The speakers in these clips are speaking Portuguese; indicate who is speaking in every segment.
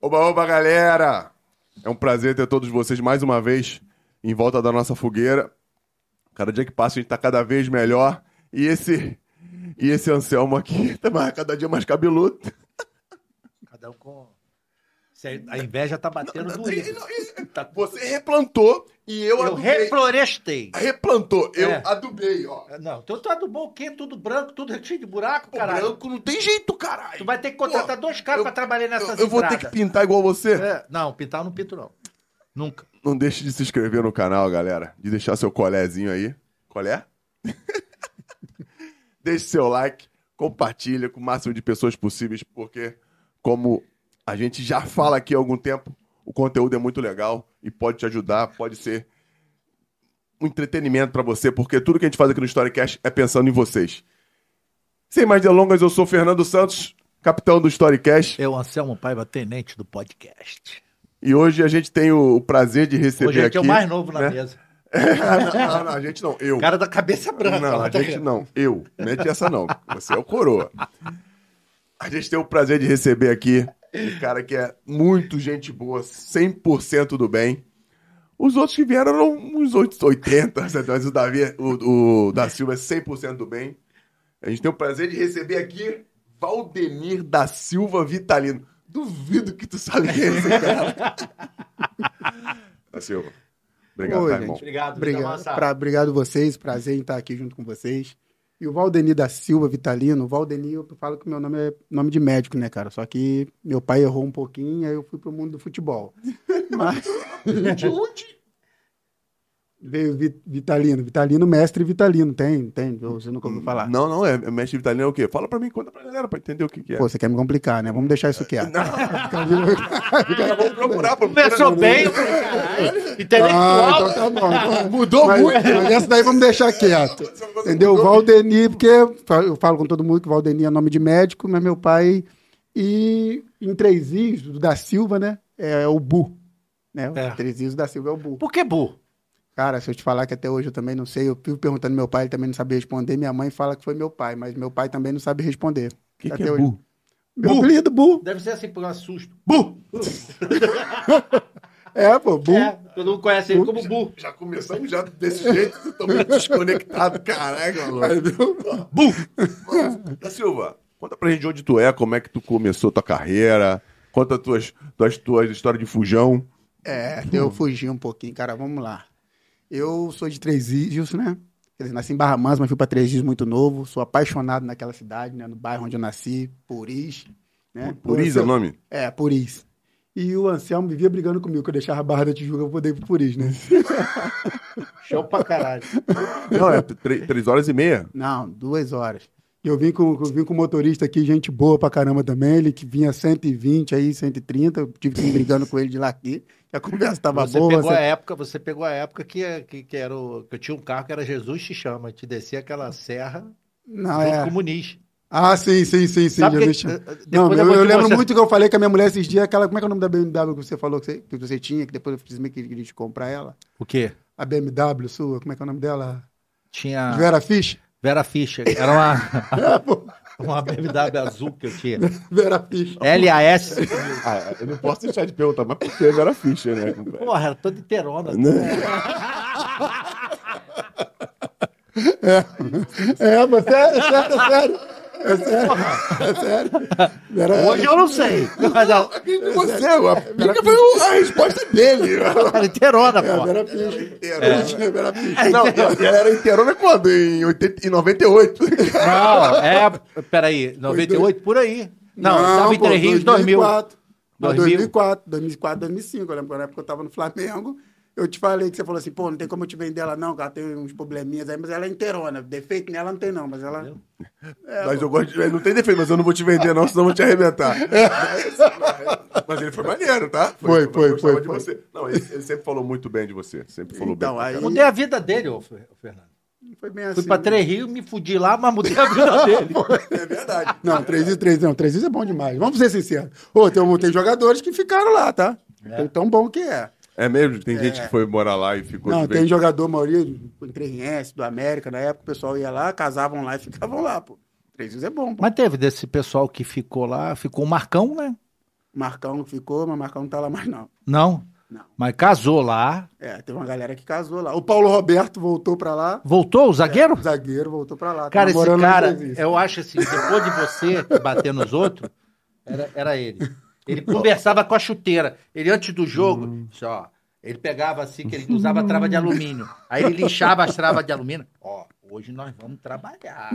Speaker 1: Oba, oba, galera! É um prazer ter todos vocês mais uma vez em volta da nossa fogueira. Cada dia que passa a gente tá cada vez melhor. E esse, e esse Anselmo aqui tá mais- cada dia mais cabeludo.
Speaker 2: Cada um com. Se A inveja tá batendo no
Speaker 1: E-
Speaker 2: livro.
Speaker 1: não, e- Você replantou e eu,
Speaker 2: Eu
Speaker 1: adubei.
Speaker 2: reflorestei.
Speaker 1: Replantou, eu
Speaker 2: É.
Speaker 1: adubei, ó.
Speaker 2: Não, então tu adubou o quê? Tudo branco, tudo cheio de buraco,
Speaker 1: Pô,
Speaker 2: caralho.
Speaker 1: branco não tem jeito, caralho.
Speaker 2: Tu vai ter que contratar dois caras
Speaker 1: eu-
Speaker 2: pra trabalhar
Speaker 1: eu,
Speaker 2: nessas
Speaker 1: eu vou ter que
Speaker 2: entradas.
Speaker 1: pintar igual você.
Speaker 2: É, não, pintar eu não pinto, não. Nunca.
Speaker 1: Não deixe de se inscrever no canal, galera. De deixar seu colézinho aí. Colé? Deixe seu like, compartilha com o máximo de pessoas possíveis, porque, como a gente já fala aqui há algum tempo, o conteúdo é muito legal e pode te ajudar, pode ser um entretenimento pra você, porque tudo que a gente faz aqui no Storycast é pensando em vocês. Sem mais delongas, eu sou Fernando Santos, capitão do Storycast.
Speaker 2: Eu, Anselmo Paiva, tenente do podcast.
Speaker 1: E hoje a gente tem o prazer de receber
Speaker 2: Hoje
Speaker 1: aqui.
Speaker 2: é o mais novo na
Speaker 1: né?
Speaker 2: mesa.
Speaker 1: Ah, não, não, não, a gente não, eu.
Speaker 2: Cara da cabeça branca.
Speaker 1: não,
Speaker 2: lá,
Speaker 1: a
Speaker 2: tá
Speaker 1: gente
Speaker 2: vendo?
Speaker 1: não, eu. Mete essa não, você é o coroa. A gente tem o prazer de receber aqui um cara que é muito gente boa, 100% do bem. Os outros que vieram eram uns 8, 80, sabe? mas o, Davi, o, o da Silva é 100% do bem. A gente tem o prazer de receber aqui Valdemir da Silva Vitalino. Duvido que tu sabe quem é esse cara. da Silva. Obrigado,
Speaker 3: Oi,
Speaker 1: tá, irmão.
Speaker 3: gente.
Speaker 2: Obrigado,
Speaker 3: Obrigado,
Speaker 2: Vitamassa.
Speaker 3: pra, obrigado vocês, prazer em estar aqui junto com vocês. E o Valdenir da Silva Vitalino, o Valdenir, eu falo que meu nome é nome de médico, né, cara? Só que meu pai errou um pouquinho, aí eu fui pro mundo do futebol. Mas
Speaker 2: De onde?
Speaker 3: veio Vi- Vitalino, Vitalino, mestre Vitalino, tem, tem, você nunca ouviu falar.
Speaker 1: Não, não, é, é mestre italiano é o quê? Fala pra mim, conta pra galera pra entender o que, que é.
Speaker 3: Pô, você quer me complicar, né? Vamos deixar isso quieto.
Speaker 1: Cara, vamos procurar, procura.
Speaker 2: Começou bem, eu falei, caralho.
Speaker 3: Ah,
Speaker 2: Intelectual.
Speaker 3: então tá bom. Então,
Speaker 1: Mudou
Speaker 3: mas,
Speaker 1: muito. né?
Speaker 3: mas essa daí vamos deixar quieto. Entendeu? Valdenir, porque eu falo com todo mundo que Valdenir é nome de médico, mas meu pai. E em Três Is, o da Silva, né? É o Bu. Né?
Speaker 2: É.
Speaker 3: O Três Is, o da Silva é o Bu.
Speaker 2: Por que burro?
Speaker 3: Cara, se eu te falar que até hoje eu também não sei, eu fico perguntando meu pai, ele também não sabia responder. Minha mãe fala que foi meu pai, mas meu pai também não sabe responder.
Speaker 1: Que que
Speaker 3: até
Speaker 1: é
Speaker 3: hoje.
Speaker 1: bu?
Speaker 3: Meu
Speaker 2: Bu?
Speaker 3: apelido, Bu.
Speaker 2: Deve ser assim por um assusto. Bu!
Speaker 3: É, pô, Bu.
Speaker 2: É, todo mundo conhece ele como Bu.
Speaker 1: Já começamos já desse jeito, vocês estão muito desconectados, caraca, mano. Bu! Da Tá Silva, conta pra gente de onde tu é, como é que tu começou tua carreira, conta tuas, tuas, tuas histórias de fujão.
Speaker 2: Hum.
Speaker 3: É, eu fugi um pouquinho, cara. Vamos lá. Eu sou de Três Rios, né? Quer dizer, nasci em Barra Mansa, mas fui pra Três Rios muito novo. Sou apaixonado naquela cidade, né? No bairro onde eu nasci, Puris. Né?
Speaker 1: Puris é o nome?
Speaker 3: É, Puris. E o Anselmo vivia brigando comigo, que eu deixava a Barra da Tijuca pra poder ir pro Puris, né?
Speaker 2: Show pra caralho.
Speaker 3: Tá
Speaker 1: Não, é tre- três horas e meia.
Speaker 3: Não, duas horas. E eu vim com, eu vim com um motorista aqui, gente boa pra caramba também. Ele que vinha 120 aí, 130. Eu tive que ir brigando com ele de lá aqui. A conversa tava
Speaker 2: Você
Speaker 3: boa.
Speaker 2: pegou
Speaker 3: essa-
Speaker 2: a época, você pegou a época que, que, que era o, que eu tinha um carro que era Jesus te chama, te descia aquela serra
Speaker 3: Não,
Speaker 2: junto
Speaker 3: é.
Speaker 2: com o Muniz.
Speaker 3: Ah, sim, sim, sim, sim.
Speaker 2: Sabe
Speaker 3: já
Speaker 2: que-
Speaker 3: deixa-
Speaker 2: eh, depois
Speaker 3: Não,
Speaker 2: da
Speaker 3: eu, eu
Speaker 2: continuação-
Speaker 3: lembro muito que eu falei com a minha mulher esses dias, aquela, como é que é o nome da BMW que você falou que você, que você tinha, que depois eu fiz meio que queria te comprar ela?
Speaker 2: O quê?
Speaker 3: A BMW sua, como é que é o nome dela?
Speaker 2: Tinha
Speaker 3: Vera Fish?
Speaker 2: Vera Fischer, era uma uma BMW azul que eu tinha.
Speaker 3: Vera Fish.
Speaker 2: LAS.
Speaker 1: Ah, eu não posso deixar de perguntar, mas por que era ficha, né?
Speaker 2: Porra, era toda inteirona.
Speaker 3: Né? É, mas sério, é sério, é sério. É sério, é sério. Vera
Speaker 2: Hoje eu não sei, mas é, ela
Speaker 1: é Você, a pica foi o- a resposta dele.
Speaker 2: era inteirona,
Speaker 3: É,
Speaker 2: porra.
Speaker 3: Vera Fish. Eu tinha Vera Fish.
Speaker 1: É, Não, e ela era inteirona quando? Em, 80, em 98.
Speaker 2: Não, é, peraí, 98 por aí. Não,
Speaker 3: Não,
Speaker 2: tava em
Speaker 3: pô,
Speaker 2: Três Rios 2000.
Speaker 3: 2004. Não,
Speaker 2: 2000.
Speaker 3: 2004, 2004, 2005. Eu lembro que na época eu tava no Flamengo. Eu te falei que você falou assim, pô, não tem como eu te vender ela não, que ela tem uns probleminhas aí, mas ela é inteirona. Defeito nela não tem não, mas ela...
Speaker 1: mas eu gosto de- Não tem defeito, mas eu não vou te vender, não, senão eu vou te arrebentar. Mas- mas ele É. foi maneiro, tá?
Speaker 3: Foi, foi,
Speaker 1: eu gostava
Speaker 3: foi,
Speaker 1: de
Speaker 3: foi.
Speaker 1: você. Não, ele, ele sempre falou muito bem de você. Sempre falou
Speaker 3: Então,
Speaker 1: bem. pra
Speaker 3: aí-
Speaker 1: caralho.
Speaker 2: Mudei a vida dele, ô Fer- ô Fernando.
Speaker 3: Não Foi bem assim.
Speaker 2: Fui pra Três Rios, me fudi lá, mas mudei a vida dele.
Speaker 1: É verdade.
Speaker 3: Não, 3 e 3, não, 3 é bom demais. Vamos ser sinceros. Ô, tem, um- tem jogadores que ficaram lá, tá? Tem tão bom que é.
Speaker 1: É mesmo? Tem gente que foi morar lá e ficou.
Speaker 3: Não,
Speaker 1: de vez-
Speaker 3: tem jogador, maioria, do 3 do América, na época o pessoal ia lá, casavam lá e ficavam lá, pô. 3 é bom, pô.
Speaker 2: Mas teve desse pessoal que ficou lá, ficou o Marcão, né?
Speaker 3: Marcão ficou, mas Marcão não tá lá mais, não.
Speaker 4: Não?
Speaker 3: Não.
Speaker 4: Mas casou lá.
Speaker 3: É, teve uma galera que casou lá. O Paulo Roberto voltou pra lá.
Speaker 4: Voltou o zagueiro?
Speaker 3: O zagueiro voltou pra lá. tá
Speaker 2: Cara, esse
Speaker 3: namorando lá
Speaker 2: cara,
Speaker 3: em Brasília.
Speaker 2: eu acho assim, depois de você bater nos outros, era, era ele. Ele conversava com a chuteira. Ele, antes do jogo,
Speaker 3: Hum.
Speaker 2: assim, ó, ele pegava assim, que ele usava trava de alumínio. Aí ele lixava as travas de alumínio. Ó, hoje nós vamos trabalhar.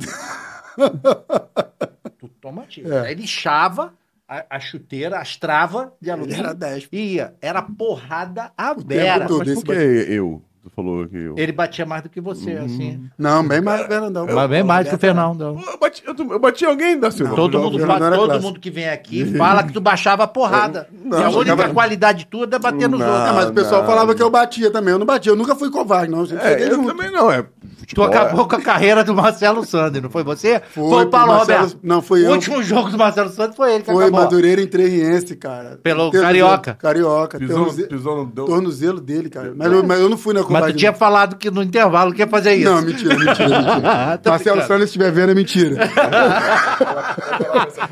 Speaker 2: tu toma tiro.
Speaker 3: É.
Speaker 2: Aí lixava a, a chuteira, as travas
Speaker 4: é
Speaker 2: de
Speaker 3: Ele
Speaker 2: alumínio.
Speaker 3: era 10.
Speaker 2: Ia, era porrada
Speaker 1: Era,
Speaker 2: aberta.
Speaker 3: todo.
Speaker 1: mas
Speaker 3: desse
Speaker 1: por que eu? Tu falou que eu.
Speaker 2: Ele batia mais do que você, assim.
Speaker 3: Não, bem mais que o Fernandão.
Speaker 4: Mas bem mais que o Fernando. né?
Speaker 1: Eu bati, eu, eu bati alguém da Silva.
Speaker 3: Não,
Speaker 2: Todo
Speaker 3: não,
Speaker 2: mundo,
Speaker 3: não
Speaker 2: fala-
Speaker 3: era
Speaker 2: todo
Speaker 3: classe.
Speaker 2: mundo que vem aqui fala que tu baixava a porrada.
Speaker 1: Não,
Speaker 4: É
Speaker 2: e a
Speaker 1: não,
Speaker 2: única
Speaker 1: jogava-
Speaker 2: qualidade tua é bater nos
Speaker 1: Não.
Speaker 3: É,
Speaker 2: outros.
Speaker 3: mas o pessoal
Speaker 1: não.
Speaker 3: falava que eu batia também. Eu não batia. Eu nunca fui covarde, não. Eu sempre
Speaker 1: É,
Speaker 3: cheguei
Speaker 1: eu
Speaker 3: junto.
Speaker 1: também não. É,
Speaker 2: Tu
Speaker 1: futebol,
Speaker 2: acabou com a carreira do Marcelo Sandro, não foi você? Foi, o
Speaker 3: pro
Speaker 2: Paulo
Speaker 3: Marcelo-
Speaker 2: Roberto.
Speaker 3: Não, foi
Speaker 2: o
Speaker 3: eu.
Speaker 2: último jogo do Marcelo Santos foi ele que
Speaker 3: Foi
Speaker 2: acabou.
Speaker 3: Madureira em Terriense, cara.
Speaker 2: Pelo
Speaker 3: Tornozelo-
Speaker 2: Carioca.
Speaker 1: é,
Speaker 3: Carioca.
Speaker 1: pisou,
Speaker 3: tornoze-
Speaker 1: pisou no deu-
Speaker 3: Tornozelo dele, cara. Mas eu, mas eu não fui na
Speaker 4: Mas
Speaker 3: covarde.
Speaker 4: tu tinha falado que no intervalo que ia fazer
Speaker 3: não.
Speaker 4: isso. Ah, tá
Speaker 3: Não, mentira, mentira, mentira.
Speaker 2: É Tô
Speaker 3: Marcelo
Speaker 2: brincando.
Speaker 3: Sanders, se estiver vendo, é mentira.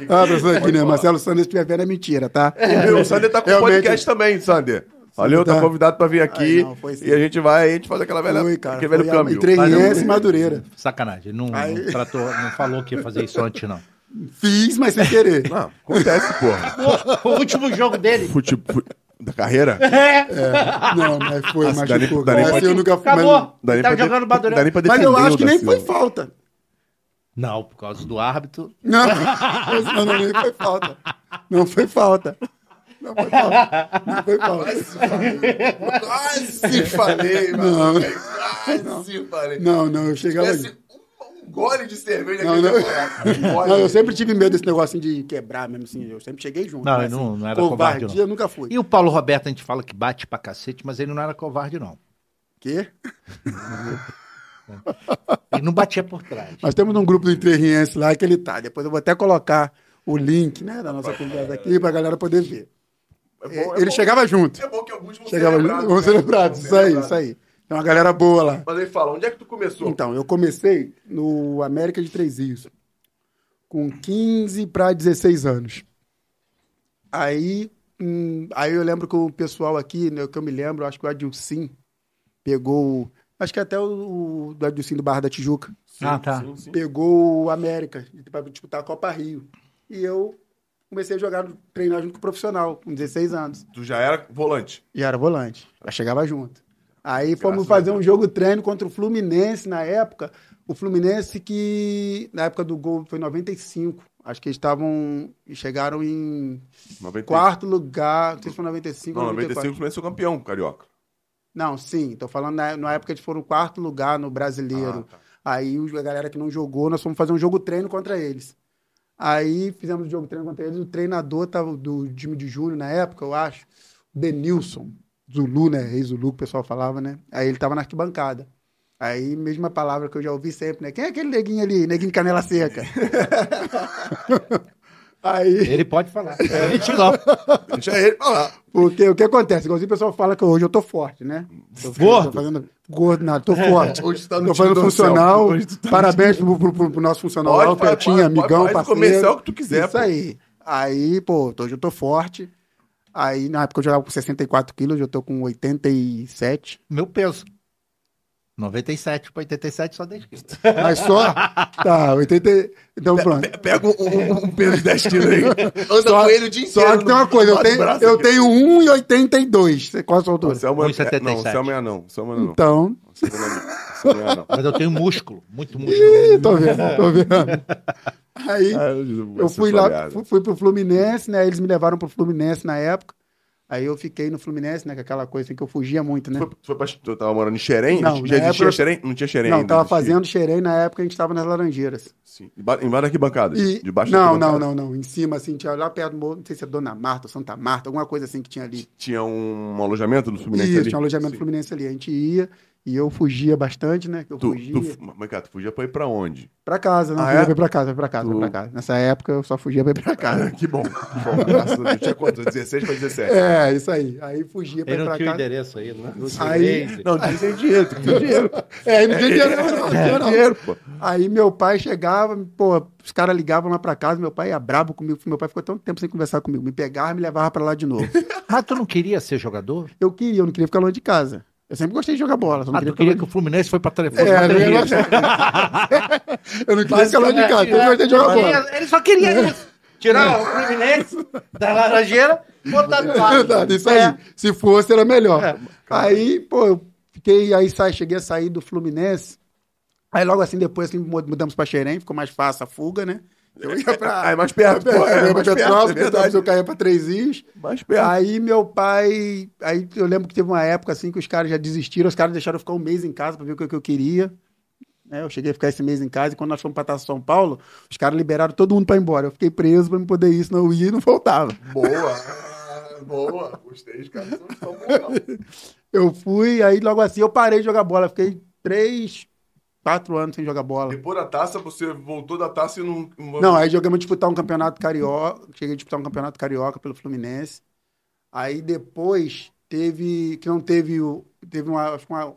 Speaker 3: ah, professor aqui, né? Marcelo Sanders, se estiver vendo, é mentira, tá?
Speaker 1: Tá O Sander tá com
Speaker 3: Realmente-
Speaker 1: podcast também, Sander. Valeu, tá
Speaker 3: tá.
Speaker 1: convidado pra vir aqui.
Speaker 3: Ai, não, foi sim.
Speaker 1: e a gente vai, a gente faz aquela velha,
Speaker 3: Foi, cara.
Speaker 1: aquele velho
Speaker 3: Foi a-
Speaker 1: câmbio.
Speaker 3: em Terriense e
Speaker 1: Mas
Speaker 3: Madureira.
Speaker 4: Sacanagem. Não,
Speaker 3: Aí-
Speaker 4: não tratou, não falou que ia fazer isso antes, não.
Speaker 3: Fiz, mas sem querer.
Speaker 1: não- Não, acontece, porra.
Speaker 2: O último jogo dele.
Speaker 1: Fute, fute- da carreira?
Speaker 2: É,
Speaker 3: Não, mas foi,
Speaker 1: Nossa, dá nem-
Speaker 3: machucou.
Speaker 1: dá nem
Speaker 3: cara.
Speaker 1: pra-
Speaker 3: Assim, eu nunca fui. Mas,
Speaker 2: acabou.
Speaker 1: Dá nem
Speaker 2: Tá
Speaker 1: pra de-
Speaker 2: jogando Madureira.
Speaker 1: dá nem pra
Speaker 3: mas eu
Speaker 1: defender assim, o
Speaker 3: acho que
Speaker 1: da
Speaker 3: nem
Speaker 1: Silva.
Speaker 3: foi falta.
Speaker 4: Não, por causa do árbitro.
Speaker 3: Não, não, não, nem foi falta. Não foi falta. Não foi falta. Não foi falta.
Speaker 1: Quase falei,
Speaker 3: Não.
Speaker 1: mano. Quase falei.
Speaker 3: Não, não, eu chegava.
Speaker 1: Tivesse um, um gole de cerveja
Speaker 3: Não,
Speaker 1: aqui
Speaker 3: não.
Speaker 1: Um gole.
Speaker 3: Não, eu sempre tive medo desse negocinho de quebrar mesmo assim. Eu sempre cheguei junto.
Speaker 4: Não,
Speaker 3: mas,
Speaker 4: eu
Speaker 3: assim,
Speaker 4: não- não era covarde,
Speaker 3: covardia
Speaker 4: não.
Speaker 3: eu nunca fui.
Speaker 4: E o Paulo Roberto, a gente fala que bate pra cacete, mas ele não era covarde, não.
Speaker 3: Quê?
Speaker 4: Ele não batia por trás.
Speaker 3: Nós temos um grupo do Interriense lá que ele tá. Depois eu vou até colocar o link, né, da nossa conversa aqui pra galera poder ver.
Speaker 1: É bom, é
Speaker 3: ele
Speaker 1: bom.
Speaker 3: chegava junto.
Speaker 1: É bom que alguns vão
Speaker 3: Chegava
Speaker 1: ser
Speaker 3: junto.
Speaker 1: lembrados.
Speaker 3: Vamos ser
Speaker 1: né?
Speaker 3: lembrados.
Speaker 1: Vão
Speaker 3: Isso
Speaker 1: ser
Speaker 3: aí,
Speaker 1: lembrados.
Speaker 3: isso aí. Tem uma galera boa lá.
Speaker 1: Mas aí fala, onde é que tu começou?
Speaker 3: Então, eu comecei no América de Três Rios, com 15 para 16 anos. Aí, hum, aí eu lembro que o pessoal aqui, né, que eu me lembro, acho que o Adilcim pegou, o- acho que até o, o do Adilcim do Barra da Tijuca,
Speaker 4: ah, tá.
Speaker 1: Sim, sim.
Speaker 3: pegou o América para disputar a Copa Rio. E eu comecei a jogar, treinar junto com o profissional, com 16 anos.
Speaker 1: Tu já era volante.
Speaker 3: E era volante. Já chegava junto. Aí
Speaker 1: Graças
Speaker 3: fomos
Speaker 1: a
Speaker 3: fazer um jogo treino contra o Fluminense na época. O Fluminense que na época do gol foi 95. Acho que eles estavam chegaram em
Speaker 1: 90...
Speaker 3: quarto lugar, não sei se foi 95
Speaker 1: Não,
Speaker 3: ou
Speaker 1: 95
Speaker 3: 94.
Speaker 1: o Fluminense foi campeão, carioca.
Speaker 3: Não, sim, tô falando na, na época eles foram quarto lugar no brasileiro.
Speaker 1: Ah, tá.
Speaker 3: Aí os- a galera que não jogou, nós fomos fazer um jogo treino contra eles. Aí fizemos o jogo treino contra eles. O treinador tava, do time de Júnior na época, eu acho, o Denilson, Zulu, né? Ex-Zulu que o pessoal falava, né? Aí ele tava na arquibancada. Aí, mesma palavra que eu já ouvi sempre, né? Quem é aquele neguinho ali? Neguinho de canela seca. Aí,
Speaker 4: Ele pode falar.
Speaker 2: É,
Speaker 4: A gente não.
Speaker 1: Deixa ele falar.
Speaker 3: porque o que acontece? Igualzinho o pessoal fala que hoje eu tô forte, né? Tô-
Speaker 4: Gordo.
Speaker 3: Tô fazendo... Gordo, nada, tô forte.
Speaker 1: Hoje tá
Speaker 3: Tô fazendo funcional. Parabéns pro, pro- pro- pro nosso funcional, lá, o
Speaker 1: falar,
Speaker 3: Petinho,
Speaker 1: pode-
Speaker 3: amigão,
Speaker 1: pode- faz o
Speaker 3: parceiro.
Speaker 1: comercial que tu quiser,
Speaker 3: Isso
Speaker 1: pô.
Speaker 3: aí. Aí, pô, hoje eu tô forte. Aí, na época eu jogava com 64 quilos, hoje eu tô com 87.
Speaker 4: Meu peso. 97 para 87 só 10 quilos.
Speaker 3: Mas só. Tá, 80. Então, pronto.
Speaker 1: Pega um, um- um peso de 10 quilos aí. Anda
Speaker 3: Só-
Speaker 1: com ele o dia inteiro.
Speaker 3: Só que tem uma
Speaker 1: no- né?
Speaker 3: coisa, eu
Speaker 1: no
Speaker 3: tenho,
Speaker 1: braço
Speaker 3: eu
Speaker 1: aqui.
Speaker 3: tenho 1,82. Você- Qual a sua altura?
Speaker 1: Anselmo é-
Speaker 4: 1,77.
Speaker 1: Não, Anselmo é anão. Anselmo é anão.
Speaker 3: Então.
Speaker 1: Anselmo é anão. Anselmo é anão.
Speaker 4: Mas eu tenho músculo, muito músculo.
Speaker 3: Ih, tô vendo, tô vendo. Aí.
Speaker 1: Ah, eu-
Speaker 3: Eu
Speaker 1: essa é
Speaker 3: fui
Speaker 1: tua
Speaker 3: lá,
Speaker 1: piada.
Speaker 3: fui, fui pro Fluminense, né? Eles me levaram pro Fluminense na época. Aí eu fiquei no Fluminense, né? Com aquela coisa assim que eu fugia muito, né?
Speaker 1: Foi, foi pra, tu tava morando em Xerém?
Speaker 3: Não,
Speaker 1: já
Speaker 3: na
Speaker 1: existia
Speaker 3: época-
Speaker 1: Xerém? Não tinha Xerém
Speaker 3: não,
Speaker 1: ainda.
Speaker 3: tava
Speaker 1: existia.
Speaker 3: fazendo xerém na época, a gente tava nas Laranjeiras.
Speaker 1: Sim. Emba- Embaixo da arquibancada.
Speaker 3: E...
Speaker 1: Debaixo da
Speaker 3: não, não,
Speaker 1: arquibancada.
Speaker 3: não, não. Em cima, assim, tinha lá perto do morro, não sei se é Dona Marta, Santa Marta, alguma coisa assim que tinha ali.
Speaker 1: Tinha um alojamento do Fluminense
Speaker 3: Isso,
Speaker 1: ali?
Speaker 3: tinha um alojamento
Speaker 1: Sim.
Speaker 3: Fluminense ali. A gente ia E eu fugia bastante, né? Eu
Speaker 1: Tu,
Speaker 3: fugia.
Speaker 1: tu, mas, cara, tu fugia pra ir pra onde?
Speaker 3: Pra casa, né?
Speaker 1: Ah,
Speaker 3: fugia
Speaker 1: é?
Speaker 3: pra ir pra casa, pra casa,
Speaker 1: Tu- Ah,
Speaker 3: pra casa. Nessa época eu só fugia pra ir pra casa.
Speaker 1: Cara, que bom. Que bom graças a Deus. Tinha quanto? 16 pra 17.
Speaker 3: É, isso aí. Aí fugia pra
Speaker 2: Ele
Speaker 3: ir
Speaker 2: não
Speaker 3: pra
Speaker 2: tinha o
Speaker 3: casa.
Speaker 2: endereço aí, né? Não tinha
Speaker 3: Aí-
Speaker 2: endereço.
Speaker 1: Não, tu tem dinheiro, tu tem dinheiro.
Speaker 3: É, aí não tinha dinheiro, não, não,
Speaker 1: Tem
Speaker 3: tinha não.
Speaker 1: dinheiro, pô.
Speaker 3: Aí meu pai chegava, pô, os caras ligavam lá pra casa, meu pai ia brabo comigo, meu pai ficou tanto tempo sem conversar comigo, me pegava e me levava pra lá de novo.
Speaker 2: Ah,
Speaker 4: Mas tu não queria ser jogador?
Speaker 3: Eu queria, eu não queria ficar longe de casa. Eu sempre gostei de jogar bola, só não
Speaker 4: Ah,
Speaker 3: queria
Speaker 4: tu
Speaker 3: ficar longe
Speaker 4: queria
Speaker 3: de
Speaker 4: que o Fluminense foi pra telefone.
Speaker 3: É,
Speaker 4: pra
Speaker 3: eu não
Speaker 4: TV.
Speaker 3: queria Eu não queria ficar longe de casa, eu sempre gostei de jogar bola.
Speaker 2: Ele- Ele só queria
Speaker 3: É.
Speaker 2: isso. Tirar o Fluminense da laranjeira, botar no
Speaker 3: É
Speaker 2: lado.
Speaker 3: verdade, isso aí.
Speaker 2: É.
Speaker 3: Se fosse, era melhor.
Speaker 2: É.
Speaker 3: Aí, pô, eu fiquei, aí sai, cheguei a sair do Fluminense. Aí logo assim, depois assim, mu- mudamos pra Xerém, ficou mais fácil a fuga, né? Eu ia pra.
Speaker 1: Ah, é mais perto, pô. É
Speaker 3: eu ia pra
Speaker 1: mais
Speaker 3: Petrópolis,
Speaker 1: perto, é
Speaker 3: Petrópolis
Speaker 1: verdade.
Speaker 3: eu caía pra Três Rios.
Speaker 1: Mais perto.
Speaker 3: Aí meu pai. Aí eu lembro que teve uma época assim que os caras já desistiram, os caras deixaram eu ficar um mês em casa pra ver o que, que eu queria. né? eu cheguei a ficar esse mês em casa e quando nós fomos pra Taça São Paulo, os caras liberaram todo mundo pra ir embora. Eu fiquei preso pra não poder ir, senão eu ia e não voltava.
Speaker 1: Boa. Ah, Boa. Gostei, os caras não estão bons, não.
Speaker 3: Eu fui, aí logo assim eu parei de jogar bola. Fiquei três, quatro anos sem jogar bola.
Speaker 1: Depois da taça, você voltou da taça e não. não- é
Speaker 3: Não, aí jogamos disputar um campeonato carioca. Cheguei a disputar um campeonato carioca pelo Fluminense. Aí depois teve. Que não teve o. Teve uma, acho que uma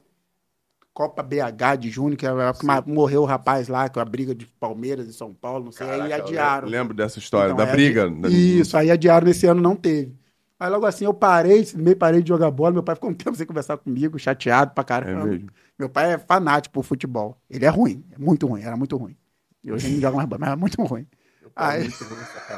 Speaker 3: Copa BH de junho, que era a época que ma- morreu o rapaz lá, com a briga de Palmeiras e São Paulo, não sei. aí
Speaker 1: Caraca, eu
Speaker 3: adiaram.
Speaker 1: Lembro dessa história,
Speaker 3: Então,
Speaker 1: da
Speaker 3: aí
Speaker 1: briga. né?
Speaker 3: adi-
Speaker 1: da-
Speaker 3: Isso, aí adiaram nesse ano, não teve. Aí logo assim eu parei, meio parei de jogar bola. Meu pai ficou um tempo sem conversar comigo, chateado pra
Speaker 1: É
Speaker 3: caramba.
Speaker 1: mesmo.
Speaker 3: Meu pai é fanático por futebol. Ele é ruim, é muito ruim, era muito ruim. E hoje ele não joga mais bola, mas é muito ruim.
Speaker 1: Ah, é
Speaker 3: Aí,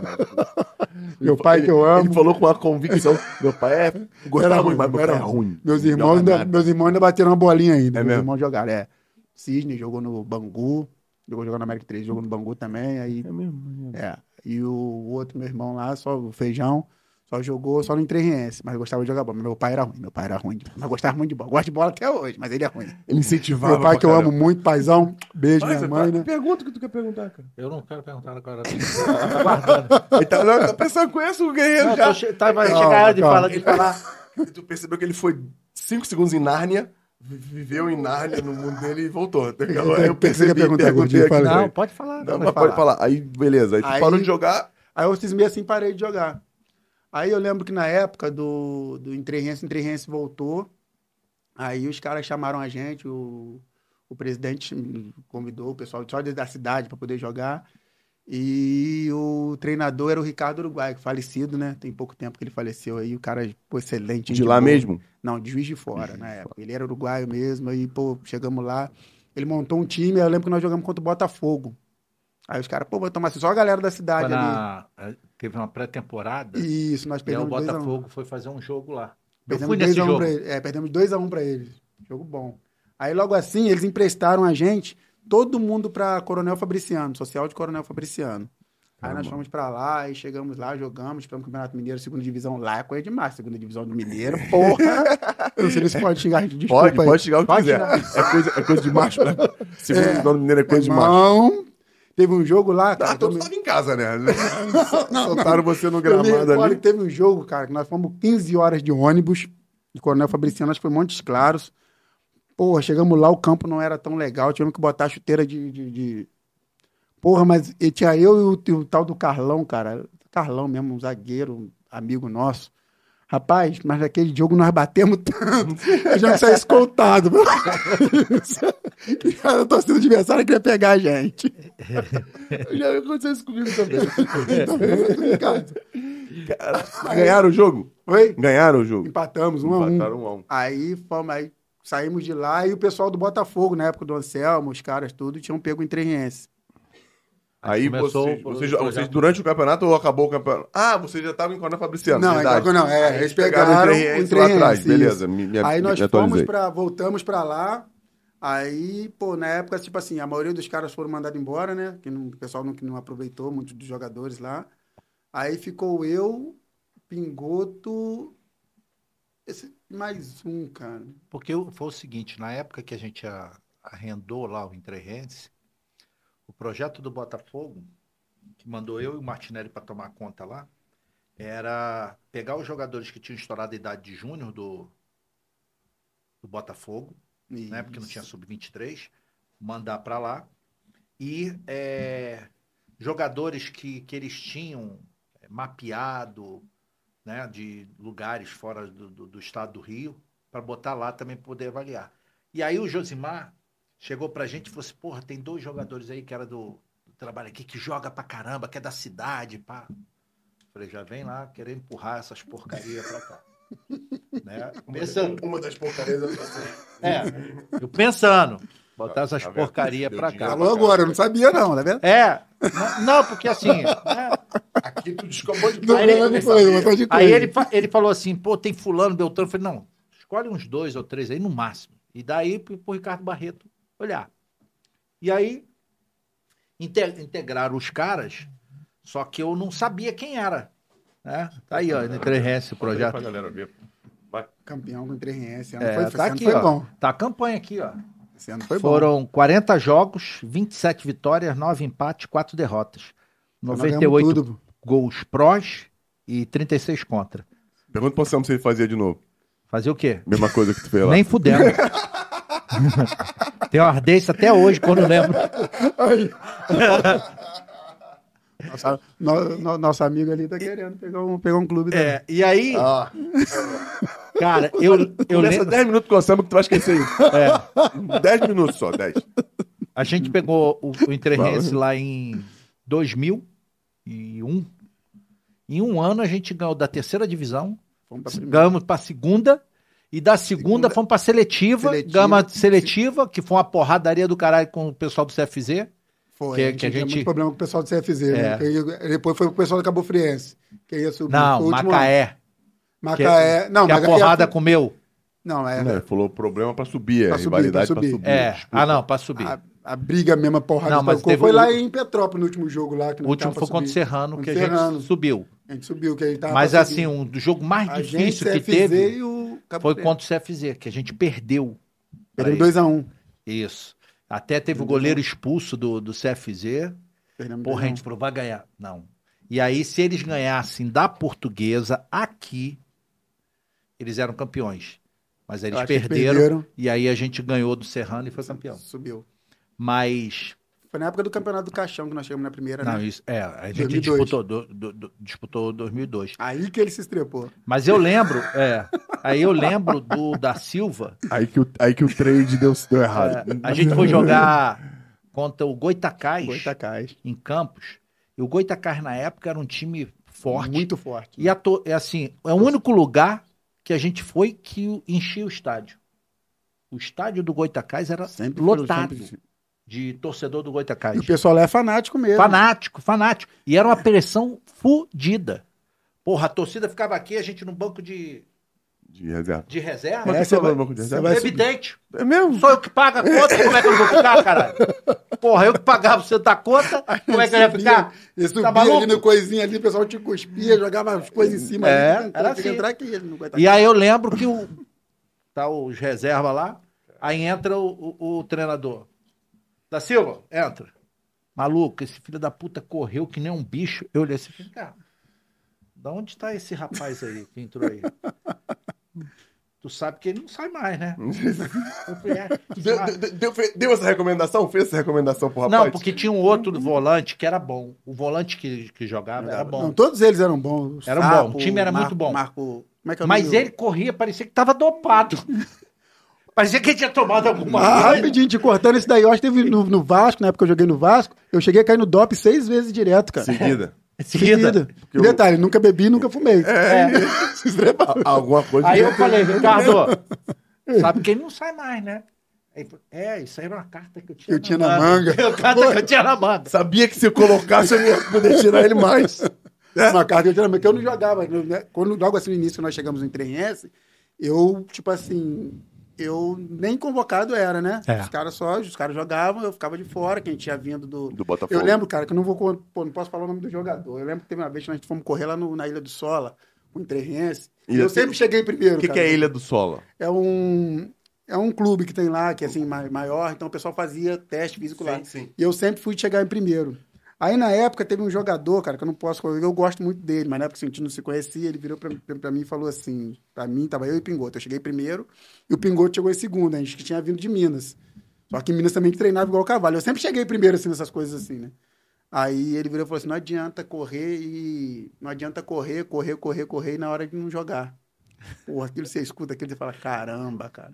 Speaker 3: meu pai que eu
Speaker 1: Ele
Speaker 3: amo,
Speaker 1: falou com uma convicção. Meu pai é. Gostava
Speaker 3: Era
Speaker 1: muito, mas
Speaker 3: ruim,
Speaker 1: meu pai é
Speaker 3: era
Speaker 1: ruim.
Speaker 3: meus
Speaker 1: Não
Speaker 3: irmãos,
Speaker 1: joga
Speaker 3: ainda,
Speaker 1: nada.
Speaker 3: meus irmãos ainda bateram uma bolinha ainda.
Speaker 1: É
Speaker 3: meus
Speaker 1: mesmo?
Speaker 3: irmãos jogaram, é. Cisne jogou no Bangu, jogou, jogou na América 3, jogou no Bangu também, aí,
Speaker 1: É mesmo.
Speaker 3: é. E o outro meu irmão lá, só o Feijão, só jogou, só no Interriense, mas gostava de jogar bola. Meu pai era ruim, meu pai era ruim, mas gostava muito de bola. Gosto de bola até hoje, mas ele é ruim.
Speaker 1: Ele incentivava.
Speaker 3: Meu pai
Speaker 1: pra
Speaker 3: que eu
Speaker 1: caramba.
Speaker 3: amo muito, paizão, beijo
Speaker 1: Mas,
Speaker 3: minha mãe,
Speaker 1: tá-
Speaker 3: né?
Speaker 1: Pergunta o que tu quer perguntar, cara.
Speaker 2: Eu não quero perguntar na cara dele.
Speaker 1: Ele tá, não, tá pensando, conheço o guerreiro
Speaker 2: Não,
Speaker 1: já.
Speaker 2: tô che- tá, vai
Speaker 3: Calma,
Speaker 2: chegar a hora de
Speaker 3: calma.
Speaker 2: falar, de falar.
Speaker 1: Tu percebeu que ele foi 5 segundos em Nárnia, vi- viveu em Nárnia no mundo dele e voltou. Agora eu percebi.
Speaker 3: Você quer perguntar,
Speaker 1: perguntei
Speaker 3: Gordinho?
Speaker 1: aqui. né?
Speaker 3: Fala.
Speaker 4: Não, pode falar.
Speaker 1: Não,
Speaker 4: pode
Speaker 1: mas pode falar. Aí, beleza. Aí tu
Speaker 3: Aí-
Speaker 1: parou de jogar.
Speaker 3: Aí eu cismei assim, parei de jogar. Aí eu lembro que na época do, do Entrerrense, o Entrerrense voltou. Aí os caras chamaram a gente, o, o presidente convidou o pessoal só da cidade para poder jogar. E o treinador era o Ricardo Uruguai, que falecido, né? Tem pouco tempo que ele faleceu aí. O cara, pô, excelente.
Speaker 1: De
Speaker 3: gente
Speaker 1: lá
Speaker 3: boa.
Speaker 1: mesmo?
Speaker 3: Não, de Juiz de Fora, na época. Ele era uruguaio mesmo, aí, pô, chegamos lá. Ele montou um time, aí eu lembro que nós jogamos contra o Botafogo. Aí os caras, pô, vou tomar só a galera da
Speaker 4: Foi
Speaker 3: cidade ali.
Speaker 4: na- é, Teve uma pré-temporada.
Speaker 3: Isso, nós
Speaker 2: E é o
Speaker 3: perdemos 2x1. Um.
Speaker 2: Botafogo foi fazer um jogo lá. Eu
Speaker 3: Perdemos
Speaker 2: fui nesse
Speaker 3: 2x1
Speaker 2: jogo.
Speaker 3: pra eles. É, perdemos 2x1 pra eles. Jogo bom. Aí logo assim, eles emprestaram a gente, todo mundo pra Coronel Fabriciano, social de Coronel Fabriciano. Aí nós fomos pra lá e chegamos lá, jogamos, tivemos Campeonato Mineiro, segunda divisão lá, é coisa demais, segunda divisão do Mineiro, porra. Eu não sei se pode xingar a gente, desculpa
Speaker 1: Pode,
Speaker 3: aí.
Speaker 1: pode chegar o que
Speaker 3: Pode
Speaker 1: quiser. É coisa, é coisa de macho, né? Segundo o nome mineiro é coisa de macho.
Speaker 3: Irmão, teve um jogo lá, cara,
Speaker 2: Tá
Speaker 1: Ah, tu
Speaker 3: que eu me-
Speaker 1: estava em casa, né? Soltaram você no
Speaker 3: Eu me
Speaker 1: gramado
Speaker 3: recordo
Speaker 1: ali.
Speaker 3: que teve um jogo, cara, que nós fomos 15 horas de ônibus, de Coronel Fabriciano, acho que foi Montes Claros. Porra, chegamos lá, o campo não era tão legal, tivemos que botar a chuteira de. de- de- Porra, mas e tinha eu e o, e o tal do Carlão, cara. Carlão mesmo, um zagueiro, um amigo nosso. Rapaz, mas naquele jogo nós batemos tanto. A gente saiu escoltado. meu. Que cara, a torcida adversária queria pegar a gente.
Speaker 1: Já aconteceu isso comigo também.
Speaker 3: Então, complicado.
Speaker 1: Ganharam o jogo?
Speaker 3: Oi?
Speaker 1: Ganharam o jogo.
Speaker 3: Empatamos, um a um.
Speaker 1: Empataram um a um.
Speaker 3: Aí, fomos, aí saímos de lá e o pessoal do Botafogo, na época do Anselmo, os caras tudo, tinham pego em Treense.
Speaker 1: Aí
Speaker 2: começou
Speaker 1: vocês,
Speaker 2: o-
Speaker 1: vocês,
Speaker 2: o
Speaker 1: vocês
Speaker 2: projeto.
Speaker 1: durante o campeonato ou acabou o campeonato? Ah, você já estava em Coronel Fabriciano,
Speaker 3: Não,
Speaker 1: verdade.
Speaker 3: então, não, é,
Speaker 1: Aí
Speaker 3: eles pegaram
Speaker 1: Trem
Speaker 3: o
Speaker 1: Enzo lá
Speaker 3: Trem
Speaker 1: atrás,
Speaker 3: Enzo,
Speaker 1: beleza. Me,
Speaker 2: é,
Speaker 1: me,
Speaker 3: aí nós
Speaker 1: me
Speaker 3: fomos
Speaker 1: atualizei.
Speaker 3: pra, voltamos pra lá. Aí, pô, na época, tipo assim, a maioria dos caras foram mandados embora, né? Que não- o pessoal não, que não aproveitou, muitos dos jogadores lá. Aí ficou eu, Pingoto, esse- mais um, cara.
Speaker 4: Porque o- foi o seguinte, na época que a gente a- arrendou lá o Entrerrense, o projeto do Botafogo, que mandou eu e o Martinelli para tomar conta lá, era pegar os jogadores que tinham estourado a idade de júnior do, do Botafogo,
Speaker 2: né? Porque não tinha sub-23, mandar para lá. E é, jogadores que, que eles tinham é, mapeado, né, de lugares fora do, do, do estado do Rio, para botar lá também pra poder avaliar. E aí o Josimar chegou pra gente e falou assim: porra, tem dois jogadores aí que era do, do trabalho aqui, que joga pra caramba, que é da cidade, pá. Falei, já vem lá querer empurrar essas porcarias pra cá. né? Pensando,
Speaker 1: Uma das porcarias é você.
Speaker 2: é, eu pensando, botar
Speaker 1: Tá-
Speaker 2: essas
Speaker 1: tá vendo?
Speaker 2: porcarias
Speaker 1: Deu
Speaker 2: pra
Speaker 1: dinheiro.
Speaker 2: cá.
Speaker 3: Falou agora, eu não sabia não, tá vendo?
Speaker 2: É, não- não, porque assim, né,
Speaker 1: Aqui tu descobriu de
Speaker 3: Não,
Speaker 1: coisa,
Speaker 3: não,
Speaker 1: né,
Speaker 3: não foi,
Speaker 1: sabia?
Speaker 3: mas foi de
Speaker 2: Aí
Speaker 3: coisa.
Speaker 2: ele, fa- ele falou assim, pô, tem fulano, Beltrano. Eu falei, não, escolhe uns dois ou três aí no máximo. E daí pro, pro Ricardo Barreto olhar. E aí inte- integraram os caras, só que eu não sabia quem era. Né? Tá aí, ó, Entrehense, o
Speaker 5: Projeto. Pra
Speaker 2: projeto.
Speaker 5: galera ver.
Speaker 3: Campeão com 3 ano
Speaker 2: É,
Speaker 3: foi,
Speaker 2: tá
Speaker 3: esse ano
Speaker 2: aqui,
Speaker 3: foi
Speaker 2: ó.
Speaker 3: bom.
Speaker 2: Tá a campanha aqui, ó.
Speaker 3: Esse ano foi bom.
Speaker 2: Foram 40 jogos, 27 vitórias, 9 empates, 4 derrotas.
Speaker 3: Nós
Speaker 2: 98
Speaker 3: ganhamos tudo.
Speaker 2: gols prós e 36 contra.
Speaker 1: Pergunta pro Anselmo se ele fazia de novo.
Speaker 2: Fazer o quê?
Speaker 1: Mesma coisa que tu fez lá.
Speaker 2: Nem fudendo. Tem uma ardência até hoje, quando lembro.
Speaker 3: Nossa- no- no- nosso amigo ali tá querendo pegar um, pegar um clube. também.
Speaker 2: É, e aí,
Speaker 1: Ah,
Speaker 2: cara, eu, eu
Speaker 1: Começa
Speaker 2: lembro.
Speaker 1: 10 minutos com o Anselmo que tu vai esquecer isso.
Speaker 2: é,
Speaker 1: 10 minutos só, 10.
Speaker 2: a gente pegou o, o Interrense lá em 2001. Em um ano a gente ganhou da terceira divisão,
Speaker 3: Fomos pra primeira.
Speaker 2: ganhamos para segunda. E da segunda,
Speaker 3: Segunda.
Speaker 2: fomos pra seletiva,
Speaker 3: Seletiva.
Speaker 2: gama seletiva, que foi uma porradaria do caralho com o pessoal do CFZ.
Speaker 3: Foi,
Speaker 2: que-
Speaker 3: a gente
Speaker 2: que a
Speaker 3: tinha
Speaker 2: gente-
Speaker 3: muito problema com o pessoal do CFZ. né?
Speaker 2: É.
Speaker 3: Que ia- Depois foi o pessoal do Cabo Friense. Que ia subir. Foi
Speaker 2: Não,
Speaker 3: o último ano.
Speaker 2: Macaé.
Speaker 3: Macaé. não,
Speaker 2: que a
Speaker 3: Macaé-
Speaker 2: porrada comeu.
Speaker 3: Não, é.
Speaker 1: Ele falou problema pra subir,
Speaker 3: Pra
Speaker 1: a
Speaker 3: subir,
Speaker 1: rivalidade
Speaker 3: pra
Speaker 1: pra
Speaker 3: subir.
Speaker 1: subir.
Speaker 2: É.
Speaker 1: Disputa.
Speaker 2: Ah, não, pra subir.
Speaker 3: A, a briga mesmo, a porrada
Speaker 2: Não,
Speaker 3: que
Speaker 2: mas
Speaker 3: colocou.
Speaker 2: teve
Speaker 3: foi
Speaker 2: um-
Speaker 3: lá em Petrópolis no último jogo lá. Que
Speaker 2: O
Speaker 3: não
Speaker 2: último
Speaker 3: tava
Speaker 2: foi
Speaker 3: pra
Speaker 2: contra o
Speaker 3: subir.
Speaker 2: Serrano, que a
Speaker 3: Contra o Serrano.
Speaker 2: gente subiu.
Speaker 3: A gente subiu, que a gente tava
Speaker 2: Mas
Speaker 3: pra
Speaker 2: assim,
Speaker 3: subir.
Speaker 2: um dos jogos mais
Speaker 3: a gente,
Speaker 2: difíceis que
Speaker 3: CFZ
Speaker 2: teve
Speaker 3: e o Cabo
Speaker 2: foi
Speaker 3: Friense.
Speaker 2: contra o CFZ, que a gente perdeu.
Speaker 3: Perdemos
Speaker 2: Pra
Speaker 3: 2x1. Um.
Speaker 2: Isso. Até teve o goleiro expulso do, do CFZ.
Speaker 3: Perdemos
Speaker 2: Porra, a gente falou, vai ganhar. Não. E aí, se eles ganhassem da portuguesa aqui, eles eram campeões. Mas aí eles perderam, e aí a gente ganhou do Serrano e foi campeão.
Speaker 3: Subiu.
Speaker 2: Mas.
Speaker 3: Foi na época do Campeonato do Caixão que nós chegamos na primeira,
Speaker 2: Não,
Speaker 3: né?
Speaker 2: isso, é, a gente
Speaker 3: 2002.
Speaker 2: disputou, do, do, do, disputou 2002.
Speaker 3: Aí que ele se estrepou.
Speaker 2: Mas eu lembro, é. Aí eu lembro do da Silva.
Speaker 1: Aí que o, aí que o trade deu, deu errado.
Speaker 2: é, a gente foi jogar contra o Goitacás
Speaker 3: Goitacás.
Speaker 2: em Campos. E o Goitacás na época era um time forte.
Speaker 3: Muito forte.
Speaker 2: E a to- é assim, é o único lugar que a gente foi que o- enchia o estádio. O estádio do Goitacás era
Speaker 3: Sempre foi-
Speaker 2: lotado
Speaker 3: sempre-
Speaker 2: de torcedor do
Speaker 3: E o
Speaker 2: Goitacás.
Speaker 3: pessoal lá é fanático mesmo.
Speaker 2: Fanático, fanático. E era uma pressão fudida. Porra, a torcida ficava aqui, a gente no banco de,
Speaker 1: De reserva.
Speaker 2: de reserva.
Speaker 1: Mas
Speaker 3: É,
Speaker 1: tu
Speaker 3: você
Speaker 1: tava
Speaker 3: vai-
Speaker 1: no banco de
Speaker 3: você
Speaker 1: reserva?
Speaker 3: vai-
Speaker 2: Evidente.
Speaker 1: É mesmo?
Speaker 2: Sou eu que pago a conta, como é que eu vou ficar, caralho? Porra, eu que pagava você da conta, como é que eu ia ficar?
Speaker 3: Ele subia
Speaker 2: maluco?
Speaker 3: ali no coisinha ali, o pessoal te cuspia, jogava as coisas em cima.
Speaker 2: É,
Speaker 3: ali, então,
Speaker 2: era
Speaker 3: tem que
Speaker 2: assim.
Speaker 3: entrar aqui, ele
Speaker 1: tá
Speaker 3: não tá- aguenta.
Speaker 2: E aí eu lembro que o, tá os reserva lá, aí entra o, o- o treinador. Da Silva, entra. Maluco, esse filho da puta correu que nem um bicho. Eu olhei assim, cara, da onde tá esse rapaz aí que entrou aí? Tu sabe que ele não sai mais, né? Eu falei, é,
Speaker 1: Deu, deu- deu- fe- deu essa recomendação? Fez essa recomendação pro rapaz?
Speaker 2: Não, porque tinha um outro volante que era bom. O volante que, que jogava era
Speaker 3: Não,
Speaker 2: bom.
Speaker 3: todos eles eram bons.
Speaker 2: Era
Speaker 3: Sapo,
Speaker 2: bom, o time era
Speaker 3: Marco-
Speaker 2: muito bom.
Speaker 3: Marco, como é que é o
Speaker 2: Mas
Speaker 3: nome
Speaker 2: ele corria, parecia que tava dopado. parecia que ele tinha tomado
Speaker 3: do-
Speaker 2: alguma
Speaker 3: Ah,
Speaker 2: coisa.
Speaker 3: rapidinho, te cortando isso daí. Eu acho que teve no, no Vasco, na época que eu joguei no Vasco, eu cheguei a cair no DOP seis vezes direto,
Speaker 1: É.
Speaker 3: cara.
Speaker 1: Seguida.
Speaker 2: Seguida.
Speaker 3: E Detalhe, nunca bebi, nunca fumei.
Speaker 1: A- Alguma coisa.
Speaker 2: Aí eu falei, Ricardo, sabe que ele não sai mais, né? Aí ele falou, é, isso aí era uma carta que eu tinha
Speaker 3: Eu tinha na manga.
Speaker 2: Uma carta que eu tinha na manga.
Speaker 1: Sabia que se eu colocasse eu não ia poder tirar ele mais. É.
Speaker 3: Uma carta que eu tinha na manga, que eu não jogava. né? Quando, logo assim no início, que nós chegamos no trem S, eu, tipo assim, eu nem convocado era, né?
Speaker 2: É.
Speaker 3: Os caras só, os caras jogavam, eu ficava de fora, quem tinha vindo do,
Speaker 1: Do Botafogo.
Speaker 3: Eu lembro, cara, que eu não vou. con- Pô, não posso falar o nome do jogador. Eu lembro que teve uma vez que nós fomos correr lá no- na Ilha do Sola, com o Interrense. E
Speaker 1: Ilha-
Speaker 3: eu sempre cheguei primeiro.
Speaker 1: O que,
Speaker 3: cara.
Speaker 1: que é Ilha do Sola?
Speaker 3: É um. É um clube que tem lá, que é assim, ma- maior, então o pessoal fazia teste físico lá.
Speaker 1: sim.
Speaker 3: E eu sempre fui chegar em primeiro. Aí na época teve um jogador, cara, que eu não posso. Eu gosto muito dele, mas na época assim, a gente não se conhecia, ele virou pra, pra, pra mim e falou assim: pra mim, tava eu e o Pingoto. Eu cheguei primeiro e o Pingoto chegou em segundo, a gente que tinha vindo de Minas. Só que em Minas também treinava igual o cavalo. Eu sempre cheguei primeiro, assim, nessas coisas assim, né? Aí ele virou e falou assim: não adianta correr e. Não adianta correr, correr, correr, correr e na hora de não jogar. Porra, aquilo você escuta, aquilo você fala: caramba, cara.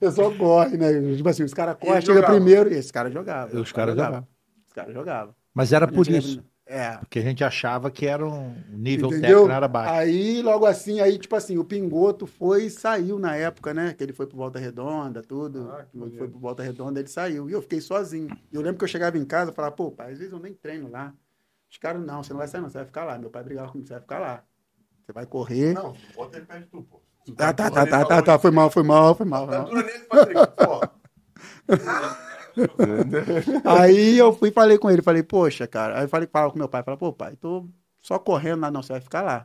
Speaker 3: Eu só corre, né? Tipo assim, os caras correm,
Speaker 1: Ele
Speaker 3: chega
Speaker 1: jogava.
Speaker 3: primeiro e esse cara jogava.
Speaker 4: Os caras jogavam.
Speaker 3: Os caras jogavam.
Speaker 4: Mas era por
Speaker 3: Ele
Speaker 4: isso.
Speaker 3: tinha- É.
Speaker 4: Porque a gente achava que era um nível
Speaker 3: Entendeu?
Speaker 4: técnico era baixo.
Speaker 3: Aí, logo assim, aí, tipo assim, o Pingoto foi e saiu na época, né? Que ele foi pro Volta Redonda, tudo.
Speaker 1: Ah, que
Speaker 3: Quando
Speaker 1: maneiro.
Speaker 3: foi pro Volta Redonda, ele saiu. E eu fiquei sozinho. E eu lembro que eu chegava em casa e falava, pô, pai, às vezes eu nem treino lá. Os caras, não, você não vai sair, não, você vai ficar lá. Meu pai brigava comigo, você vai ficar lá. Você vai correr.
Speaker 1: Não, bota ele perto de tu, pô.
Speaker 3: Tá, tá, tá, tá, tá, tá. Foi mal, foi mal, foi mal. Foi mal.
Speaker 1: Dura nele, Patrick, pô.
Speaker 3: Aí eu fui e falei com ele, falei, poxa, cara. Aí eu falei, falava com meu pai, falei, pô, pai, tô só correndo lá, não, você vai ficar lá.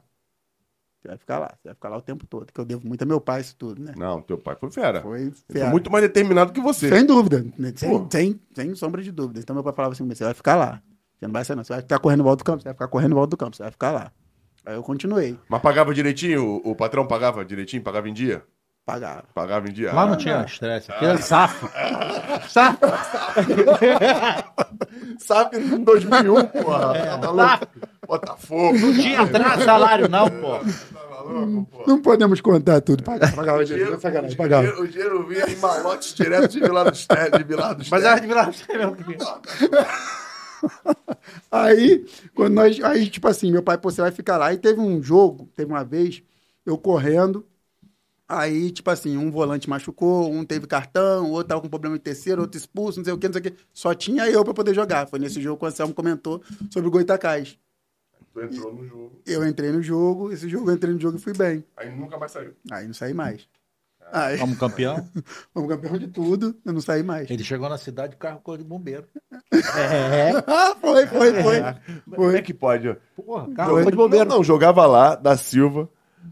Speaker 3: Você vai ficar lá, você vai ficar lá o tempo todo, que eu devo muito a meu pai isso tudo, né?
Speaker 1: Não, teu pai foi fera.
Speaker 3: Foi
Speaker 1: É, Ele
Speaker 3: fera.
Speaker 1: foi muito mais determinado que você.
Speaker 3: Sem dúvida, né?
Speaker 1: Pô.
Speaker 3: sem, sem, sem sombra de dúvida. Então meu pai falava assim, você vai ficar lá. Você não vai sair, não. Você vai ficar correndo em volta do campo, você vai ficar correndo em volta do campo, você vai ficar lá. Aí eu continuei,
Speaker 1: Mas pagava direitinho? O, o patrão pagava direitinho? Pagava em dia?
Speaker 3: pagava.
Speaker 1: Pagava em dia?
Speaker 4: Lá
Speaker 1: Ah,
Speaker 4: não tinha estresse. Aquilo era safo. Safo.
Speaker 1: Sabe, em 2001, porra. tá louco? Botafogo.
Speaker 2: Não tinha atraso salário, não, pô.
Speaker 1: Tá maluco, pô.
Speaker 3: Não podemos contar tudo. Pagava, pagava,
Speaker 1: O dinheiro,
Speaker 3: sacanagem,
Speaker 1: o
Speaker 3: pagava.
Speaker 1: dinheiro- o dinheiro vinha em malotes direto de Vilar dos Terres, é de Vilar dos
Speaker 2: Mas
Speaker 1: Terres.
Speaker 2: era de Vila Sônia mesmo que vinha.
Speaker 3: Aí, quando nós, aí, tipo assim, meu pai, pô, você vai ficar lá. Aí teve um jogo, teve uma vez, eu correndo. Aí, tipo assim, um volante machucou, um teve cartão, o outro tava com problema de terceiro, outro expulso, não sei o que, não sei o que. Só tinha eu pra poder jogar. Foi nesse jogo que o Anselmo comentou sobre o Goitacás.
Speaker 1: Tu entrou no jogo,
Speaker 3: Eu entrei no jogo, esse jogo eu entrei no jogo e fui bem.
Speaker 1: aí nunca mais saiu.
Speaker 3: Aí não saí mais. Aí,
Speaker 4: Como campeão,
Speaker 3: fomos campeão de tudo, eu não saí mais.
Speaker 4: ele chegou na cidade de carro cor de bombeiro. É.
Speaker 3: Ah, foi, foi, foi.
Speaker 1: Como é
Speaker 3: Foi.
Speaker 1: que pode?
Speaker 4: Porra, carro
Speaker 1: Jogava
Speaker 4: cor de bombeiro.
Speaker 1: Não, não, jogava lá, da Silva.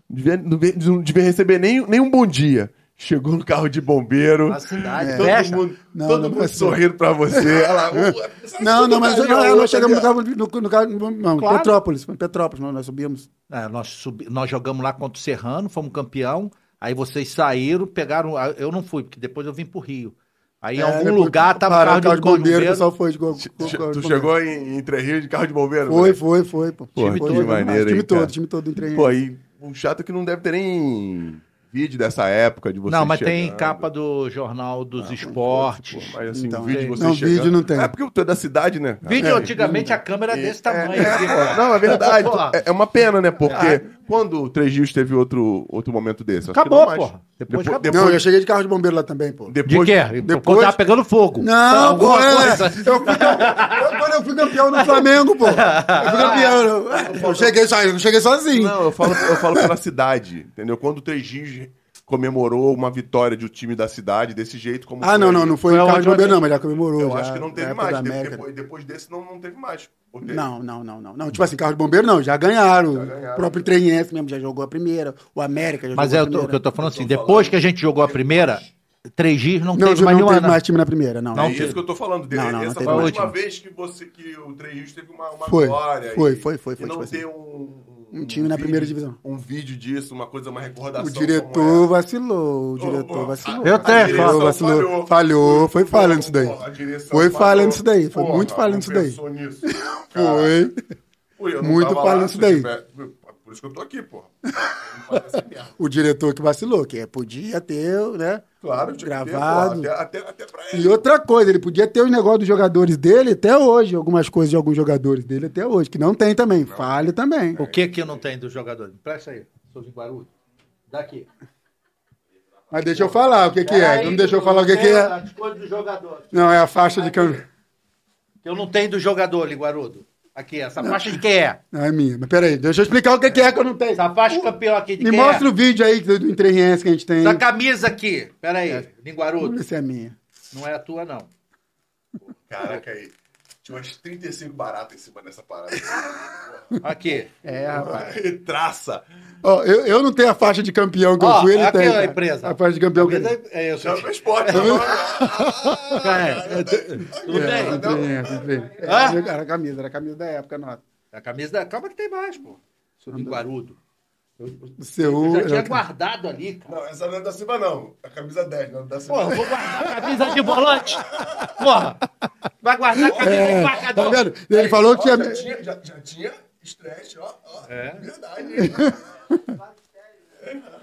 Speaker 1: Devia, não devia- não devia receber nem, nem um bom dia. Chegou no carro de bombeiro. É.
Speaker 2: Na
Speaker 4: É.
Speaker 2: cidade,
Speaker 1: Todo
Speaker 2: festa.
Speaker 1: mundo,
Speaker 3: Não,
Speaker 1: todo
Speaker 3: não
Speaker 1: mundo
Speaker 3: passou.
Speaker 1: sorrindo pra você. Olha lá, uh, o-
Speaker 3: Não, não, mas
Speaker 1: Sabe
Speaker 3: não,
Speaker 1: que
Speaker 3: não,
Speaker 1: outra
Speaker 3: nós chegamos no
Speaker 1: ali,
Speaker 3: carro, no, no carro- no- não,
Speaker 4: Claro.
Speaker 3: Petrópolis, foi em Petrópolis, nós, nós subimos.
Speaker 4: É, nós, subi- nós jogamos lá contra o Serrano, fomos campeão. Aí vocês saíram, pegaram. ah, Eu não fui, porque depois eu vim pro Rio. Aí em
Speaker 3: É,
Speaker 4: algum
Speaker 3: depois
Speaker 4: lugar tava carro
Speaker 3: pararam o carro de bombeiro, o
Speaker 4: bombeiro.
Speaker 3: pessoal foi de gol.
Speaker 1: ó. Che- Tu chegou em, em Entre Rios de carro de bombeiro?
Speaker 3: Foi,
Speaker 1: né?
Speaker 3: foi, foi. Pô,
Speaker 1: Pô, que maneiro,
Speaker 3: time
Speaker 1: hein,
Speaker 3: todo,
Speaker 1: cara.
Speaker 3: time todo entrei.
Speaker 1: Pô, aí o chato é que não deve ter nem vídeo dessa época de você
Speaker 4: Não, mas tem
Speaker 1: chegando.
Speaker 4: capa do Jornal dos
Speaker 1: Pô,
Speaker 4: Esportes.
Speaker 1: mas assim,
Speaker 3: Então,
Speaker 1: vídeo de
Speaker 3: tem.
Speaker 1: você
Speaker 3: Não,
Speaker 1: chegando.
Speaker 3: vídeo não tem.
Speaker 1: É porque tu é da cidade, né? cara?
Speaker 4: Vídeo
Speaker 1: É,
Speaker 4: antigamente a câmera era desse tamanho. assim. aqui,
Speaker 1: É,
Speaker 4: pô.
Speaker 1: não, é verdade.
Speaker 4: Porra.
Speaker 1: É, é uma pena, né? Porque
Speaker 3: Ah.
Speaker 1: quando o Três Dias teve outro, outro momento desse? Acho que
Speaker 4: Acabou,
Speaker 1: não mais.
Speaker 4: porra. Depois
Speaker 1: Depo-
Speaker 4: acabou.
Speaker 1: depois-
Speaker 3: Não, eu cheguei de carro de bombeiro lá também, pô.
Speaker 1: Depois,
Speaker 4: de quê?
Speaker 1: Depois,
Speaker 4: Quando tava pegando fogo. Tá,
Speaker 3: Não, pô,
Speaker 4: Alguma
Speaker 3: é,
Speaker 4: coisa.
Speaker 3: eu fui, eu, quando eu fui campeão no Flamengo, pô. Eu fui campeão. Eu, eu cheguei, so- eu cheguei sozinho.
Speaker 1: Não, eu falo, eu falo pela cidade, entendeu? Quando o Três Dias comemorou uma vitória de um time da cidade, desse jeito como
Speaker 3: ah, não,
Speaker 1: foi,
Speaker 3: não, não foi,
Speaker 4: Foi
Speaker 3: em carro
Speaker 4: onde
Speaker 3: de bombeiro,
Speaker 4: você-
Speaker 3: não, mas já comemorou.
Speaker 1: Eu
Speaker 3: já,
Speaker 1: acho que não
Speaker 3: na
Speaker 1: teve
Speaker 3: época
Speaker 1: mais.
Speaker 3: da
Speaker 1: Teve-
Speaker 3: América.
Speaker 1: Depois, depois desse não, não teve mais. Ou teve?
Speaker 3: Não, não, não, não. Não, tipo assim, carro de bombeiro não, já ganharam.
Speaker 1: ganharam.
Speaker 3: O próprio Treinense mesmo já jogou a primeira. O América já
Speaker 4: Mas é
Speaker 3: jogou
Speaker 4: o que eu tô-
Speaker 3: a primeira.
Speaker 4: que eu tô falando assim, depois que a gente jogou a primeira, 3G não,
Speaker 3: Não,
Speaker 4: teve
Speaker 3: não
Speaker 4: mais nenhuma.
Speaker 3: teve
Speaker 4: né?
Speaker 3: mais time na primeira, não.
Speaker 1: É
Speaker 4: Não,
Speaker 1: isso
Speaker 4: teve.
Speaker 1: que eu tô falando. De,
Speaker 3: Não, não, não
Speaker 1: essa
Speaker 3: teve
Speaker 1: foi a
Speaker 4: a
Speaker 1: última
Speaker 4: última.
Speaker 1: vez que, você, que o Três Rios teve uma, uma
Speaker 3: Foi,
Speaker 1: glória.
Speaker 3: foi,
Speaker 1: e-
Speaker 3: foi, foi, foi,
Speaker 1: E não
Speaker 3: tipo
Speaker 1: ter
Speaker 3: assim.
Speaker 1: um,
Speaker 3: Um time na primeira divisão.
Speaker 1: Um vídeo disso, uma coisa, uma recordação.
Speaker 3: O
Speaker 1: Tá como
Speaker 3: diretor
Speaker 1: é.
Speaker 3: vacilou, o
Speaker 1: Ô, ô,
Speaker 3: diretor vacilou.
Speaker 4: eu
Speaker 1: a- a
Speaker 4: até
Speaker 1: direção
Speaker 3: falo, vacilou. Falhou, foi falha nisso daí.
Speaker 1: é. a direção
Speaker 3: Foi falha
Speaker 1: falhou.
Speaker 3: nisso daí, foi muito falha
Speaker 1: não
Speaker 3: nisso daí.
Speaker 1: pensou nisso. Cara,
Speaker 3: Foi.
Speaker 1: Pô, eu não
Speaker 3: Muito
Speaker 1: tava
Speaker 3: falha
Speaker 1: lá,
Speaker 3: nisso
Speaker 1: se
Speaker 3: daí.
Speaker 1: tiver- Por isso que eu tô aqui, pô. Não faz essa merda.
Speaker 3: O diretor que vacilou, que é, podia ter, né?
Speaker 1: Claro, tinha que ter, pô,
Speaker 3: gravado.
Speaker 1: até, até, até pra ele.
Speaker 3: E outra coisa, ele podia ter os negócios dos jogadores dele até hoje, algumas coisas de alguns jogadores dele até hoje, que não tem também. Falha também.
Speaker 1: É.
Speaker 4: O que que não tem dos jogadores? Presta aí, sou de Guarulhos. Daqui.
Speaker 3: Mas deixa eu falar o que, que é. Não deixa eu falar o que, que é.
Speaker 2: As coisas do jogador.
Speaker 3: Não, é a faixa de campeão.
Speaker 2: Eu não tenho do jogador, Liguarudo. Aqui, essa faixa de quem é?
Speaker 3: Não, é minha. Mas peraí, deixa eu explicar o que, que é que eu não tenho.
Speaker 2: Essa faixa de campeão aqui de
Speaker 3: Me
Speaker 2: quem
Speaker 3: mostra
Speaker 2: é?
Speaker 3: o vídeo aí do do Entreriense que a gente tem.
Speaker 2: Essa camisa aqui. Pera aí, Linguarudo.
Speaker 3: Vamos ver se é minha.
Speaker 2: Não é a tua, não.
Speaker 1: Caraca, aí. Tinha umas 35 baratas em cima dessa parada.
Speaker 2: Aqui.
Speaker 3: É, rapaz.
Speaker 1: Traça.
Speaker 3: Ó, eu, eu não tenho a faixa de campeão que eu
Speaker 2: Ó,
Speaker 3: fui, ele
Speaker 2: aqui
Speaker 3: tem.
Speaker 2: é a
Speaker 3: cara.
Speaker 2: empresa.
Speaker 3: A faixa de campeão que ele
Speaker 2: É, eu É, sou...
Speaker 1: Já foi esporte.
Speaker 2: Cara, não
Speaker 3: É,
Speaker 2: tem.
Speaker 3: não tem, é, não tem. É,
Speaker 2: Ah?
Speaker 3: Era a camisa, era a camisa da época nossa.
Speaker 2: A camisa da... Calma que tem mais, pô. Sobre Guarudo.
Speaker 3: O seu.
Speaker 2: Eu já tinha
Speaker 3: eu- Tá
Speaker 2: guardado ali, cara.
Speaker 1: Não, essa não é da cima, não. A camisa 10, não é da cima.
Speaker 2: Porra, eu vou guardar a camisa de volante. Porra. Vai guardar a camisa de
Speaker 3: Tá
Speaker 2: marcador.
Speaker 3: vendo? Ele falou que
Speaker 1: Ó,
Speaker 3: tinha.
Speaker 1: já tinha, já, já tinha stretch, ó. ó
Speaker 2: É.
Speaker 1: Verdade.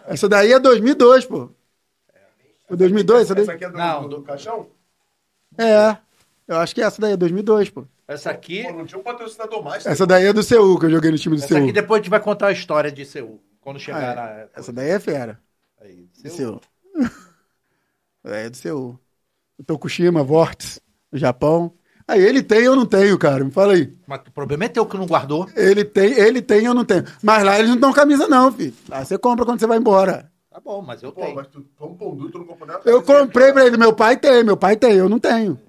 Speaker 3: Essa daí é 2002, pô. Foi 2002, essa daí?
Speaker 1: Essa aqui é do,
Speaker 2: Não,
Speaker 1: do, do
Speaker 2: do-
Speaker 1: caixão?
Speaker 2: tá-
Speaker 3: É. Eu acho que essa daí é 2002, pô.
Speaker 2: Essa aqui,
Speaker 1: Pô, não tinha um patrocinador mais. né?
Speaker 3: Essa daí é do CU, que eu joguei no time do
Speaker 2: essa aqui
Speaker 3: CU.
Speaker 2: depois a gente vai contar a história de Seul. Quando
Speaker 3: Ah, é.
Speaker 2: chegar na...
Speaker 3: Essa daí é fera.
Speaker 2: Aí,
Speaker 3: Do
Speaker 2: Seul.
Speaker 3: CU. é do CU. O Tokushima, Vortex, do Japão. Aí ele tem ou não tenho, cara? Me fala aí.
Speaker 2: Mas o problema é teu que não guardou.
Speaker 3: Ele tem, ele tem ou não tem. Mas lá eles não dão camisa, não, filho. Lá você compra quando você vai embora.
Speaker 2: Tá bom, mas eu
Speaker 1: Pô,
Speaker 2: tenho.
Speaker 1: mas tu tu é um pão duro, tu não comprou nada.
Speaker 3: Eu comprei pra ele, meu pai tem, meu pai tem, eu não tenho.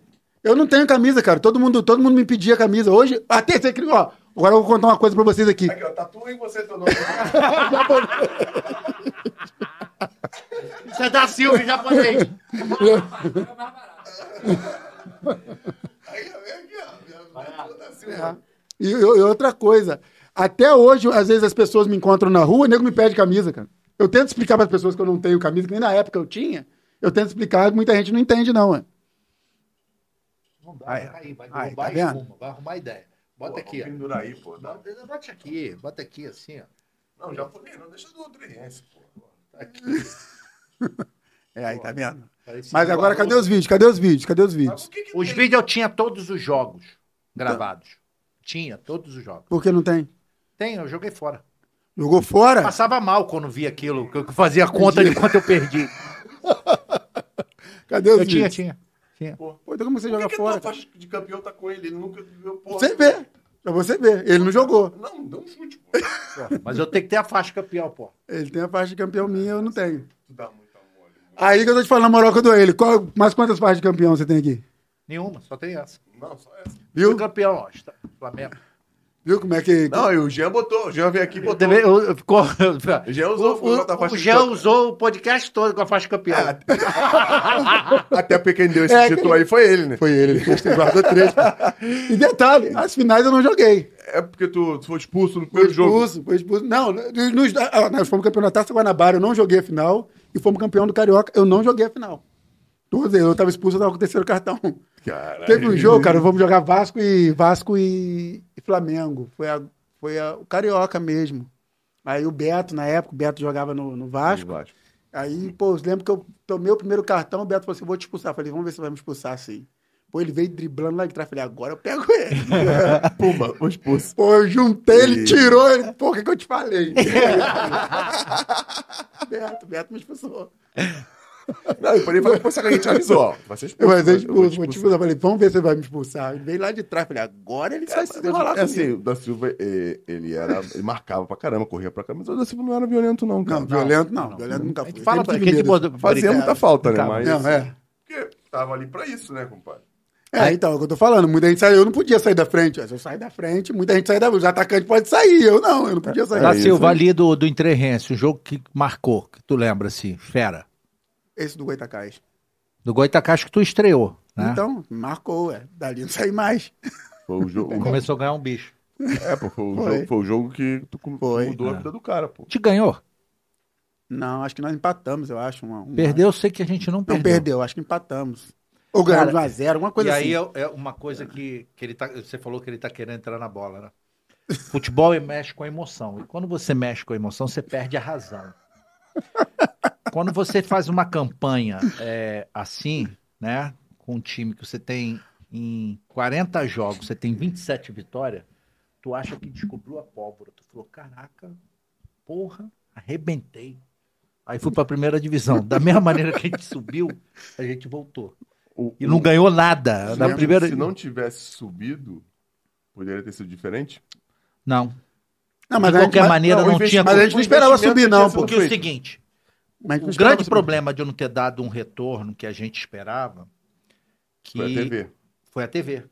Speaker 3: Eu não tenho camisa, cara. Todo mundo, todo mundo me pedia camisa. Hoje, até você criou, ó. Agora eu vou contar uma coisa pra vocês aqui.
Speaker 1: Aqui, ó, tatua em você teu nome.
Speaker 2: Isso é da Silvia, japonês.
Speaker 1: Aí, ó, vem aqui, ó. minha-
Speaker 2: Ah,
Speaker 1: minha
Speaker 2: é.
Speaker 1: da cima.
Speaker 3: E, e- e outra coisa, até hoje, às vezes as pessoas me encontram na rua, o nego me pede camisa, cara. Eu tento explicar para as pessoas que eu não tenho camisa, que nem na época eu tinha. Eu tento explicar, muita gente não entende, não, ué.
Speaker 2: Não dá,
Speaker 3: Aí,
Speaker 2: vai cair, vai derrubar
Speaker 3: aí, tá
Speaker 2: e
Speaker 3: vendo?
Speaker 2: arruma, vai arrumar ideia. Bota
Speaker 1: Pô,
Speaker 2: aqui, ó.
Speaker 1: Pendura aí, pô. Não,
Speaker 2: Bota, bota aqui, bota aqui assim, ó.
Speaker 1: não japonês, não deixa do outro iense, pô.
Speaker 3: É, aí, tá vendo?
Speaker 2: Parece
Speaker 3: Mas
Speaker 2: um
Speaker 3: agora,
Speaker 2: barulho.
Speaker 3: cadê os vídeos? Cadê os vídeos? Cadê os
Speaker 1: Mas
Speaker 3: vídeos?
Speaker 1: por que que
Speaker 2: Os
Speaker 1: tem-
Speaker 2: vídeos eu tinha todos os jogos gravados. Tinha todos os jogos.
Speaker 3: Por que não tem?
Speaker 2: Tem, eu joguei fora.
Speaker 3: Jogou fora?
Speaker 2: Passava mal quando via aquilo, que eu fazia a conta de quanto eu perdi.
Speaker 3: Cadê os
Speaker 2: Eu tinha,
Speaker 3: vídeos?
Speaker 2: tinha. tinha.
Speaker 3: Pô, então como você
Speaker 1: Por
Speaker 3: joga
Speaker 1: que que a tua
Speaker 3: fora?
Speaker 1: faixa de campeão tá com ele? Ele nunca viu, pô.
Speaker 3: Você vê. Pra você ver. Ele não jogou.
Speaker 1: Não, dá um chute, pô.
Speaker 2: Pô, Mas eu tenho que ter a faixa campeão, pô.
Speaker 3: Ele tem a faixa de campeão minha, eu não tenho.
Speaker 1: Tu dá muita mole. mano.
Speaker 3: Aí que eu tô te falando a moral que eu dou a ele. Qual, mas quantas faixas de campeão você tem aqui?
Speaker 2: Nenhuma, só tem essa.
Speaker 1: Não, só essa.
Speaker 3: Viu?
Speaker 2: Fui campeão, ó. está- Flamengo.
Speaker 3: Viu como é que.
Speaker 1: Não, e o Jean botou. O Jean veio aqui e
Speaker 2: Eu
Speaker 1: botou.
Speaker 2: deve- eu- eu- ficou-
Speaker 1: O Jean usou,
Speaker 2: O,
Speaker 1: botou a faixa
Speaker 2: o
Speaker 1: de
Speaker 2: Jean
Speaker 1: campeão. É,
Speaker 2: usou o podcast todo com a faixa campeão. É
Speaker 1: Até porque quem deu esse
Speaker 3: É,
Speaker 1: título aí foi ele, né?
Speaker 3: Foi ele, ele fez tem guardou três. E detalhe, as finais eu não joguei.
Speaker 1: É porque tu, tu foi expulso no
Speaker 3: Foi
Speaker 1: primeiro jogo.
Speaker 3: expulso, foi expulso. Não, nos- ah, nós fomos campeão da Taça Guanabara, eu não joguei a final. E fomos campeão do Carioca, eu não joguei a final. Todas eles, eu tava expulso, eu tava com o terceiro cartão.
Speaker 1: Caralho.
Speaker 3: Teve um jogo, cara, vamos jogar Vasco e Vasco e, e Flamengo. Foi, a- foi a- o Carioca mesmo. Aí o Beto, na época, o Beto jogava no, no Vasco. Aí, pô, eu lembro que eu tomei o primeiro cartão, o Beto falou assim, vou te expulsar. Eu falei, vamos ver se vai me expulsar assim. Pô, ele veio driblando lá de trás. Eu Falei, agora eu pego ele.
Speaker 1: Puma, foi expulso.
Speaker 3: Pô, eu juntei, ele
Speaker 1: E-
Speaker 3: tirou, ele, pô, o que, que eu te falei? Beto, Beto me expulsou.
Speaker 1: Não, eu falei, foi você que a gente avisou. ó, Vai ser
Speaker 3: Eu
Speaker 1: expulso.
Speaker 3: mas eu
Speaker 1: eu vou
Speaker 3: expulso, vou te expulsar. Eu falei, vamos ver se ele vai me expulsar. Ele veio lá de trás, eu falei, agora ele vai se enrolar
Speaker 1: É
Speaker 3: comigo.
Speaker 1: assim, o da Silva, eh, ele era. Ele marcava pra caramba, corria pra caramba, mas o da Silva não era violento, não,
Speaker 3: não,
Speaker 1: cara.
Speaker 3: violento não, É
Speaker 2: não,
Speaker 3: violento nunca
Speaker 2: A
Speaker 3: foi.
Speaker 2: gente fala
Speaker 3: Sempre
Speaker 2: pra
Speaker 3: tive
Speaker 2: que a gente
Speaker 3: medo.
Speaker 2: botou-
Speaker 1: Fazia muita falta, né?
Speaker 2: Tá,
Speaker 1: Mas.
Speaker 3: Não, é.
Speaker 1: Porque tava ali pra isso, né, compadre?
Speaker 3: É, então, é o que eu tô falando. Muita gente saiu, eu não podia sair da frente. Se eu sair da frente, muita gente sai da frente. Os atacantes podem sair, eu não, eu não podia sair.
Speaker 1: Dá
Speaker 2: Da
Speaker 1: É
Speaker 3: da
Speaker 1: isso,
Speaker 2: Tá, Silva ali do, do Entrerrense, o jogo que marcou, que tu lembra assim, fera.
Speaker 3: Esse do Goitacás.
Speaker 2: Do Goitacás que tu estreou, né?
Speaker 3: Então, marcou, é. Dali não saí mais.
Speaker 1: Foi o jogo.
Speaker 2: Começou a ganhar um bicho.
Speaker 1: É, pô, foi o,
Speaker 3: Foi.
Speaker 1: Jogo, foi o jogo que tu com-
Speaker 3: Foi. Ah.
Speaker 1: mudou a vida do cara, pô.
Speaker 2: Te ganhou.
Speaker 3: Não, acho que nós empatamos, eu acho. Um, um,
Speaker 2: Perdeu, eu sei que a gente não
Speaker 3: Não
Speaker 2: perdeu.
Speaker 3: perdeu. acho que empatamos. Ou ganhamos
Speaker 2: Cara,
Speaker 3: 1x0, alguma coisa
Speaker 2: e
Speaker 3: assim.
Speaker 2: aí é, é uma coisa que, que ele tá. Você falou que ele tá querendo entrar na bola, né? Futebol é- mexe com a emoção. E quando você mexe com a emoção, você perde a razão. Quando você faz uma campanha é, assim, né? Com um time que você tem em 40 jogos, você tem 27 vitórias, tu acha que descobriu a pólvora. Tu falou, caraca, porra, arrebentei. Aí fui pra primeira divisão. Da mesma maneira que a gente subiu, a gente voltou.
Speaker 1: O-
Speaker 2: E não ganhou nada.
Speaker 1: se
Speaker 2: Na
Speaker 1: não-
Speaker 2: primeira...
Speaker 1: Se não tivesse subido, poderia ter sido diferente.
Speaker 2: Não.
Speaker 3: não, mas
Speaker 2: de
Speaker 3: a gente-
Speaker 2: qualquer
Speaker 3: mas-
Speaker 2: maneira,
Speaker 1: não,
Speaker 2: não,
Speaker 1: o investi-
Speaker 2: tinha
Speaker 3: Mas a gente não esperava subir, não, pô.
Speaker 2: Porque é o seguinte,
Speaker 3: Mas a gente não
Speaker 2: o
Speaker 3: esperava
Speaker 2: um grande
Speaker 3: subir.
Speaker 2: problema de eu não ter dado um retorno que a gente esperava que
Speaker 1: Foi a TV.
Speaker 2: foi a TV.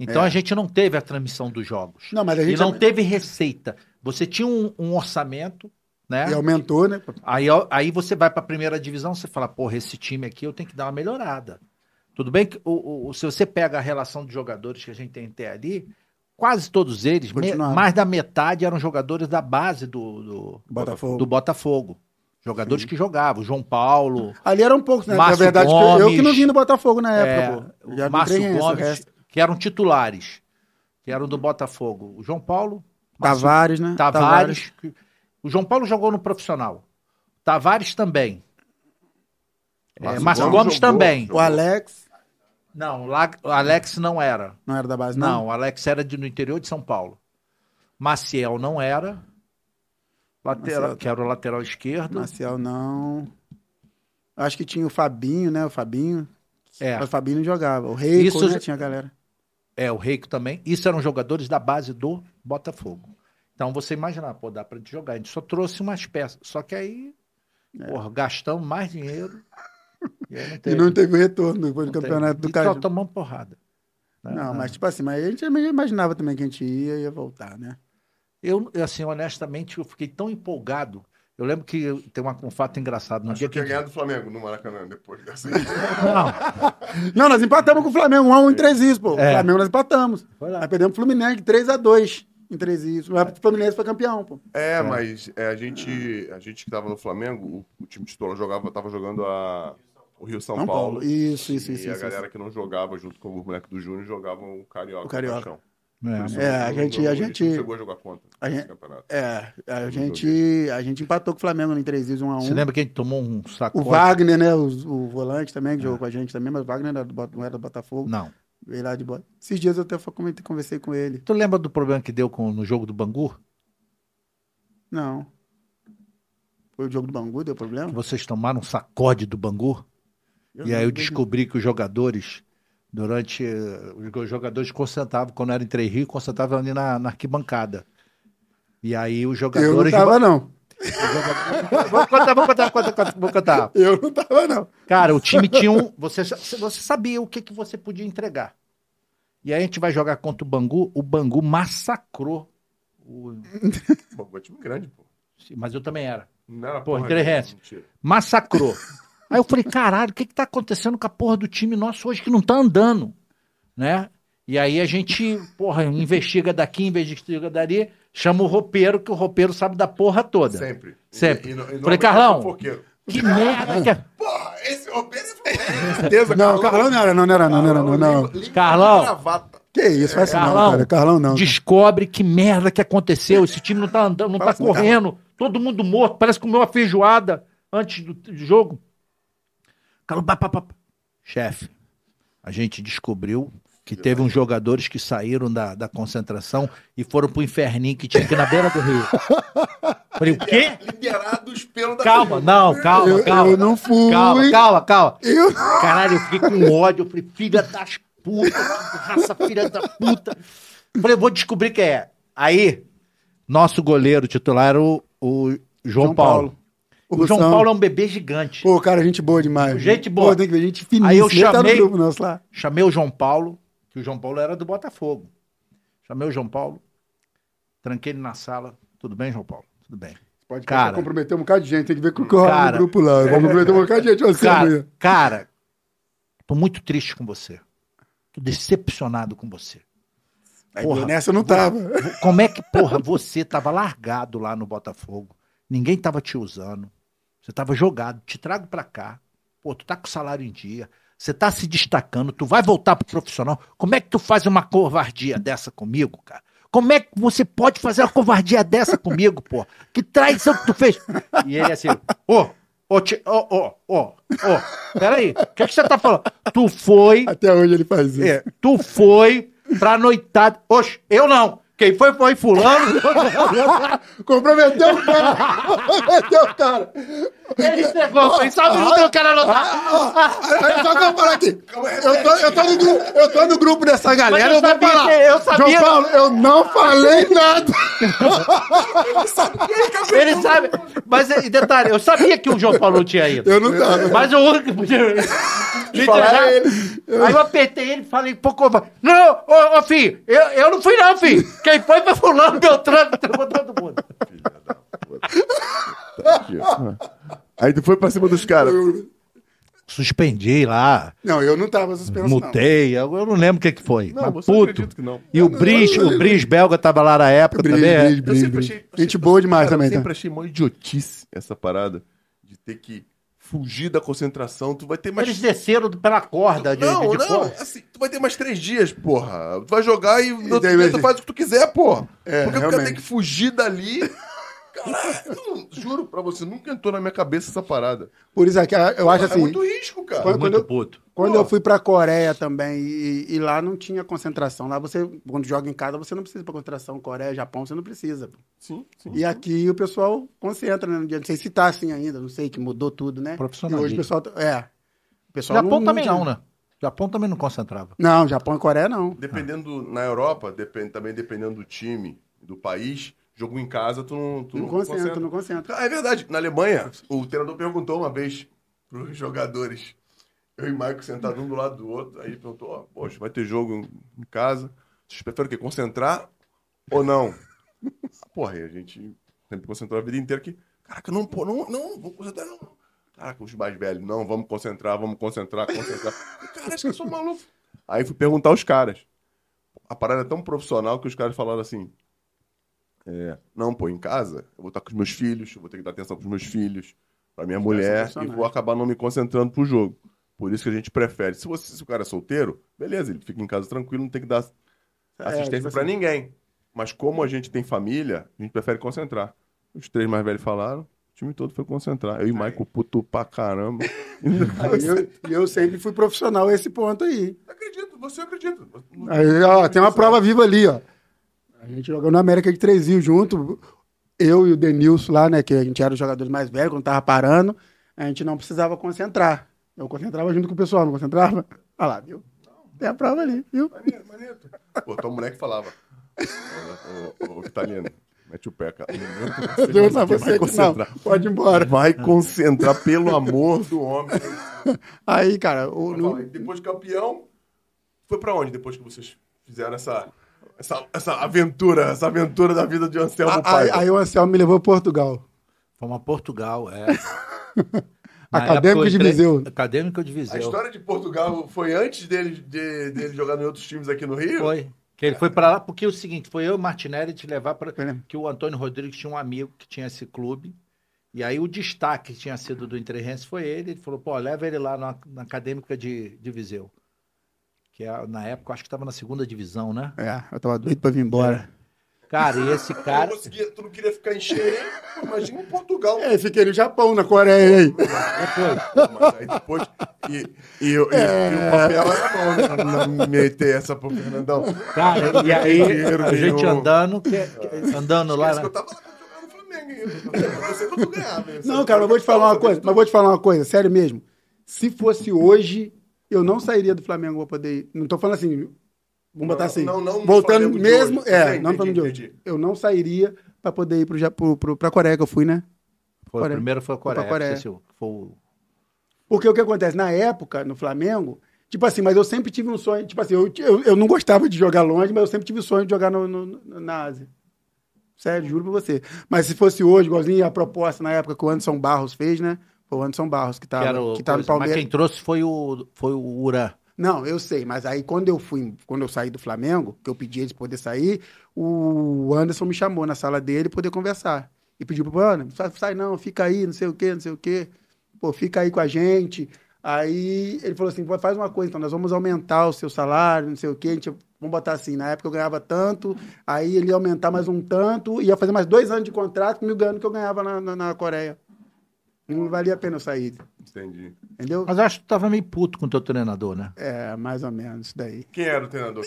Speaker 2: Então a gente não teve a transmissão dos jogos.
Speaker 3: Ah, tá. É. Não, mas a
Speaker 2: e
Speaker 3: gente.
Speaker 2: não teve receita. Você tinha um, um orçamento né?
Speaker 3: E aumentou, né?
Speaker 2: Aí, ó, aí você vai para a primeira divisão, você fala, porra, esse time aqui eu tenho que dar uma melhorada. Tudo bem que o, o- se você pega a relação de jogadores que a gente tem até ali, quase todos eles, me-
Speaker 3: Continuaram.
Speaker 2: mais da metade eram jogadores da base do, do,
Speaker 3: Botafogo.
Speaker 2: do Botafogo. Jogadores que jogavam, João Paulo,
Speaker 3: Ali era um pouco, né?
Speaker 2: Márcio
Speaker 3: Na verdade, que eu- eu que não
Speaker 2: Gomes.
Speaker 3: vim no Botafogo na
Speaker 2: é,
Speaker 3: época, pô.
Speaker 2: o
Speaker 3: Já
Speaker 2: Márcio
Speaker 3: entrei nessa, o
Speaker 2: Gomes,
Speaker 3: resto.
Speaker 2: que eram titulares, que eram do Botafogo. O João Paulo, Márcio
Speaker 3: Tavares, né?
Speaker 2: Tavares. O João Paulo jogou no profissional. Tavares também. É,
Speaker 1: Márcio
Speaker 2: Márcio
Speaker 1: Gomes
Speaker 2: Gomes
Speaker 1: jogou.
Speaker 2: também.
Speaker 3: O Alex.
Speaker 2: Não, lá- o Alex não era.
Speaker 3: Não era da base, não?
Speaker 2: Não, o Alex era de- no interior de São Paulo. Maciel não era. Lateral,
Speaker 3: Maciel.
Speaker 2: Que era o lateral esquerdo.
Speaker 3: Marcial, não. Acho que tinha o Fabinho, né? O Fabinho.
Speaker 2: É,
Speaker 3: Mas O Fabinho não jogava. O Rei,
Speaker 2: Isso
Speaker 3: né?
Speaker 2: já-
Speaker 3: Tinha a galera.
Speaker 2: é, o Reiko também. Isso eram jogadores da base do Botafogo. Então você imaginar, pô, dá pra gente jogar. A gente só trouxe umas peças. Só que aí, porra, gastamos mais dinheiro. E, aí não
Speaker 3: É. E
Speaker 2: teve.
Speaker 3: não teve o retorno depois do
Speaker 2: Não
Speaker 3: campeonato
Speaker 2: teve.
Speaker 3: do
Speaker 2: E só
Speaker 3: Caju.
Speaker 2: tomamos porrada. né?
Speaker 3: Não, mas tipo assim, mas a gente imaginava também que a gente ia e ia voltar, né?
Speaker 2: Eu, eu, assim, honestamente, eu fiquei tão empolgado. Eu lembro que eu- tem uma- um fato engraçado. No
Speaker 1: Achou
Speaker 2: dia
Speaker 1: que
Speaker 2: que...
Speaker 1: ia ganhar do Flamengo no Maracanã depois dessa.
Speaker 2: Não,
Speaker 3: Não, nós empatamos com o Flamengo, 1x1 em três isso, pô. O
Speaker 2: É.
Speaker 3: Flamengo nós empatamos.
Speaker 2: foi
Speaker 3: Nós
Speaker 2: lá.
Speaker 3: perdemos o Fluminense 3x2 em três isso.
Speaker 2: É.
Speaker 3: Mas o Fluminense foi campeão, pô.
Speaker 1: É, mas é, a gente a gente que tava no Flamengo, o, o time titular jogava, tava jogando a, o Rio São,
Speaker 3: São
Speaker 1: Paulo.
Speaker 3: Paulo. Isso, isso,
Speaker 1: e
Speaker 3: isso.
Speaker 1: a
Speaker 3: isso,
Speaker 1: galera que não jogava junto com o moleque do Júnior jogavam o Carioca.
Speaker 3: O Carioca.
Speaker 1: Paixão.
Speaker 2: É.
Speaker 3: É, a
Speaker 1: Não
Speaker 3: gente-
Speaker 1: jogou,
Speaker 3: a
Speaker 1: isso
Speaker 3: gente-
Speaker 1: não chegou a jogar contra
Speaker 3: a
Speaker 1: nesse
Speaker 3: gente-
Speaker 1: campeonato.
Speaker 3: É, a gente, a gente empatou com o Flamengo em três isso, 1x1.
Speaker 2: Você lembra que a gente tomou um
Speaker 3: O
Speaker 2: sacode?
Speaker 3: Wagner, né? O, o volante
Speaker 2: É.
Speaker 3: também, que jogou com a gente também, mas o Wagner era do Bot- não era do Botafogo.
Speaker 2: Não.
Speaker 3: Veio lá de bola. Esses dias eu até fa- comentei, conversei com ele.
Speaker 2: Tu lembra do problema que deu com- no jogo do Bangu?
Speaker 3: Não. Foi o jogo do Bangu, deu
Speaker 2: Que
Speaker 3: problema?
Speaker 2: vocês tomaram um sacode do Bangu? e aí eu descobri que os jogadores, durante. eh, Os jogadores concentravam, quando era em Três Rios, concentravam ali na, na arquibancada. E aí os
Speaker 3: Eu não
Speaker 2: jogadores.
Speaker 3: tava, não.
Speaker 2: Vou contar, vou contar, vou contar, vou contar.
Speaker 3: Eu não tava, não.
Speaker 2: Cara, o time tinha um. Você, você sabia o que, que você podia entregar. E aí a gente vai jogar contra o Bangu. O Bangu massacrou. o-
Speaker 1: Pô, foi um time grande, pô.
Speaker 2: Mas eu também era.
Speaker 1: Não era
Speaker 2: Pô,
Speaker 1: porra
Speaker 2: André
Speaker 1: nenhuma,
Speaker 2: Hess.
Speaker 1: mentira.
Speaker 2: Massacrou. Aí eu falei, caralho, o que, que tá acontecendo com a porra do time nosso hoje que não tá andando? Né? E aí a gente, porra, investiga daqui, investiga dali, chama o roupeiro, que o roupeiro sabe da porra toda.
Speaker 1: Sempre.
Speaker 2: Sempre.
Speaker 1: no-
Speaker 2: Falei,
Speaker 1: normalmente é
Speaker 2: Carlão.
Speaker 1: fofoqueiro.
Speaker 2: Que merda que é.
Speaker 1: Porra, esse Roberto é fofoqueiro. certeza,
Speaker 3: Não, o Carlão não era, não, não era, não, não era, não, não.
Speaker 1: limpa- limpa
Speaker 2: Carlão.
Speaker 1: a gravata.
Speaker 3: Que isso, faz isso não,
Speaker 2: Carlão.
Speaker 3: cara. Carlão não.
Speaker 2: descobre que merda que aconteceu. Esse time não tá andando, não tá
Speaker 3: Parece um
Speaker 2: correndo. Todo mundo morto, parece que comeu uma feijoada antes do do jogo. Calma, pá, pá, pá, pá. Chefe, a gente descobriu que teve uns jogadores que saíram da, da concentração e foram pro inferninho que tinha aqui na beira do rio. Falei, o quê?
Speaker 1: Liberados pelo da
Speaker 2: Calma, não, calma,
Speaker 3: Eu,
Speaker 2: calma.
Speaker 3: eu não fui.
Speaker 2: Calma, calma, calma.
Speaker 3: Eu-
Speaker 2: Caralho, eu fiquei com ódio. Eu falei, filha das putas, que raça filha da puta. Eu falei, eu vou descobrir quem é. Aí, nosso goleiro titular era o, o João,
Speaker 3: João
Speaker 2: Paulo.
Speaker 3: Paulo.
Speaker 2: O, João
Speaker 3: Russão.
Speaker 2: Paulo é um bebê gigante.
Speaker 3: Pô, cara, gente boa demais.
Speaker 2: Gente boa.
Speaker 3: Pô, tem que ver, gente finíssima.
Speaker 2: Aí eu
Speaker 3: Ele Tá
Speaker 2: chamei-
Speaker 3: no grupo nosso lá.
Speaker 2: Chamei o João Paulo, que o João Paulo era do Botafogo. Chamei o João Paulo, tranquei ele na sala. Tudo bem, João Paulo? Tudo bem.
Speaker 3: Pode
Speaker 2: Cara.
Speaker 3: comprometer um bocado de gente. Tem que ver com o que rola
Speaker 2: Cara.
Speaker 3: no grupo lá. Vamos comprometer um bocado de gente. Você, amanhã.
Speaker 2: Cara, cara, tô muito triste com você. Tô decepcionado com você.
Speaker 3: Aí,
Speaker 2: Porra.
Speaker 3: nessa eu não tava.
Speaker 2: Como é que, porra, você tava largado lá no Botafogo? Ninguém tava te usando. Você tava jogado. Te trago pra cá. Pô, tu tá com salário em dia. Você tá se destacando. Tu vai voltar pro profissional. Como é que tu faz uma covardia dessa comigo, cara? Como é que você pode fazer uma covardia dessa comigo, pô? Que traição que tu fez? E ele assim, ô, ô, ti- ô, ô, ô, ô, peraí, o que, é que você tá falando? Tu foi
Speaker 3: Até hoje ele faz isso.
Speaker 2: é, tu foi pra noitada. Oxe, eu não. Quem foi, foi fulano.
Speaker 3: Comprometeu o cara! Comprometeu o cara!
Speaker 2: Ele chegou, foi só um minuto, eu quero anotar.
Speaker 3: Olha só o que eu vou falar aqui. Eu tô, eu tô no grupo, eu tô no grupo dessa
Speaker 2: eu
Speaker 3: galera, eu, vou
Speaker 2: sabia
Speaker 3: falar.
Speaker 2: que- eu sabia-
Speaker 3: João Paulo, eu não falei nada.
Speaker 2: Ele sabe. Mas, e detalhe, eu sabia que o João Paulo tinha ido.
Speaker 3: Eu não tava.
Speaker 2: Mas o único que podia me entregar. Aí eu apertei ele e falei, pô, como? Não, ô, ô filho, eu, eu não fui não, filho. Quem foi foi fulano, Beltrano, entregou todo mundo.
Speaker 1: verdade. Aí tu foi pra cima dos caras.
Speaker 3: Eu-
Speaker 4: Suspendi lá,
Speaker 3: Não, eu não tava suspenso, não.
Speaker 4: mutei, eu eu não lembro o que, que foi.
Speaker 1: Não,
Speaker 4: mas
Speaker 1: você não
Speaker 4: puto.
Speaker 1: acredita que não.
Speaker 4: E o Bris, o Bris belga tava lá na época
Speaker 3: Bris,
Speaker 4: também. é.
Speaker 3: Bris, Bris,
Speaker 1: sempre
Speaker 3: Bris.
Speaker 1: achei- tipo assim,
Speaker 3: Gente boa demais
Speaker 1: Cara, eu
Speaker 3: também, tá?
Speaker 1: sempre achei mó idiotice essa parada de ter que fugir da concentração. Tu vai ter mais.
Speaker 2: Eles desceram pela corda de,
Speaker 1: não,
Speaker 2: de, de
Speaker 1: não,
Speaker 2: porra.
Speaker 1: assim, tu vai ter mais três dias, porra. Tu vai jogar e, no outro
Speaker 3: daí
Speaker 1: dia
Speaker 3: vai
Speaker 1: tu
Speaker 3: ser-
Speaker 1: faz o que tu quiser, porra.
Speaker 3: É,
Speaker 1: Porque o cara tem
Speaker 3: realmente.
Speaker 1: que fugir dali. Caralho, não, juro pra você, nunca entrou na minha cabeça essa parada.
Speaker 3: Por isso é que eu acho
Speaker 1: é
Speaker 3: assim,
Speaker 1: muito risco, cara.
Speaker 3: Foi- quando
Speaker 4: Muito
Speaker 3: eu-
Speaker 4: puto.
Speaker 3: quando
Speaker 1: Pô.
Speaker 3: eu fui pra Coreia também, e, e lá não tinha concentração. Lá você, quando joga em casa, você não precisa pra concentração. Coreia, Japão, você não precisa.
Speaker 1: Sim, sim.
Speaker 4: Uhum.
Speaker 3: E aqui o pessoal concentra, né? no dia. Não sei se tá assim ainda, não sei, que mudou tudo, né? E
Speaker 4: Profissional.
Speaker 3: hoje o pessoal... tá- É. O pessoal
Speaker 4: Japão também não, né? Japão também não concentrava.
Speaker 3: Não, Japão e Coreia não.
Speaker 1: Dependendo, na Europa, depende, também dependendo do time, do país, jogo em casa, tu não, tu
Speaker 3: Não
Speaker 1: não
Speaker 3: concentra,
Speaker 1: concentra.
Speaker 3: não concentra.
Speaker 1: Ah, é verdade. Na Alemanha, o treinador perguntou uma vez pros jogadores. Eu e Michael sentados um do lado do outro. Aí ele perguntou, ó, poxa, vai ter jogo em- em casa. Vocês preferem o quê? Concentrar ou não? Ah, Porra, e a gente sempre concentrou a vida inteira aqui. Caraca, não, pô, não, não, vamos concentrar, não. Caraca, os mais velhos, não, vamos concentrar, vamos concentrar, concentrar. Cara, acho que eu sou maluco. Aí fui perguntar aos caras. A parada é tão profissional que os caras falaram assim, é, não, pô, em casa, eu vou estar com os meus filhos, eu vou ter que dar atenção pros meus filhos, pra minha mulher, e
Speaker 3: sensacionais.
Speaker 1: vou acabar não me concentrando pro jogo. Por isso que a gente prefere. Se, você- se o cara é solteiro, beleza, ele fica em casa tranquilo, não tem que dar assistência
Speaker 3: tipo
Speaker 1: pra
Speaker 3: assim.
Speaker 1: ninguém. Mas como a gente tem família, a gente prefere concentrar. Os três mais velhos falaram, o time todo foi concentrar. Eu e Michael puto pra caramba.
Speaker 3: assim, Aí eu- E eu, sempre fui profissional esse ponto aí.
Speaker 1: acredito, você acredita.
Speaker 3: Aí, ó, tem uma prova viva ali, ó. A gente jogou no América de Três Rios junto. Eu e o Denilson lá, né? Que a gente era os jogadores mais velhos, quando tava parando. A gente não precisava concentrar. Eu concentrava junto com o pessoal, não concentrava? Olha lá, viu? Tem a prova ali, viu?
Speaker 1: Maneiro, maneiro. Pô, tua moleque falava. Ô, ô, ô, italiano, mete o pé, cara.
Speaker 3: Deu pra
Speaker 1: Vai
Speaker 3: você que não.
Speaker 1: concentrar.
Speaker 3: Pode ir embora.
Speaker 1: Vai concentrar, pelo amor do homem.
Speaker 3: Aí, cara, o,
Speaker 1: Eu
Speaker 3: no-
Speaker 1: falei, Depois de campeão, foi pra onde depois que vocês fizeram essa, essa, essa aventura, essa aventura da vida de Anselmo
Speaker 3: a-
Speaker 1: Pai?
Speaker 3: aí, aí o Anselmo me levou a Portugal.
Speaker 4: Fomos a Portugal, é. Na
Speaker 3: Acadêmico
Speaker 4: época eu
Speaker 3: de
Speaker 4: entrei-
Speaker 3: Viseu.
Speaker 4: Acadêmico de
Speaker 1: A
Speaker 4: Viseu.
Speaker 1: história de Portugal foi antes dele, de- dele jogar em outros times aqui no Rio?
Speaker 4: Foi. Que ele foi pra lá, porque é o seguinte, foi eu e o Martinelli te levar para
Speaker 3: Foi mesmo.
Speaker 4: que o Antônio Rodrigues tinha um amigo que tinha esse clube. E aí o destaque que tinha sido do Interrense foi ele. Ele falou, pô, leva ele lá na, na Acadêmica de, de Viseu. Que é, na época, eu acho que estava na segunda divisão, né?
Speaker 3: É, eu tava doido pra vir embora.
Speaker 4: Cara, e esse
Speaker 1: Tu não,
Speaker 4: cara...
Speaker 1: conseguia, tu não queria ficar em Xerém? Pô, Imagina em Portugal.
Speaker 3: É, fiquei no Japão, na Coreia aí.
Speaker 1: Mas aí depois. E, e, eu- e- e
Speaker 3: É.
Speaker 1: o papel era bom, né? Não meter essa pro Fernandão.
Speaker 4: Cara, e aí
Speaker 1: Dinheiro
Speaker 4: a gente
Speaker 1: nenhum.
Speaker 4: andando, que- que- andando lá... né?
Speaker 1: Parece
Speaker 3: né?
Speaker 1: que eu tava lá jogando no Flamengo. hein? Eu sei quanto ganhava. eu sei
Speaker 3: Não, cara,
Speaker 1: quanto
Speaker 3: mas vou te falar uma
Speaker 1: eu
Speaker 3: coisa, mas vou te falar uma coisa, sério mesmo. Se fosse hoje, eu não sairia do Flamengo pra poder ir. Não tô falando assim, vamos botar assim.
Speaker 1: não, não no
Speaker 3: voltando
Speaker 1: Flamengo de
Speaker 3: mesmo,
Speaker 1: hoje.
Speaker 3: é,
Speaker 1: Entendi,
Speaker 3: não no Flamengo de hoje.
Speaker 1: entendi.
Speaker 3: Eu não sairia pra poder ir pro, Ja- pro, pro, pra Coreia que eu fui, né?
Speaker 4: Foi,
Speaker 3: Coreia.
Speaker 4: O primeiro foi a
Speaker 3: pra
Speaker 4: Coreia.
Speaker 3: Coreia.
Speaker 4: esqueci o- foi o-
Speaker 3: Porque o que acontece? Na época, no Flamengo, tipo assim, mas eu sempre tive um sonho, tipo assim, eu, eu, eu não gostava de jogar longe, mas eu sempre tive o sonho de jogar no, no- no- na Ásia. Sério, juro pra você. Mas se fosse hoje, igualzinho a proposta na época que o Anderson Barros fez, né? Foi o Anderson Barros que
Speaker 4: que
Speaker 3: tá,
Speaker 4: era o-
Speaker 3: que tá no
Speaker 4: coisa,
Speaker 3: Palmeiras.
Speaker 4: Mas quem trouxe foi o, foi o Uran.
Speaker 3: Não, eu sei, mas aí quando eu fui, quando eu saí do Flamengo, que eu pedi eles poder sair, o Anderson me chamou na sala dele poder conversar. E pediu pro Bruno, não sai- sai não, fica aí, não sei o quê, não sei o quê. Pô, fica aí com a gente. Aí ele falou assim, "Pô, faz uma coisa, então nós vamos aumentar o seu salário, não sei o quê. A gente, vamos botar assim, na época eu ganhava tanto, aí ele ia aumentar mais um tanto, ia fazer mais dois anos de contrato comigo ganhando o que eu ganhava na, na, na Coreia. Não valia a pena eu sair,
Speaker 1: Entendi.
Speaker 3: entendeu?
Speaker 4: Mas eu acho que tu tava meio puto com o teu treinador, né?
Speaker 3: É, mais ou menos isso daí.
Speaker 1: Quem era o treinador?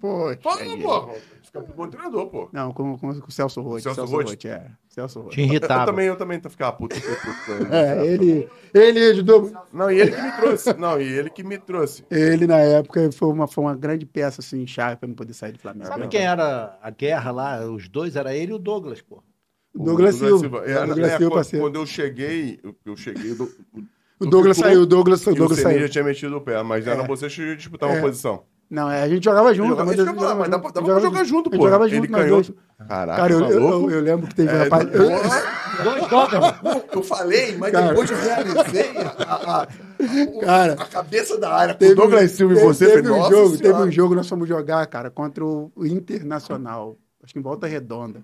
Speaker 3: Poxa.
Speaker 1: Fala, pô. É, Fica pro bom treinador, pô.
Speaker 3: Não, com, com, com o Celso Roth.
Speaker 1: Celso
Speaker 3: Celso,
Speaker 1: Roth?
Speaker 3: Roth? é. Celso Roth.
Speaker 4: Te
Speaker 1: Eu
Speaker 4: irritava.
Speaker 1: também, eu também tá ficando puto. fiquei puto com ele.
Speaker 3: É, ele, ele ajudou.
Speaker 1: Não, e ele que me trouxe. Não, e ele que me trouxe.
Speaker 3: Ele, na época, foi uma, foi uma grande peça, assim, chave pra não poder sair do Flamengo.
Speaker 4: Sabe quem é? era a guerra lá? Os dois, era ele e o Douglas, pô.
Speaker 3: O Douglas Silva.
Speaker 1: É,
Speaker 3: O
Speaker 1: é,
Speaker 3: Douglas Silva,
Speaker 1: quando-
Speaker 3: parceiro.
Speaker 1: Quando eu cheguei, eu- eu cheguei. do-
Speaker 3: O Douglas
Speaker 1: do-
Speaker 3: saiu, o Douglas,
Speaker 1: e
Speaker 3: o Douglas
Speaker 1: o Senna já
Speaker 3: saiu.
Speaker 1: tinha metido o pé, mas era vocês que disputavam uma
Speaker 3: É.
Speaker 1: posição.
Speaker 3: Não, é, a gente jogava junto.
Speaker 1: Jogava-
Speaker 3: mas
Speaker 1: isso que eu ia
Speaker 3: a gente
Speaker 1: falar,
Speaker 3: jogava
Speaker 1: mas dá pra- dava pra jogar junto,
Speaker 3: a gente
Speaker 1: pô.
Speaker 3: Jogava
Speaker 1: Ele
Speaker 3: junto, nós
Speaker 1: canhoto.
Speaker 3: dois.
Speaker 1: Caraca,
Speaker 3: Cara, eu,
Speaker 1: tá
Speaker 3: eu,
Speaker 1: louco?
Speaker 3: eu- eu lembro que teve um
Speaker 1: É,
Speaker 3: rapaz...
Speaker 1: porra.
Speaker 3: Eu,
Speaker 2: Dois dólares.
Speaker 1: Eu falei, mas
Speaker 3: Cara.
Speaker 1: depois eu realizei a, a- a- o-
Speaker 3: Cara.
Speaker 1: a cabeça da área.
Speaker 3: Teve-
Speaker 1: o Douglas Silva e
Speaker 3: teve-
Speaker 1: você,
Speaker 3: teve
Speaker 1: foi,
Speaker 3: um
Speaker 1: nossa
Speaker 3: jogo,
Speaker 1: senhora.
Speaker 3: teve um jogo nós fomos jogar, cara, contra o Internacional, acho que em Volta Redonda.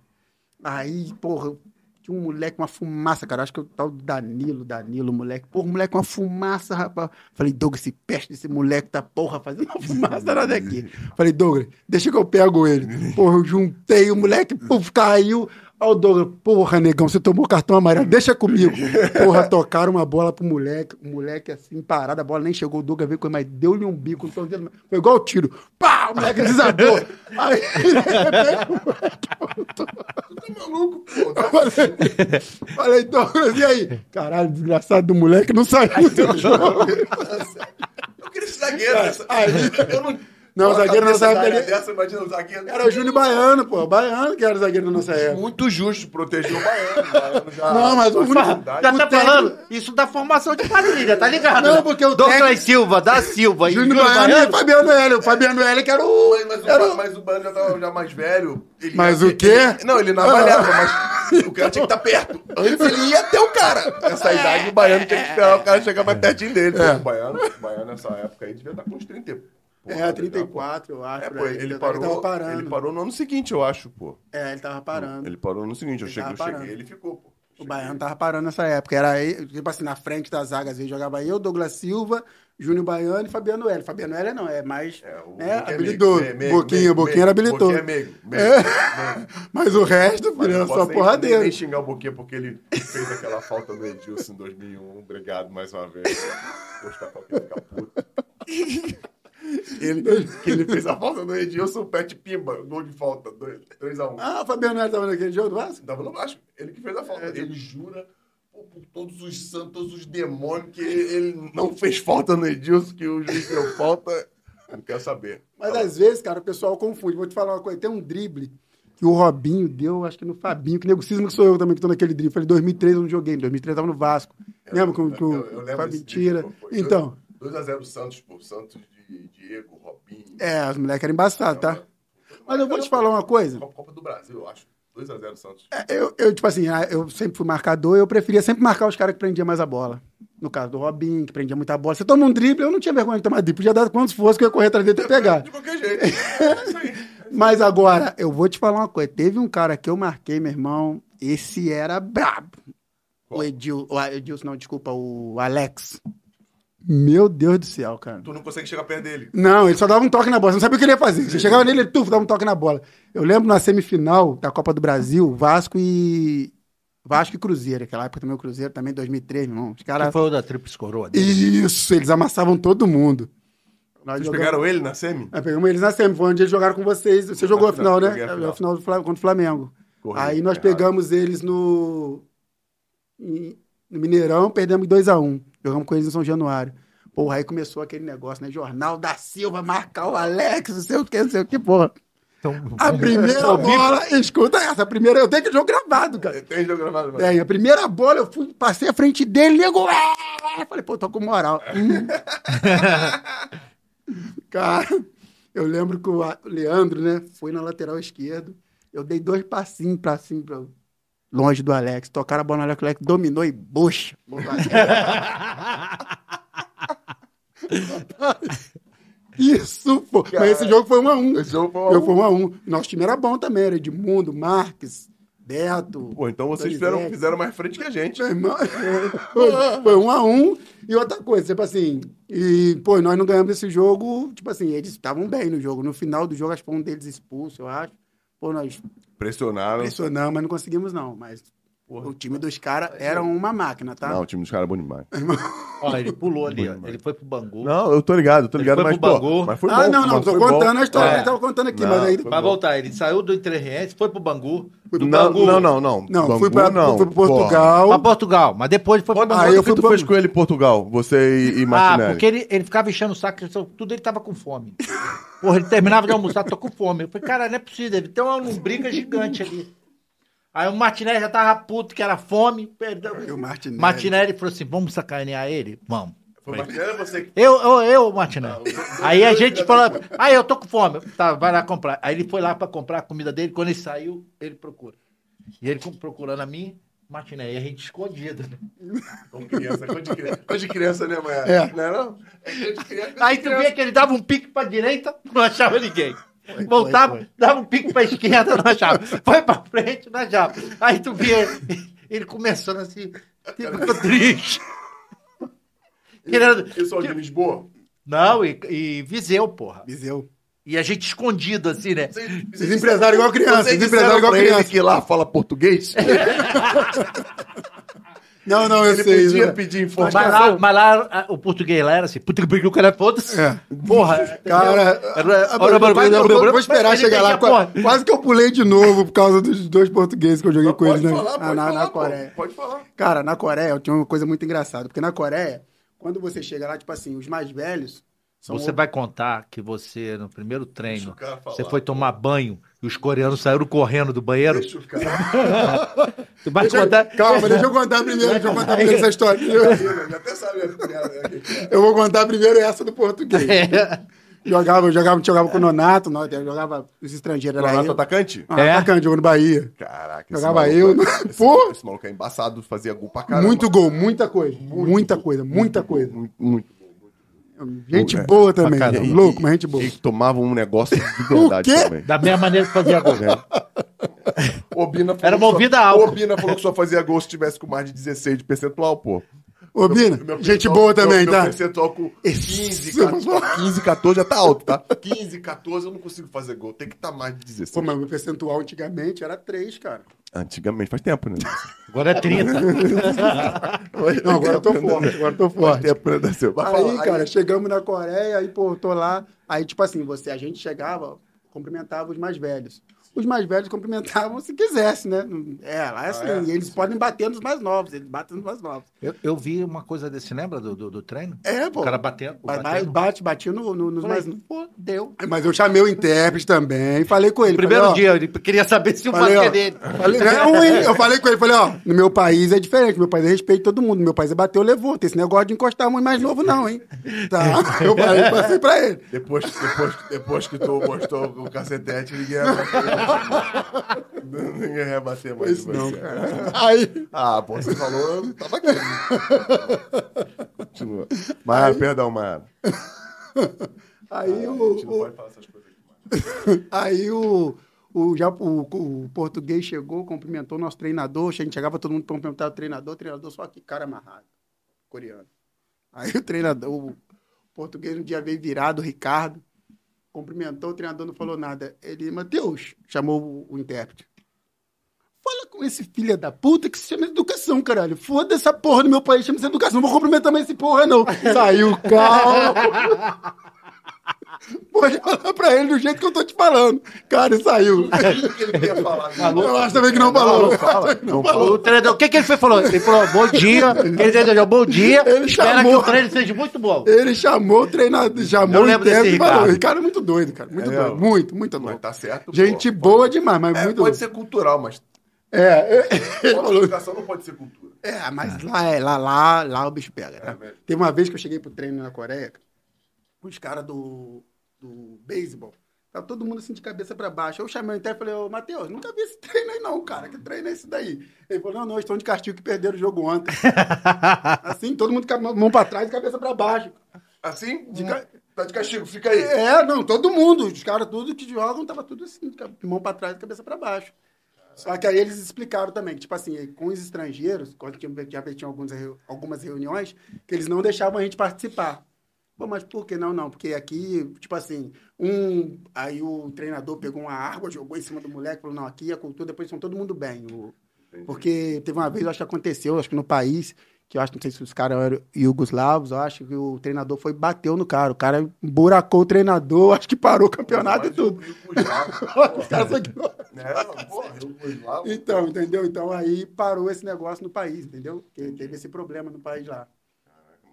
Speaker 3: Aí, porra, tinha um moleque uma fumaça, cara, acho que é o tal do Danilo, Danilo, moleque. Porra, moleque uma fumaça, rapaz. Falei, Douglas, esse peste desse moleque tá porra fazendo uma fumaça nada aqui. Falei, Douglas, deixa que eu pego ele. Porra, eu juntei o moleque, puf, caiu. Ó, o Douglas, porra, negão, você tomou cartão amarelo, deixa comigo. Porra, tocaram uma bola pro moleque, o moleque assim, parado, a bola nem chegou, o Douglas veio com mas deu-lhe um bico, não tô dizendo, mas foi igual o tiro. Pá, o moleque desabou. Aí, de repente, o moleque voltou.
Speaker 1: maluco, pô.
Speaker 3: Eu falei, falei, Douglas, e aí? Caralho, desgraçado do moleque, não saiu do jogo.
Speaker 1: Eu queria esse zagueiro. essa- eu não...
Speaker 3: Não, o
Speaker 1: Uma
Speaker 3: zagueiro não
Speaker 1: cabeça
Speaker 3: saiu
Speaker 1: da área
Speaker 3: dele.
Speaker 1: dessa, imagina o zagueiro.
Speaker 3: Era o Júnior Baiano, pô, o Baiano que era o zagueiro da nossa época.
Speaker 1: Muito justo proteger o Baiano. o Baiano já-
Speaker 3: Não, mas o
Speaker 1: Sua
Speaker 3: único-
Speaker 1: faculdade-
Speaker 2: Já tá
Speaker 3: O técnico-
Speaker 2: falando? Isso da formação de quadrilha, tá ligado?
Speaker 3: Não, porque o
Speaker 2: Douglas
Speaker 3: técnico-
Speaker 2: Silva, da Silva e
Speaker 3: Júnior
Speaker 2: Júnior
Speaker 3: Baiano e
Speaker 2: Baiano,
Speaker 3: Fabiano Hélio. O Fabiano Hélio que era o...
Speaker 1: Mas, mas,
Speaker 3: era
Speaker 1: o,
Speaker 3: o-
Speaker 1: mas o Baiano já tava já mais velho. Ele
Speaker 3: Mas
Speaker 1: ia-
Speaker 3: o quê?
Speaker 1: ele- não, ele navalhava, mas o cara tinha que estar perto. Antes ele ia até o cara. Essa idade, o Baiano tinha que esperar o cara chegar mais pertinho dele. Pô, o, Baiano, o Baiano, nessa época aí, devia estar com uns 30. porra,
Speaker 3: É. É,
Speaker 1: já,
Speaker 3: 34, eu acho.
Speaker 1: É,
Speaker 3: por
Speaker 1: pô,
Speaker 3: aí.
Speaker 1: ele
Speaker 3: tava
Speaker 1: parou,
Speaker 3: parando.
Speaker 1: ele parou no ano seguinte, eu acho, pô.
Speaker 3: É, ele tava parando.
Speaker 1: Ele parou no ano seguinte, eu
Speaker 3: Ele
Speaker 1: cheguei,
Speaker 3: tava
Speaker 1: eu cheguei,
Speaker 3: parando.
Speaker 1: ele ficou, pô.
Speaker 3: O Baiano tava parando nessa época. Era, ele- tipo assim, na frente da zaga, às vezes jogava eu, Douglas Silva, Júnior Baiano e Fabiano Hélio. Fabiano Hélio não, é mais
Speaker 1: É, o Boquinha
Speaker 3: né,
Speaker 1: é
Speaker 3: habilidoso.
Speaker 1: meigo, meigo,
Speaker 3: Boquinha,
Speaker 1: meigo,
Speaker 3: Boquinha era
Speaker 1: meigo,
Speaker 3: habilidoso.
Speaker 1: Boquinha é meigo, meigo,
Speaker 3: É.
Speaker 1: meigo.
Speaker 3: Mas o resto,
Speaker 1: Mas
Speaker 3: filho, era
Speaker 1: não
Speaker 3: só
Speaker 1: posso nem- nem-
Speaker 3: porradeiro.
Speaker 1: Nem xingar o Boquinha porque ele fez aquela falta do Edilson em 2001. Obrigado mais uma vez. tá Gostar qualquer ficar puto. Ele, que ele fez a falta do Edilson, o Pet Pimba, gol de falta, 3x1.
Speaker 3: Ah, o Fabiano Hélio tava naquele jogo do Vasco?
Speaker 1: Tava no Vasco, ele que fez a falta. É, Ele jura pô, por todos os santos, todos os demônios, que ele não fez falta no Edilson, que o juiz deu falta. Não quero saber.
Speaker 3: Mas
Speaker 1: Tá
Speaker 3: às vezes, cara, o pessoal confunde. Vou te falar uma coisa. Tem um drible que o Robinho deu, acho que no Fabinho, que nego cisma que sou eu também que tô naquele drible. Falei, 2003 eu não joguei, em 2003 eu tava no Vasco. Lembra que, o- que
Speaker 1: É, Eu- eu
Speaker 3: o
Speaker 1: lembro
Speaker 3: Fabinho
Speaker 1: desse dia,
Speaker 3: tira?
Speaker 1: pô, foi
Speaker 3: Então,
Speaker 1: 2x0 Santos, pô. Santos de Diego, Robinho.
Speaker 3: é, os moleques eram embaçados, tá?
Speaker 1: Não,
Speaker 3: Mas eu vou te falar uma coisa.
Speaker 1: Copa, Copa do Brasil, eu acho. 2x0 Santos.
Speaker 3: Eu, eu, tipo assim, ah, eu sempre fui marcador, eu preferia sempre marcar os caras que prendiam mais a bola. No caso do Robinho, que prendia muita bola. Você toma um drible, eu não tinha vergonha de tomar drible. Podia dar quantos fosse que eu ia correr atrás dele até pegar.
Speaker 1: De qualquer jeito. É isso aí.
Speaker 3: Mas agora, eu vou te falar uma coisa. Teve um cara que eu marquei, meu irmão. Esse era brabo. O
Speaker 1: Qual?
Speaker 3: Edil, o Edilson, não, desculpa, o Alex. Meu Deus do céu, cara.
Speaker 1: Tu não consegue chegar perto dele.
Speaker 3: Não, ele só dava um toque na bola. Você não sabia o que ele ia fazer. Você chegava nele, ele tuf, dava um toque na bola. Eu lembro na semifinal da Copa do Brasil, Vasco e. Vasco e Cruzeiro. Aquela época também o Cruzeiro, também 2003, meu irmão. Os
Speaker 2: que
Speaker 3: caras.
Speaker 2: foi o da Tríplice Coroa dele.
Speaker 3: Isso, eles amassavam todo mundo. Nós
Speaker 1: Vocês
Speaker 3: jogamos-
Speaker 1: pegaram ele na semi?
Speaker 3: Aí pegamos eles na semi, foi onde eles jogaram com vocês. Você jogou a final,
Speaker 1: final,
Speaker 3: né?
Speaker 1: joguei a
Speaker 3: É,
Speaker 1: final.
Speaker 3: A final do Fla- contra o Flamengo.
Speaker 1: Corri,
Speaker 3: Aí nós
Speaker 1: errado.
Speaker 3: pegamos eles no, em- no Mineirão, perdemos 2x1. Jogamos com eles em São Januário. Porra, aí começou aquele negócio, né? Jornal da Silva, marcar o Alex, não sei o que, não sei o que, porra.
Speaker 4: Então,
Speaker 3: A primeira bola, escuta essa, a primeira, eu tenho que jogo gravado, cara.
Speaker 1: É, Tem jogo gravado, mano.
Speaker 3: Tem, É, a primeira bola eu fui, passei à frente dele, nego. "Ah!" Falei, pô, tô com moral. Hum. Cara, eu lembro que o A- o Leandro, né, foi na lateral esquerda. Eu dei dois passinhos pra cima, pra longe do Alex. Tocaram a bola no Alex, o Alex dominou e bucha. Isso, pô.
Speaker 1: Cara.
Speaker 3: Mas esse jogo foi um a um.
Speaker 1: Esse jogo foi um a
Speaker 3: Eu
Speaker 1: um.
Speaker 3: foi um a um. Nosso time era bom também, era Edmundo, Marques, Beto.
Speaker 1: Pô, então vocês fizeram, fizeram mais frente que a gente.
Speaker 3: Meu irmão, foi, É, foi um a um. E outra coisa, tipo assim, e, pô, nós não ganhamos esse jogo, tipo assim, eles estavam bem no jogo. No final do jogo, acho que foi um deles expulso, eu acho. Pô, nós
Speaker 1: Pressionaram.
Speaker 3: pressionamos, mas não conseguimos, não. Mas
Speaker 1: Porra.
Speaker 3: o time dos caras era uma máquina, tá?
Speaker 1: Não, o time dos caras é bom demais.
Speaker 2: Ó, ele pulou ali, ó. ele foi pro Bangu.
Speaker 1: Não, eu tô ligado, eu tô
Speaker 2: Ele
Speaker 1: ligado,
Speaker 2: foi
Speaker 1: mas,
Speaker 2: pro
Speaker 1: pô,
Speaker 2: Bangu.
Speaker 1: mas foi bom.
Speaker 3: ah, não, não,
Speaker 1: mas
Speaker 3: tô
Speaker 1: foi bom.
Speaker 3: contando a história
Speaker 2: É.
Speaker 3: que eu tava contando aqui,
Speaker 1: Não,
Speaker 3: mas aí.
Speaker 1: foi
Speaker 2: Vai
Speaker 1: bom.
Speaker 2: voltar, ele saiu do Entre Reis, foi pro Bangu. Do
Speaker 1: Não,
Speaker 2: Bangu.
Speaker 1: não, não, não.
Speaker 3: Não,
Speaker 1: Bangu,
Speaker 3: fui pra,
Speaker 1: não.
Speaker 3: fui pra
Speaker 1: Porra.
Speaker 3: Portugal.
Speaker 2: Pra Portugal, mas depois foi pro
Speaker 1: Quantas
Speaker 3: Ah,
Speaker 1: ah,
Speaker 3: eu
Speaker 1: eu
Speaker 3: fui
Speaker 1: que tu
Speaker 3: pro
Speaker 1: fez
Speaker 3: Bangu.
Speaker 1: com ele em Portugal? Você e, e
Speaker 2: Ah,
Speaker 1: Martinelli?
Speaker 2: porque ele, ele ficava enchendo o saco, isso tudo ele tava com fome. Porra, ele terminava de almoçar, tô com fome. Eu falei, cara, não é possível, deve ter uma lombriga gigante ali. Aí o Martinelli já tava puto, que era fome. Perdão.
Speaker 3: Eu, Martinelli.
Speaker 2: Martinelli falou assim: vamos sacanear ele? Vamos.
Speaker 1: Foi Martinelli ou é você que...
Speaker 2: Eu, eu, eu, Martinelli. Aí a gente falou, ah, eu tô com fome. Tá, vai lá comprar. Aí ele foi lá pra comprar a comida dele. Quando ele saiu, ele procura. E ele com- procurando a mim, Martinelli, a gente escondido. né?
Speaker 1: Com criança, coisa de criança. Coisa de criança, né, mãe?
Speaker 3: É.
Speaker 1: Não é não? É coisa de criança.
Speaker 2: Aí tu vê que ele dava um pique pra direita, não achava ninguém. Voltava,
Speaker 3: foi.
Speaker 2: dava um pique pra esquerda, não achava. Vai pra frente, não achava. Aí tu vê ele começando assim, ele ficou triste. Querendo...
Speaker 1: Eu sou de Lisboa.
Speaker 2: Não, e, e Viseu, porra.
Speaker 3: Viseu.
Speaker 2: E a gente escondido assim, né?
Speaker 1: Vocês,
Speaker 3: Vocês empresários igual criança,
Speaker 1: vocês
Speaker 3: vocês
Speaker 1: disseram
Speaker 3: empresários igual
Speaker 1: pra ele
Speaker 3: criança.
Speaker 1: que lá fala português?
Speaker 3: Não, não, eu
Speaker 1: Ele
Speaker 3: sei.
Speaker 1: podia
Speaker 3: né?
Speaker 1: pedir
Speaker 2: Mas
Speaker 1: informação.
Speaker 2: lá, mas lá a- o português lá era assim, puta que pariu, o cara foda-se.
Speaker 3: É.
Speaker 2: Porra,
Speaker 3: Cara,
Speaker 2: Era-
Speaker 3: ah, eu
Speaker 2: Bora,
Speaker 3: vou-
Speaker 2: bora,
Speaker 3: eu
Speaker 2: bora,
Speaker 3: vou,
Speaker 2: bora.
Speaker 3: vou esperar
Speaker 2: Ele
Speaker 3: chegar lá.
Speaker 2: tem a
Speaker 3: Qua- Quase que eu pulei de novo por causa dos dois portugueses que eu joguei
Speaker 1: Mas
Speaker 3: com
Speaker 1: Pode
Speaker 3: eles. né?
Speaker 1: falar,
Speaker 3: Ah,
Speaker 1: pode
Speaker 3: na,
Speaker 1: falar.
Speaker 3: na
Speaker 1: pô.
Speaker 3: Coreia.
Speaker 1: Pode falar.
Speaker 3: Cara, na Coreia eu tinha uma coisa muito engraçada, porque na Coreia, quando você chega lá, tipo assim, os mais velhos são
Speaker 2: Você vai contar que você, no primeiro
Speaker 1: Deixa
Speaker 2: treino,
Speaker 1: o cara falar.
Speaker 2: você foi tomar banho e os coreanos saíram correndo do banheiro?
Speaker 1: Deixa o cara.
Speaker 2: Tu vai contar.
Speaker 3: Calma, deixa eu contar primeiro, deixa eu contar primeiro essa história.
Speaker 1: Ele até sabe a piada, né, que é.
Speaker 3: Eu vou contar primeiro essa do português.
Speaker 2: É.
Speaker 3: Jogava, eu jogava, jogava com o Nonato, nós- eu jogava os estrangeiros. Era
Speaker 1: Renato
Speaker 3: eu,
Speaker 1: atacante?
Speaker 3: Ah,
Speaker 2: É?
Speaker 3: atacante, jogou no Bahia.
Speaker 1: Caraca,
Speaker 3: Jogava
Speaker 1: maluco
Speaker 3: eu,
Speaker 1: é-
Speaker 3: né?
Speaker 1: esse,
Speaker 3: Pô!
Speaker 1: esse maluco é embaçado, fazia gol pra caramba.
Speaker 3: Muito gol, muita coisa. Muita coisa, muita coisa.
Speaker 1: Muito, muito.
Speaker 3: Gente
Speaker 1: É,
Speaker 3: boa também, né?
Speaker 2: pra caramba.
Speaker 3: louco, mas gente boa.
Speaker 1: E tomava um negócio de verdade
Speaker 3: O quê?
Speaker 1: também.
Speaker 2: Da mesma maneira que fazia gol.
Speaker 1: O Bina falou
Speaker 2: Era
Speaker 1: que só-
Speaker 2: movida a álcool.
Speaker 1: O Bina falou que só fazia gol se tivesse com mais de 16 de percentual, pô.
Speaker 3: Ô, Bina,
Speaker 1: Meu- meu
Speaker 3: gente
Speaker 1: percentual-
Speaker 3: boa também,
Speaker 1: meu, Meu
Speaker 3: tá?
Speaker 1: percentual com
Speaker 3: Esse-
Speaker 1: 15, 14, 15, 14 já tá alto, tá? 15, 14 eu não consigo fazer gol. Tem que estar mais de 16.
Speaker 3: Pô, mas meu percentual antigamente era 3, cara.
Speaker 1: Antigamente, faz tempo, né?
Speaker 2: Agora é 30.
Speaker 3: Não, agora eu tô forte, agora eu tô
Speaker 1: Faz
Speaker 3: forte.
Speaker 1: tempo, né? Darcy? Vai
Speaker 3: Aí,
Speaker 1: falar,
Speaker 3: cara, chegamos na Coreia, aí, pô, tô lá. Aí, tipo assim, você, a gente chegava, cumprimentava os mais velhos. Os mais velhos cumprimentavam se quisesse, né? É, lá é assim.
Speaker 1: Ah, é?
Speaker 3: e eles podem bater nos mais novos, eles batem nos mais novos.
Speaker 4: Eu, eu vi uma coisa desse, lembra do, do, do treino?
Speaker 3: É, pô.
Speaker 4: O cara batendo.
Speaker 3: Ba- ba-
Speaker 4: batendo.
Speaker 3: bate, batia no, no- nos mais
Speaker 2: Mas,
Speaker 3: novos.
Speaker 2: pô, deu.
Speaker 3: Mas eu chamei o intérprete também, falei com ele.
Speaker 2: Primeiro
Speaker 3: falei, ó,
Speaker 2: dia, ele queria saber se o
Speaker 3: Falei,
Speaker 2: bater
Speaker 3: ó,
Speaker 2: dele.
Speaker 3: Falei, é, não, hein? Eu falei com ele, falei, ó, no meu país é diferente, meu país é respeito todo mundo, meu país é bateu, levou, tem esse negócio de encostar muito mais novo não, hein? Tá, eu falei, passei pra ele.
Speaker 1: Depois, depois, depois que tu mostrou o cacetete, ninguém ia bater. ninguém ia bater mais.
Speaker 3: Pois
Speaker 1: de
Speaker 3: não,
Speaker 1: você.
Speaker 3: cara. Aí,
Speaker 1: Ah, pô, você falou, eu tava aqui. Continua. Mas, perdão, mano.
Speaker 3: aí
Speaker 1: A
Speaker 3: o,
Speaker 1: gente não pode falar essas coisas aqui, mano.
Speaker 3: Aí o, o, já, o, o português chegou, cumprimentou o nosso treinador. A gente chegava, todo mundo cumprimentava o treinador, o treinador só que cara amarrado, coreano. Aí o treinador, o português um dia veio virado, o Ricardo, cumprimentou, o treinador não falou nada. Ele, Matheus, chamou o, o intérprete. Fala com esse filho da puta que se chama educação, caralho. Foda essa porra do meu país, chama-se educação. Não vou cumprimentar mais esse porra, não. Saiu calmo. Pode falar pra ele do jeito que eu tô te falando. Cara, e saiu.
Speaker 1: O que ele queria falar?
Speaker 2: Falou.
Speaker 3: Eu acho também que não falou.
Speaker 1: fala. Não fala.
Speaker 2: O treinador, o que, que ele foi falou? Ele falou, bom dia. Ele desejou bom dia.
Speaker 3: Ele
Speaker 2: espera
Speaker 3: chamou.
Speaker 2: que o treino seja muito bom.
Speaker 3: Ele chamou o treinador, chamou
Speaker 2: Eu
Speaker 3: o
Speaker 2: lembro desse
Speaker 3: intérprete e falou.
Speaker 2: Ricardo.
Speaker 3: O cara é muito doido, cara. Muito
Speaker 1: É,
Speaker 3: doido.
Speaker 1: ó.
Speaker 3: Muito, muito
Speaker 1: Mas
Speaker 3: doido.
Speaker 1: tá certo. pô.
Speaker 3: Gente boa demais, mas
Speaker 1: É, pode
Speaker 3: muito doido.
Speaker 1: ser cultural, mas
Speaker 3: É, ele
Speaker 1: a
Speaker 3: falou.
Speaker 1: educação não pode ser cultura.
Speaker 3: É, mas lá, é, lá, lá, lá o bicho pega. Tá?
Speaker 1: É mesmo.
Speaker 3: Teve uma vez que eu cheguei pro treino na Coreia, cara, os caras do, do beisebol. Tava todo mundo assim de cabeça pra baixo. Eu chamei o intérprete e falei, ô Matheus, nunca vi esse treino aí não, cara. Que treino é esse daí? Ele falou, não, não, eles estão de castigo que perderam o jogo ontem. assim, todo mundo com a mão mão pra trás e cabeça pra baixo.
Speaker 1: Assim, de ca- tá de castigo, fica aí.
Speaker 3: É, não, todo mundo. Os caras, tudo que jogam, tava tudo assim, de ca- mão pra trás e cabeça pra baixo. Só que aí eles explicaram também, que, tipo assim, com os estrangeiros, quando tinha, já tinha alguns, reu- algumas reuniões, que eles não deixavam a gente participar. Pô, mas por que não, não? Porque aqui, tipo assim, um. Aí o treinador pegou uma água, jogou em cima do moleque, falou, não, aqui a cultura, depois são todo mundo bem. O- porque teve uma vez, eu acho que aconteceu, acho que no país, que eu acho, não sei se os caras eram iugoslavos, eu acho que o treinador foi e bateu no cara. O cara buracou o treinador, acho que parou o campeonato e
Speaker 1: Mas o
Speaker 3: tudo.
Speaker 1: Yugoslavo,
Speaker 3: Os caras só que-
Speaker 1: né? Pô, Yugoslavo.
Speaker 3: Então, entendeu? Então aí parou esse negócio no país, entendeu? Porque teve esse problema no país lá.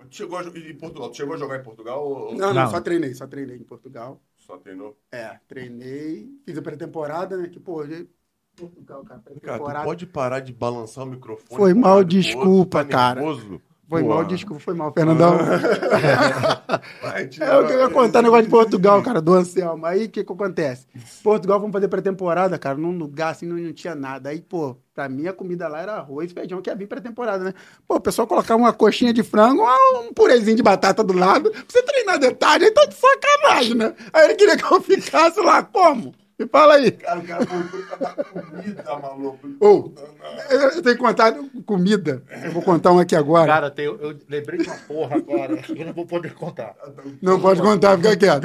Speaker 1: Tu Chegou a, jo- em Portugal, tu chegou a jogar em Portugal ou ou
Speaker 3: Não, não,
Speaker 2: Não.
Speaker 3: só treinei, só treinei em Portugal.
Speaker 1: só treinou?
Speaker 3: É, treinei, fiz a pré-temporada, né? Que, pô, gente, Portugal, cara,
Speaker 1: Cara, tu
Speaker 3: pré-temporada.
Speaker 1: pode parar de balançar o microfone.
Speaker 3: Foi
Speaker 1: pro
Speaker 3: mal,
Speaker 1: lado e pro
Speaker 3: desculpa,
Speaker 1: outro, tá
Speaker 3: cara.
Speaker 1: nervoso?
Speaker 3: Foi
Speaker 1: Pô.
Speaker 3: mal, desculpa, foi mal, Fernandão.
Speaker 1: Vai, tira-
Speaker 3: É, eu queria contar um negócio de Portugal, cara, do Anselmo. Aí o que, que acontece? Portugal, vamos fazer pré-temporada, cara, num lugar assim, não, não tinha nada. Aí, pô, pra mim a comida lá era arroz e feijão, que ia vir pré-temporada, né? Pô, o pessoal colocava uma coxinha de frango, uma- um purezinho de batata do lado, pra você treinar detalhe, aí tá de sacanagem, né? Aí ele queria que eu ficasse lá, como? Me fala aí.
Speaker 1: Cara, o cara voltou pra dar comida, maluco.
Speaker 3: Ou, eu, eu tenho que contar comida. Eu vou contar um aqui agora.
Speaker 4: Cara, tem- eu lembrei de uma porra agora. Eu não vou poder contar.
Speaker 3: Não pode contar, fica quieto.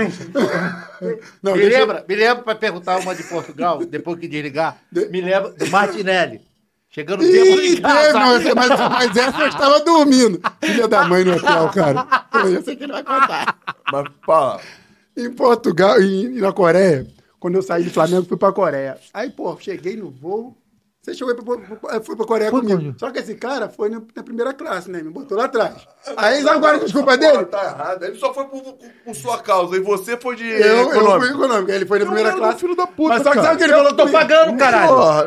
Speaker 3: Não,
Speaker 2: Me
Speaker 3: deixa eu-
Speaker 2: lembra, me lembra para perguntar uma de Portugal, depois que desligar. Me lembra do Martinelli. Chegando o tempo
Speaker 3: Ih,
Speaker 2: de
Speaker 3: teve, não,
Speaker 2: casa.
Speaker 3: essa- mas, mas essa eu estava dormindo. Filha da mãe no hotel, cara. Foi essa que ele vai contar.
Speaker 1: Mas fala,
Speaker 3: Em Portugal e e na Coreia, quando eu saí do Flamengo, fui pra Coreia. Aí, pô, cheguei no voo. Você chegou aí pra, pra- fui pra Coreia comigo. Só que esse cara foi na, na primeira classe, né? Me botou lá atrás. Aí, sabe qual era a desculpa
Speaker 1: porra,
Speaker 3: dele?
Speaker 1: tá errado. Ele só foi por, por- por sua causa e você foi de
Speaker 3: Eu, eu fui
Speaker 1: econômico.
Speaker 3: econômico. Ele foi na primeira
Speaker 1: era um
Speaker 3: classe.
Speaker 1: filho da puta,
Speaker 3: Mas só que
Speaker 1: cara.
Speaker 3: sabe o que ele falou?
Speaker 2: Eu tô
Speaker 3: comigo?
Speaker 2: pagando, caralho.
Speaker 1: Porra,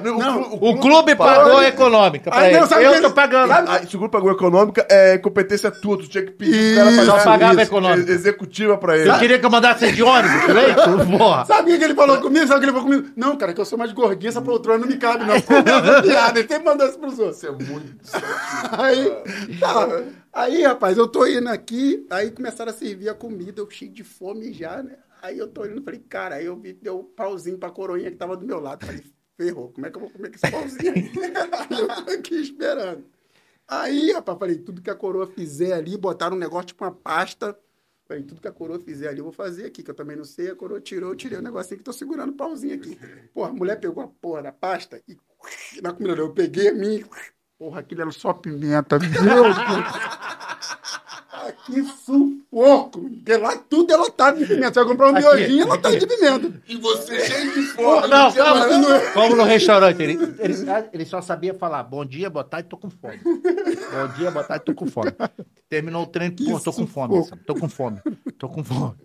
Speaker 1: o,
Speaker 2: O clube pagou a econômica pra
Speaker 3: Aí,
Speaker 2: ele.
Speaker 3: não, sabe o que
Speaker 2: Eu
Speaker 3: ele-
Speaker 2: tô pagando.
Speaker 3: Sabe-
Speaker 1: Ah, se o grupo pagou econômica, é competência tua. Tu tinha que pedir pro
Speaker 3: Isso,
Speaker 1: pagar
Speaker 2: só pagava
Speaker 1: isso,
Speaker 2: econômica.
Speaker 1: ex- Executiva pra ele.
Speaker 2: Você queria que eu mandasse ele de ônibus, leito? Porra.
Speaker 3: Sabe o que que ele falou comigo? Sabe o que ele falou comigo? Não, cara, que eu sou mais gordinho, essa poltrona não me cabe, não. Pô, essa piada, ele sempre mandou isso pros outros.
Speaker 1: Isso é muito.
Speaker 3: Aí, tá. aí, rapaz, eu tô indo aqui, aí começaram a servir a comida, eu cheio de fome já, né? Aí eu tô indo, falei, cara, aí eu vi, deu um pauzinho pra coroinha que tava do meu lado. Falei, ferrou, como é que eu vou comer com esse pauzinho aí? eu tô aqui esperando. Aí, rapaz, falei, tudo que a coroa fizer ali, botaram um negócio tipo uma pasta. Falei, tudo que a coroa fizer ali, eu vou fazer aqui, que eu também não sei. A coroa tirou, eu tirei o negocinho que tô segurando o pauzinho aqui. Porra, a mulher pegou a porra da pasta e na comida dela, eu peguei a minha. e- Porra, aquilo era só pimenta. Meu Deus! Ah, Que sufoco! Porque lá tudo é lotado de pimenta. Você vai comprar um
Speaker 2: Aqui,
Speaker 3: miojinho, é lotado de pimenta.
Speaker 1: E você cheio de fome.
Speaker 2: Não,
Speaker 1: tinha
Speaker 2: calma.
Speaker 1: mais nada.
Speaker 2: Vamos no restaurante. Ele, ele, ele só sabia falar bom dia, boa tarde, tô com fome. Bom dia, boa tarde, tô com fome. Terminou o treino, pô, tô com fome, Sam, tô com fome, tô com fome.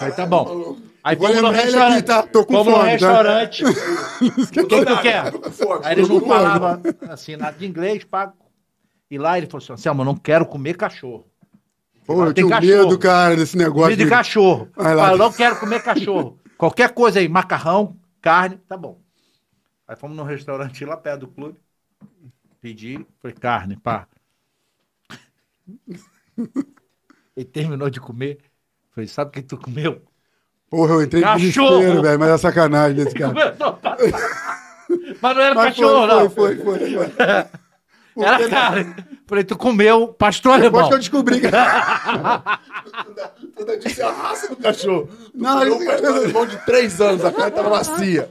Speaker 2: Aí tá bom. Aí
Speaker 3: Vou
Speaker 2: vamos no
Speaker 3: lembrar ele
Speaker 2: restaurante.
Speaker 3: aqui, tá? Tô com
Speaker 2: vamos no
Speaker 3: fome, tá? é
Speaker 2: restaurante. O que que tu quer?
Speaker 1: Tô com fome.
Speaker 2: Aí ele
Speaker 1: Tô
Speaker 2: não
Speaker 1: com
Speaker 2: falava assim, nada de inglês, pago. E lá ele falou assim, Anselmo, eu não quero comer cachorro.
Speaker 3: Pô, eu
Speaker 2: Tem
Speaker 3: tinha um
Speaker 2: cachorro.
Speaker 3: medo, cara, desse negócio.
Speaker 2: Comida de cachorro.
Speaker 3: Vai lá.
Speaker 2: Fala, não quero comer cachorro. Qualquer coisa aí, macarrão, carne, tá bom. Aí fomos num restaurante lá perto do clube. Pedi, foi carne, pá. Ele terminou de comer. Falei, sabe o que tu comeu?
Speaker 3: Porra, eu entrei em
Speaker 2: Cachorro!
Speaker 3: desespero, velho, mas é sacanagem desse cara.
Speaker 2: Começou a passar. Mas não era
Speaker 3: Mas foi,
Speaker 2: cachorro, não.
Speaker 3: foi, foi, foi, foi.
Speaker 2: Era carne. Falei, tu comeu pastor alemão.
Speaker 3: Depois que eu descobri que.
Speaker 1: Ainda disse a raça do cachorro.
Speaker 3: Não,
Speaker 1: Não,
Speaker 3: ele-
Speaker 1: meu irmão de três anos, a cara tava macia.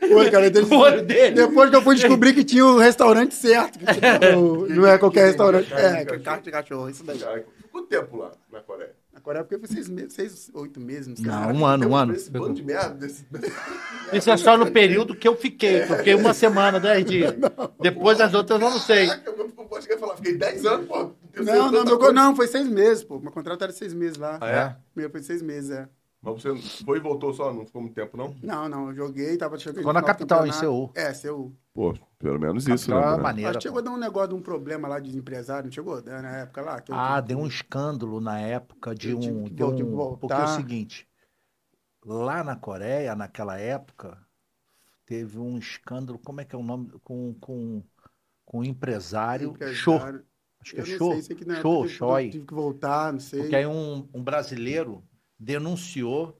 Speaker 3: Foi, cara, eu entendi-
Speaker 2: O olho dele.
Speaker 3: Depois que eu fui descobrir que tinha o restaurante certo. que tinha o- Não é qualquer restaurante.
Speaker 1: carne
Speaker 3: É,
Speaker 1: de
Speaker 3: carne de cachorro, isso daí.
Speaker 1: Cara, Quanto tempo lá na Coreia?
Speaker 3: Agora é porque foi seis, meses, seis oito meses, não sei.
Speaker 2: Não, um ano, um ano.
Speaker 1: Esse bando de merda. Desse...
Speaker 2: Isso é só no período que eu fiquei. que Eu fiquei uma semana, dez dias. Depois as outras eu não sei.
Speaker 1: Caraca, eu não posso falar. Fiquei 10 anos, pô. Eu sei
Speaker 3: Não,
Speaker 1: tanta
Speaker 3: não, meu, co-
Speaker 1: coisa.
Speaker 3: não, foi seis meses, pô. Meu contrato era seis meses lá.
Speaker 1: Ah, é?
Speaker 3: Meu, foi seis meses, é.
Speaker 1: Mas você foi e voltou só? Não ficou muito tempo, não?
Speaker 3: Não, não, eu joguei, tava chegando.
Speaker 2: Ficou na
Speaker 3: no
Speaker 2: capital,
Speaker 3: campeonato.
Speaker 2: em Seul.
Speaker 3: É, Seul.
Speaker 1: Pô, pelo menos isso,
Speaker 2: Então, é
Speaker 1: né?
Speaker 2: maneira,
Speaker 3: Acho que chegou a dar um negócio de um problema lá de empresário, não chegou? Né, Na época lá. que eu-
Speaker 2: Ah, deu um escândalo na época de
Speaker 3: Eu tive
Speaker 2: um.
Speaker 3: que
Speaker 2: De
Speaker 3: vol- tive que
Speaker 2: um
Speaker 3: voltar.
Speaker 2: porque é o seguinte, lá na Coreia, naquela época, teve um escândalo, como é que é o nome? Com, com, com um empresário,
Speaker 3: empresário.
Speaker 2: show. Acho que
Speaker 3: Eu
Speaker 2: é
Speaker 3: não
Speaker 2: show.
Speaker 3: sei, é sei que na época
Speaker 2: show,
Speaker 3: eu tive-
Speaker 2: show.
Speaker 3: Tive que voltar, não sei.
Speaker 2: Porque aí um, um brasileiro denunciou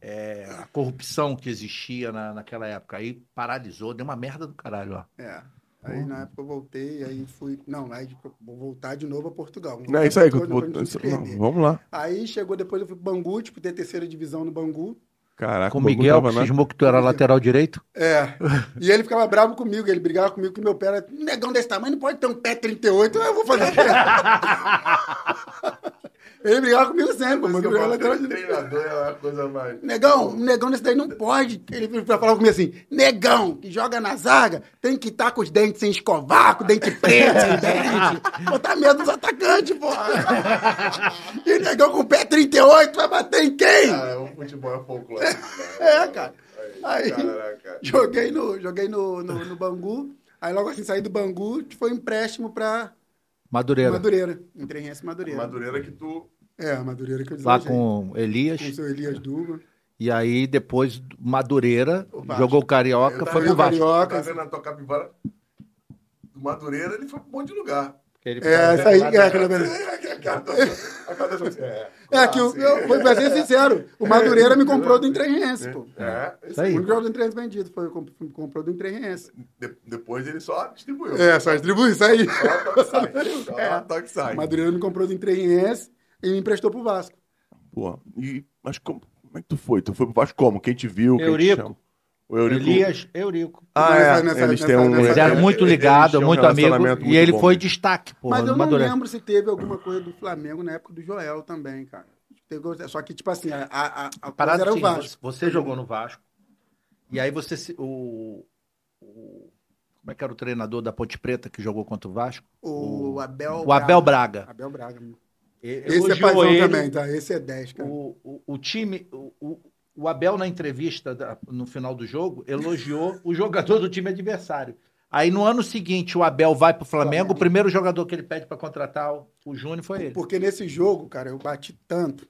Speaker 2: é, a corrupção que existia na, naquela época. Aí paralisou, deu uma merda do caralho, ó.
Speaker 3: É. Aí na época eu voltei, aí fui. Não, aí eu vou voltar de novo a Portugal. Vou
Speaker 1: Não, é
Speaker 3: voltar
Speaker 1: isso aí que eu
Speaker 3: pra Portugal pra
Speaker 1: isso-
Speaker 3: gente
Speaker 1: não,
Speaker 3: perder.
Speaker 1: Vamos lá.
Speaker 3: Aí chegou depois, eu fui pro Bangu, tipo, ter terceira divisão no Bangu.
Speaker 1: Caraca,
Speaker 2: Com É, o
Speaker 1: o bagulho
Speaker 2: Miguel,
Speaker 1: tava
Speaker 2: que
Speaker 1: na-
Speaker 2: cismou que tu era
Speaker 3: assim?
Speaker 2: lateral direito?
Speaker 3: É. E ele ficava bravo comigo, ele brigava comigo que meu pé era. Um negão desse tamanho não pode ter um pé 38, eu vou fazer o quê? ele brigava comigo sempre,
Speaker 1: Por isso
Speaker 3: mas
Speaker 1: é que
Speaker 3: eu né?
Speaker 1: eu falo,
Speaker 3: brigava atrás
Speaker 1: tre-
Speaker 3: de
Speaker 1: Treinador é uma coisa mais.
Speaker 3: Negão, um negão desse daí não pode. Ele veio pra falar comigo assim: negão, que joga na zaga, tem que estar com os dentes sem escovar, com o dente preto, sem dente. Botar medo dos atacantes, porra. E negão com o pé 38 vai bater em quem?
Speaker 1: Cara, o futebol é folclore. né?
Speaker 3: É, cara. Aí,
Speaker 1: Caraca.
Speaker 3: joguei no, joguei no, no, no Bangu. Aí logo assim saí do Bangu, foi um empréstimo pra,
Speaker 4: Madureira.
Speaker 3: Madureira. Em Três Renses, Madureira.
Speaker 1: Madureira que tu.
Speaker 3: É, a Madureira que eu
Speaker 4: Lá
Speaker 3: desejei.
Speaker 4: com Elias.
Speaker 3: com o seu Elias Duva.
Speaker 4: E aí, depois, Madureira,
Speaker 3: O Vasco.
Speaker 4: jogou o Carioca, foi
Speaker 1: Eu tava
Speaker 4: pro
Speaker 1: tá vendo-
Speaker 4: Vasco.
Speaker 1: eu
Speaker 3: Carioca.
Speaker 1: Tava vendo a tua capivara do Madureira, ele foi pra um monte de lugar.
Speaker 3: É, isso aí. É, aquela beleza.
Speaker 1: A cara do- a cara do- É,
Speaker 3: É, que eu, eu, foi pra ser sincero, o Madureira me comprou do Entreense, pô.
Speaker 1: É,
Speaker 4: Isso
Speaker 3: O
Speaker 4: aí.
Speaker 3: único jogo do Entreense vendido foi comp- me comprou do Entreense.
Speaker 1: de- depois ele só distribuiu.
Speaker 3: É, só distribui isso aí.
Speaker 1: Só toque sai. Só toque sai.
Speaker 3: O Madureira me comprou do Entreense e me emprestou pro Vasco.
Speaker 1: Pô, e, mas como, como é que tu foi? Tu foi pro Vasco como? Quem te viu? Quem te
Speaker 2: Eurico.
Speaker 1: chamou? O Eurico.
Speaker 2: Elias, Eurico.
Speaker 1: Ah, é.
Speaker 3: Nessa- nessa-
Speaker 1: eles têm
Speaker 3: nessa-
Speaker 1: um...
Speaker 3: nessa-
Speaker 4: Eles eram muito
Speaker 1: eles
Speaker 4: ligados,
Speaker 1: tinham um
Speaker 4: muito amigos.
Speaker 1: relacionamento
Speaker 4: E
Speaker 1: muito
Speaker 4: ele
Speaker 1: bom.
Speaker 4: foi destaque, porra,
Speaker 3: Mas
Speaker 4: no
Speaker 3: eu não
Speaker 4: Madureira.
Speaker 3: lembro se teve alguma coisa do Flamengo na época do Joel também, cara. Teve- Só que, tipo assim, a, a, a- a coisa
Speaker 2: Parada
Speaker 3: era o
Speaker 2: seguinte,
Speaker 3: Vasco.
Speaker 2: você- Você jogou no Vasco. E aí você se- o, o-
Speaker 4: Como é que era o treinador da Ponte Preta que jogou contra o Vasco?
Speaker 3: O Abel
Speaker 4: O Abel Braga.
Speaker 3: Abel Braga. meu. Esse
Speaker 2: Elogiou
Speaker 3: é paizão
Speaker 2: ele,
Speaker 3: também, tá? Esse é 10, cara.
Speaker 2: O, o, o time, o, o- o Abel, na entrevista da- no final do jogo, elogiou o jogador do time adversário. Aí no ano seguinte, o Abel vai pro Flamengo,
Speaker 3: Flamengo.
Speaker 2: o primeiro jogador que ele pede pra contratar o, o Júnior foi ele.
Speaker 3: Porque nesse jogo, cara, eu bati tanto.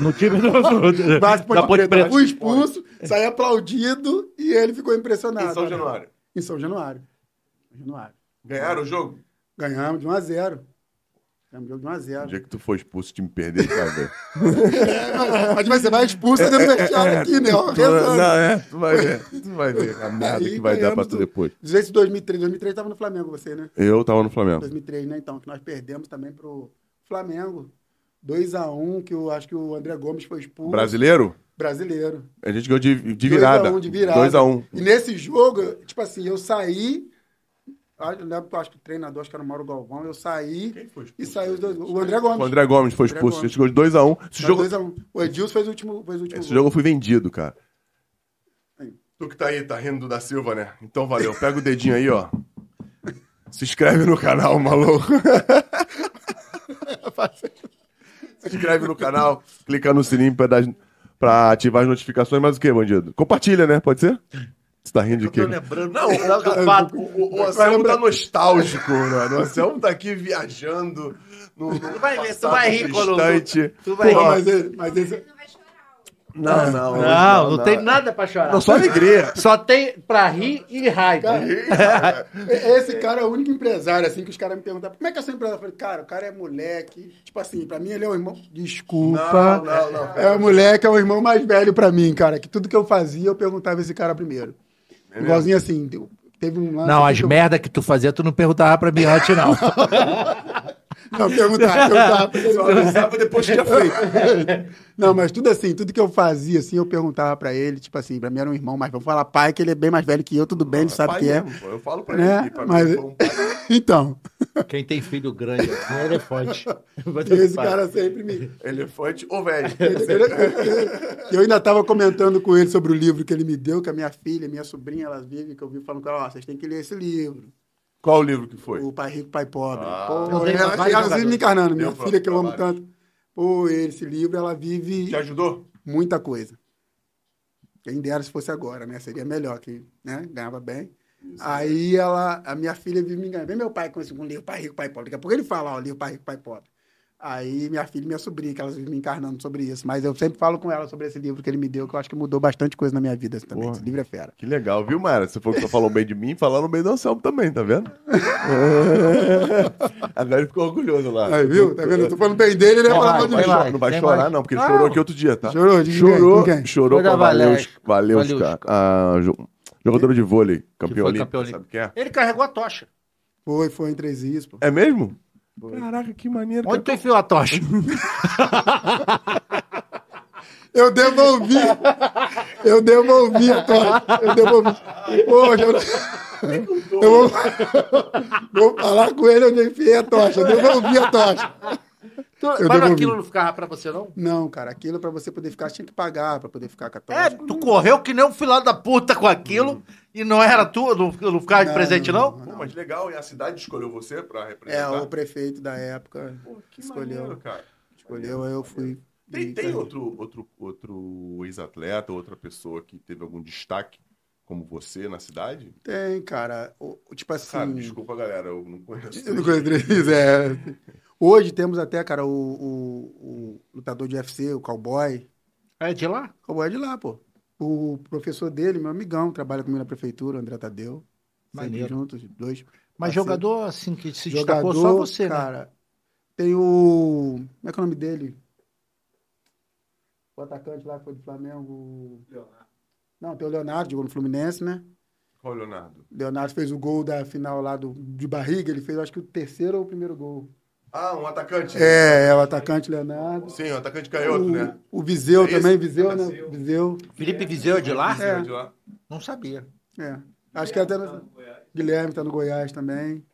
Speaker 4: No time do, do-
Speaker 3: Vasco
Speaker 4: da Ponte Preta.
Speaker 3: Fui expulso, saí aplaudido e ele ficou impressionado.
Speaker 1: Em São Januário.
Speaker 3: Em São Januário. São Januário.
Speaker 1: Ganharam o jogo?
Speaker 3: Ganhamos de 1 a 0 Ganhamos o jogo de 1 a
Speaker 1: O
Speaker 3: 0
Speaker 1: dia que tu foi expulso, o time perdeu, tu vai ver.
Speaker 3: É, Mas você vai expulso dentro
Speaker 1: É,
Speaker 3: do vestiário aqui, né? Ó,
Speaker 1: Tu-
Speaker 3: rezando.
Speaker 1: Não, é, tu vai ver. Tu vai ver a merda
Speaker 3: Aí
Speaker 1: que vai dar pra
Speaker 3: ganhamos
Speaker 1: tu
Speaker 3: do-
Speaker 1: depois.
Speaker 3: Não sei se 2003. 2003 tava no Flamengo você, né?
Speaker 1: Eu tava no Flamengo.
Speaker 3: 2003, né? Então, que nós perdemos também pro Flamengo. 2x1, que eu acho que o André Gomes foi expulso.
Speaker 1: Brasileiro?
Speaker 3: Brasileiro.
Speaker 1: A gente ganhou de, de virada.
Speaker 3: 2x1 de virada.
Speaker 1: 2x1.
Speaker 3: E nesse jogo, eu- tipo assim, eu saí. ah, Eu lembro que eu acho que o treinador, acho que era o Mauro Galvão, eu saí
Speaker 1: Quem foi
Speaker 3: e saiu os dois. O André Gomes.
Speaker 1: O André Gomes foi
Speaker 3: André
Speaker 1: expulso. A
Speaker 3: Gomes.
Speaker 1: gente ganhou de 2x1. Esse,
Speaker 3: Nós
Speaker 1: jogo,
Speaker 3: dois a um. O Edilson fez o último, fez o último
Speaker 1: esse
Speaker 3: gol.
Speaker 1: jogo eu fui vendido, cara.
Speaker 3: Aí.
Speaker 1: Tu que tá aí, tá rindo da Silva, né? Então valeu. Pega o dedinho aí, ó. Se inscreve no canal, maluco. Se inscreve no canal, clica no sininho pra, dar- pra ativar as notificações. Mas o que, bandido? Compartilha, né? Pode ser? Você tá rindo de quê?
Speaker 2: lembrando.
Speaker 1: Não, o, fato, o, o Anselmo tá nostálgico, mano. O Anselmo tá aqui viajando. No, tu
Speaker 2: vai ver, tu vai rir quando- Tu vai
Speaker 3: Pô,
Speaker 1: Porra,
Speaker 2: rir.
Speaker 3: mas, ele- mas esse-
Speaker 1: Não, não. hoje
Speaker 4: Não, não tem
Speaker 2: Nada pra chorar.
Speaker 1: Não, só alegria.
Speaker 2: Só tem pra rir e raiva.
Speaker 3: esse cara é o único empresário, assim, que os caras me perguntaram, como é que é seu empresário? Eu falei, cara, o cara é moleque. Tipo assim, pra mim ele é um irmão. Desculpa.
Speaker 1: Não, não, não.
Speaker 3: É o moleque, é o irmão mais velho pra mim, cara. Que tudo que eu fazia, eu perguntava esse cara primeiro.
Speaker 1: É
Speaker 3: Igualzinho assim, deu- teve um lance.
Speaker 4: Não,
Speaker 3: aqui
Speaker 4: as
Speaker 3: que eu-
Speaker 4: merda que tu fazia, tu não perguntava pra mim antes, não.
Speaker 3: Não, perguntar, perguntar.
Speaker 1: Eu sabe depois que já foi.
Speaker 3: Não, mas tudo assim, tudo que eu fazia, assim, eu perguntava pra ele, tipo assim, pra mim era um irmão mais velho. Vou falar pai, que ele é bem mais velho que eu, tudo bem, ele sabe
Speaker 1: Ah, Pai
Speaker 3: que é.
Speaker 1: mesmo, pô. Eu falo pra ele.
Speaker 3: Né?
Speaker 1: que pra
Speaker 3: Mas-
Speaker 1: mim foi um pai.
Speaker 3: Então,
Speaker 4: Quem tem filho grande assim, é um elefante.
Speaker 3: esse cara sempre me.
Speaker 1: um Elefante ou velho.
Speaker 3: Eu ainda tava comentando com ele sobre o livro que ele me deu, que a minha filha, minha sobrinha, elas vivem, que eu vi falando com ela, ó, vocês têm que ler esse livro.
Speaker 1: Qual o livro que foi?
Speaker 3: O Pai Rico, Pai Pobre.
Speaker 1: Ah.
Speaker 3: Pô,
Speaker 2: Eu dei pra
Speaker 3: ela
Speaker 2: vários
Speaker 3: chegava
Speaker 2: jogadores.
Speaker 3: me encarnando, minha
Speaker 1: Deu pra-
Speaker 3: filha que eu amo
Speaker 1: pra vários.
Speaker 3: tanto. Pô, esse livro, ela vive.
Speaker 1: Te ajudou?
Speaker 3: muita coisa. Quem dera se fosse agora, né? Seria melhor, que né? ganhava bem. Aí ela, a minha filha vive me enganando. Vem meu pai com esse um livro, pai rico, pai pobre. Daqui a pouco ele fala, ó, livro, pai rico, pai pobre. Aí minha filha e minha sobrinha, que elas vivem me encarnando sobre isso. Mas eu sempre falo com ela sobre esse livro que ele me deu, que eu acho que mudou bastante coisa na minha vida também.
Speaker 1: Porra.
Speaker 3: Esse livro é fera.
Speaker 1: Que legal, viu, Mara? Você falou que só falou bem de mim, falaram bem do Anselmo também, tá vendo? Agora ele ficou orgulhoso lá.
Speaker 3: Aí, viu? Tá vendo? Eu tô falando bem dele, ele ia
Speaker 4: Vai,
Speaker 3: falar
Speaker 1: Não
Speaker 3: mal de
Speaker 1: vai,
Speaker 3: mim.
Speaker 4: vai lá.
Speaker 1: chorar, não vai
Speaker 4: Tem
Speaker 1: chorar,
Speaker 4: mais?
Speaker 1: não, porque ele
Speaker 4: Não.
Speaker 1: chorou aqui outro dia, tá?
Speaker 3: Chorou de ninguém,
Speaker 1: Chorou,
Speaker 3: ninguém.
Speaker 1: chorou
Speaker 4: Foi da
Speaker 1: com a Valeus,
Speaker 4: Valesca.
Speaker 1: Valeus, cara.
Speaker 4: Valeuska.
Speaker 1: Ah, jo- jogadora de vôlei, campeão
Speaker 4: foi
Speaker 1: olímpico,
Speaker 4: campeão olímpico.
Speaker 1: sabe quem é?
Speaker 2: Ele carregou a tocha.
Speaker 3: Foi, foi em três isso, pô.
Speaker 1: É mesmo? Caraca, que maneiro.
Speaker 4: Onde tu enfiou a tocha?
Speaker 3: Eu devolvi! Eu devolvi a tocha! Eu devolvi. Poxa, eu, eu vou... vou falar com ele onde eu enfiei a tocha. Eu devolvi a tocha.
Speaker 2: Tu,
Speaker 3: Eu
Speaker 2: mas
Speaker 3: devolvi.
Speaker 2: aquilo não ficava pra você, não?
Speaker 3: Não, cara, aquilo pra você poder ficar, tinha que pagar pra poder ficar com a
Speaker 2: É,
Speaker 3: tocha.
Speaker 2: tu correu que nem um filado da puta com aquilo e não era tua, não, não ficava de
Speaker 3: Uhum. Não,
Speaker 2: presente, não?
Speaker 3: não,
Speaker 1: Pô, mas legal, e a cidade escolheu você pra
Speaker 3: É,
Speaker 1: representar?
Speaker 3: o prefeito da época
Speaker 1: Pô, que
Speaker 3: escolheu.
Speaker 1: maneiro, cara.
Speaker 3: escolheu, aí eu fui.
Speaker 1: Tem,
Speaker 3: e- tá um.
Speaker 1: tem outro, outro, outro ex-atleta, outra pessoa que teve algum destaque como você na cidade?
Speaker 3: Tem, cara. O- o- tipo assim.
Speaker 1: Cara, desculpa, galera, eu não conheço.
Speaker 3: Eu não conheço três, é. Hoje temos até, cara, o, o- o lutador de UFC, o cowboy.
Speaker 4: É de lá?
Speaker 3: O cowboy é de lá, pô. O professor dele, meu amigão, trabalha comigo na prefeitura, o André Tadeu. Sempre
Speaker 4: Maneiro.
Speaker 3: juntos, dois.
Speaker 4: Mas
Speaker 3: Parceiro.
Speaker 4: jogador, assim, que se
Speaker 3: Jogador,
Speaker 4: destacou só você, né?
Speaker 3: cara. Tem o. Como é que é o nome dele? O atacante lá que foi do Flamengo. Leonardo. Não, tem o Leonardo, jogou no Fluminense, né?
Speaker 1: Ô, é Leonardo.
Speaker 3: Leonardo fez o gol da final lá do, de barriga, ele fez acho que o terceiro ou o primeiro gol.
Speaker 1: Ah, um atacante.
Speaker 3: É, é o atacante Leonardo.
Speaker 1: Sim, um atacante canhoto,
Speaker 3: o,
Speaker 1: né?
Speaker 3: o Viseu
Speaker 1: É
Speaker 3: também,
Speaker 1: esse?
Speaker 3: Viseu, né?
Speaker 1: Viseu.
Speaker 3: Viseu.
Speaker 2: Felipe Viseu é de lá?
Speaker 3: É.
Speaker 1: De lá.
Speaker 2: Não sabia.
Speaker 3: É. Acho
Speaker 1: tá
Speaker 3: que até. no- Guilherme tá no Goiás também.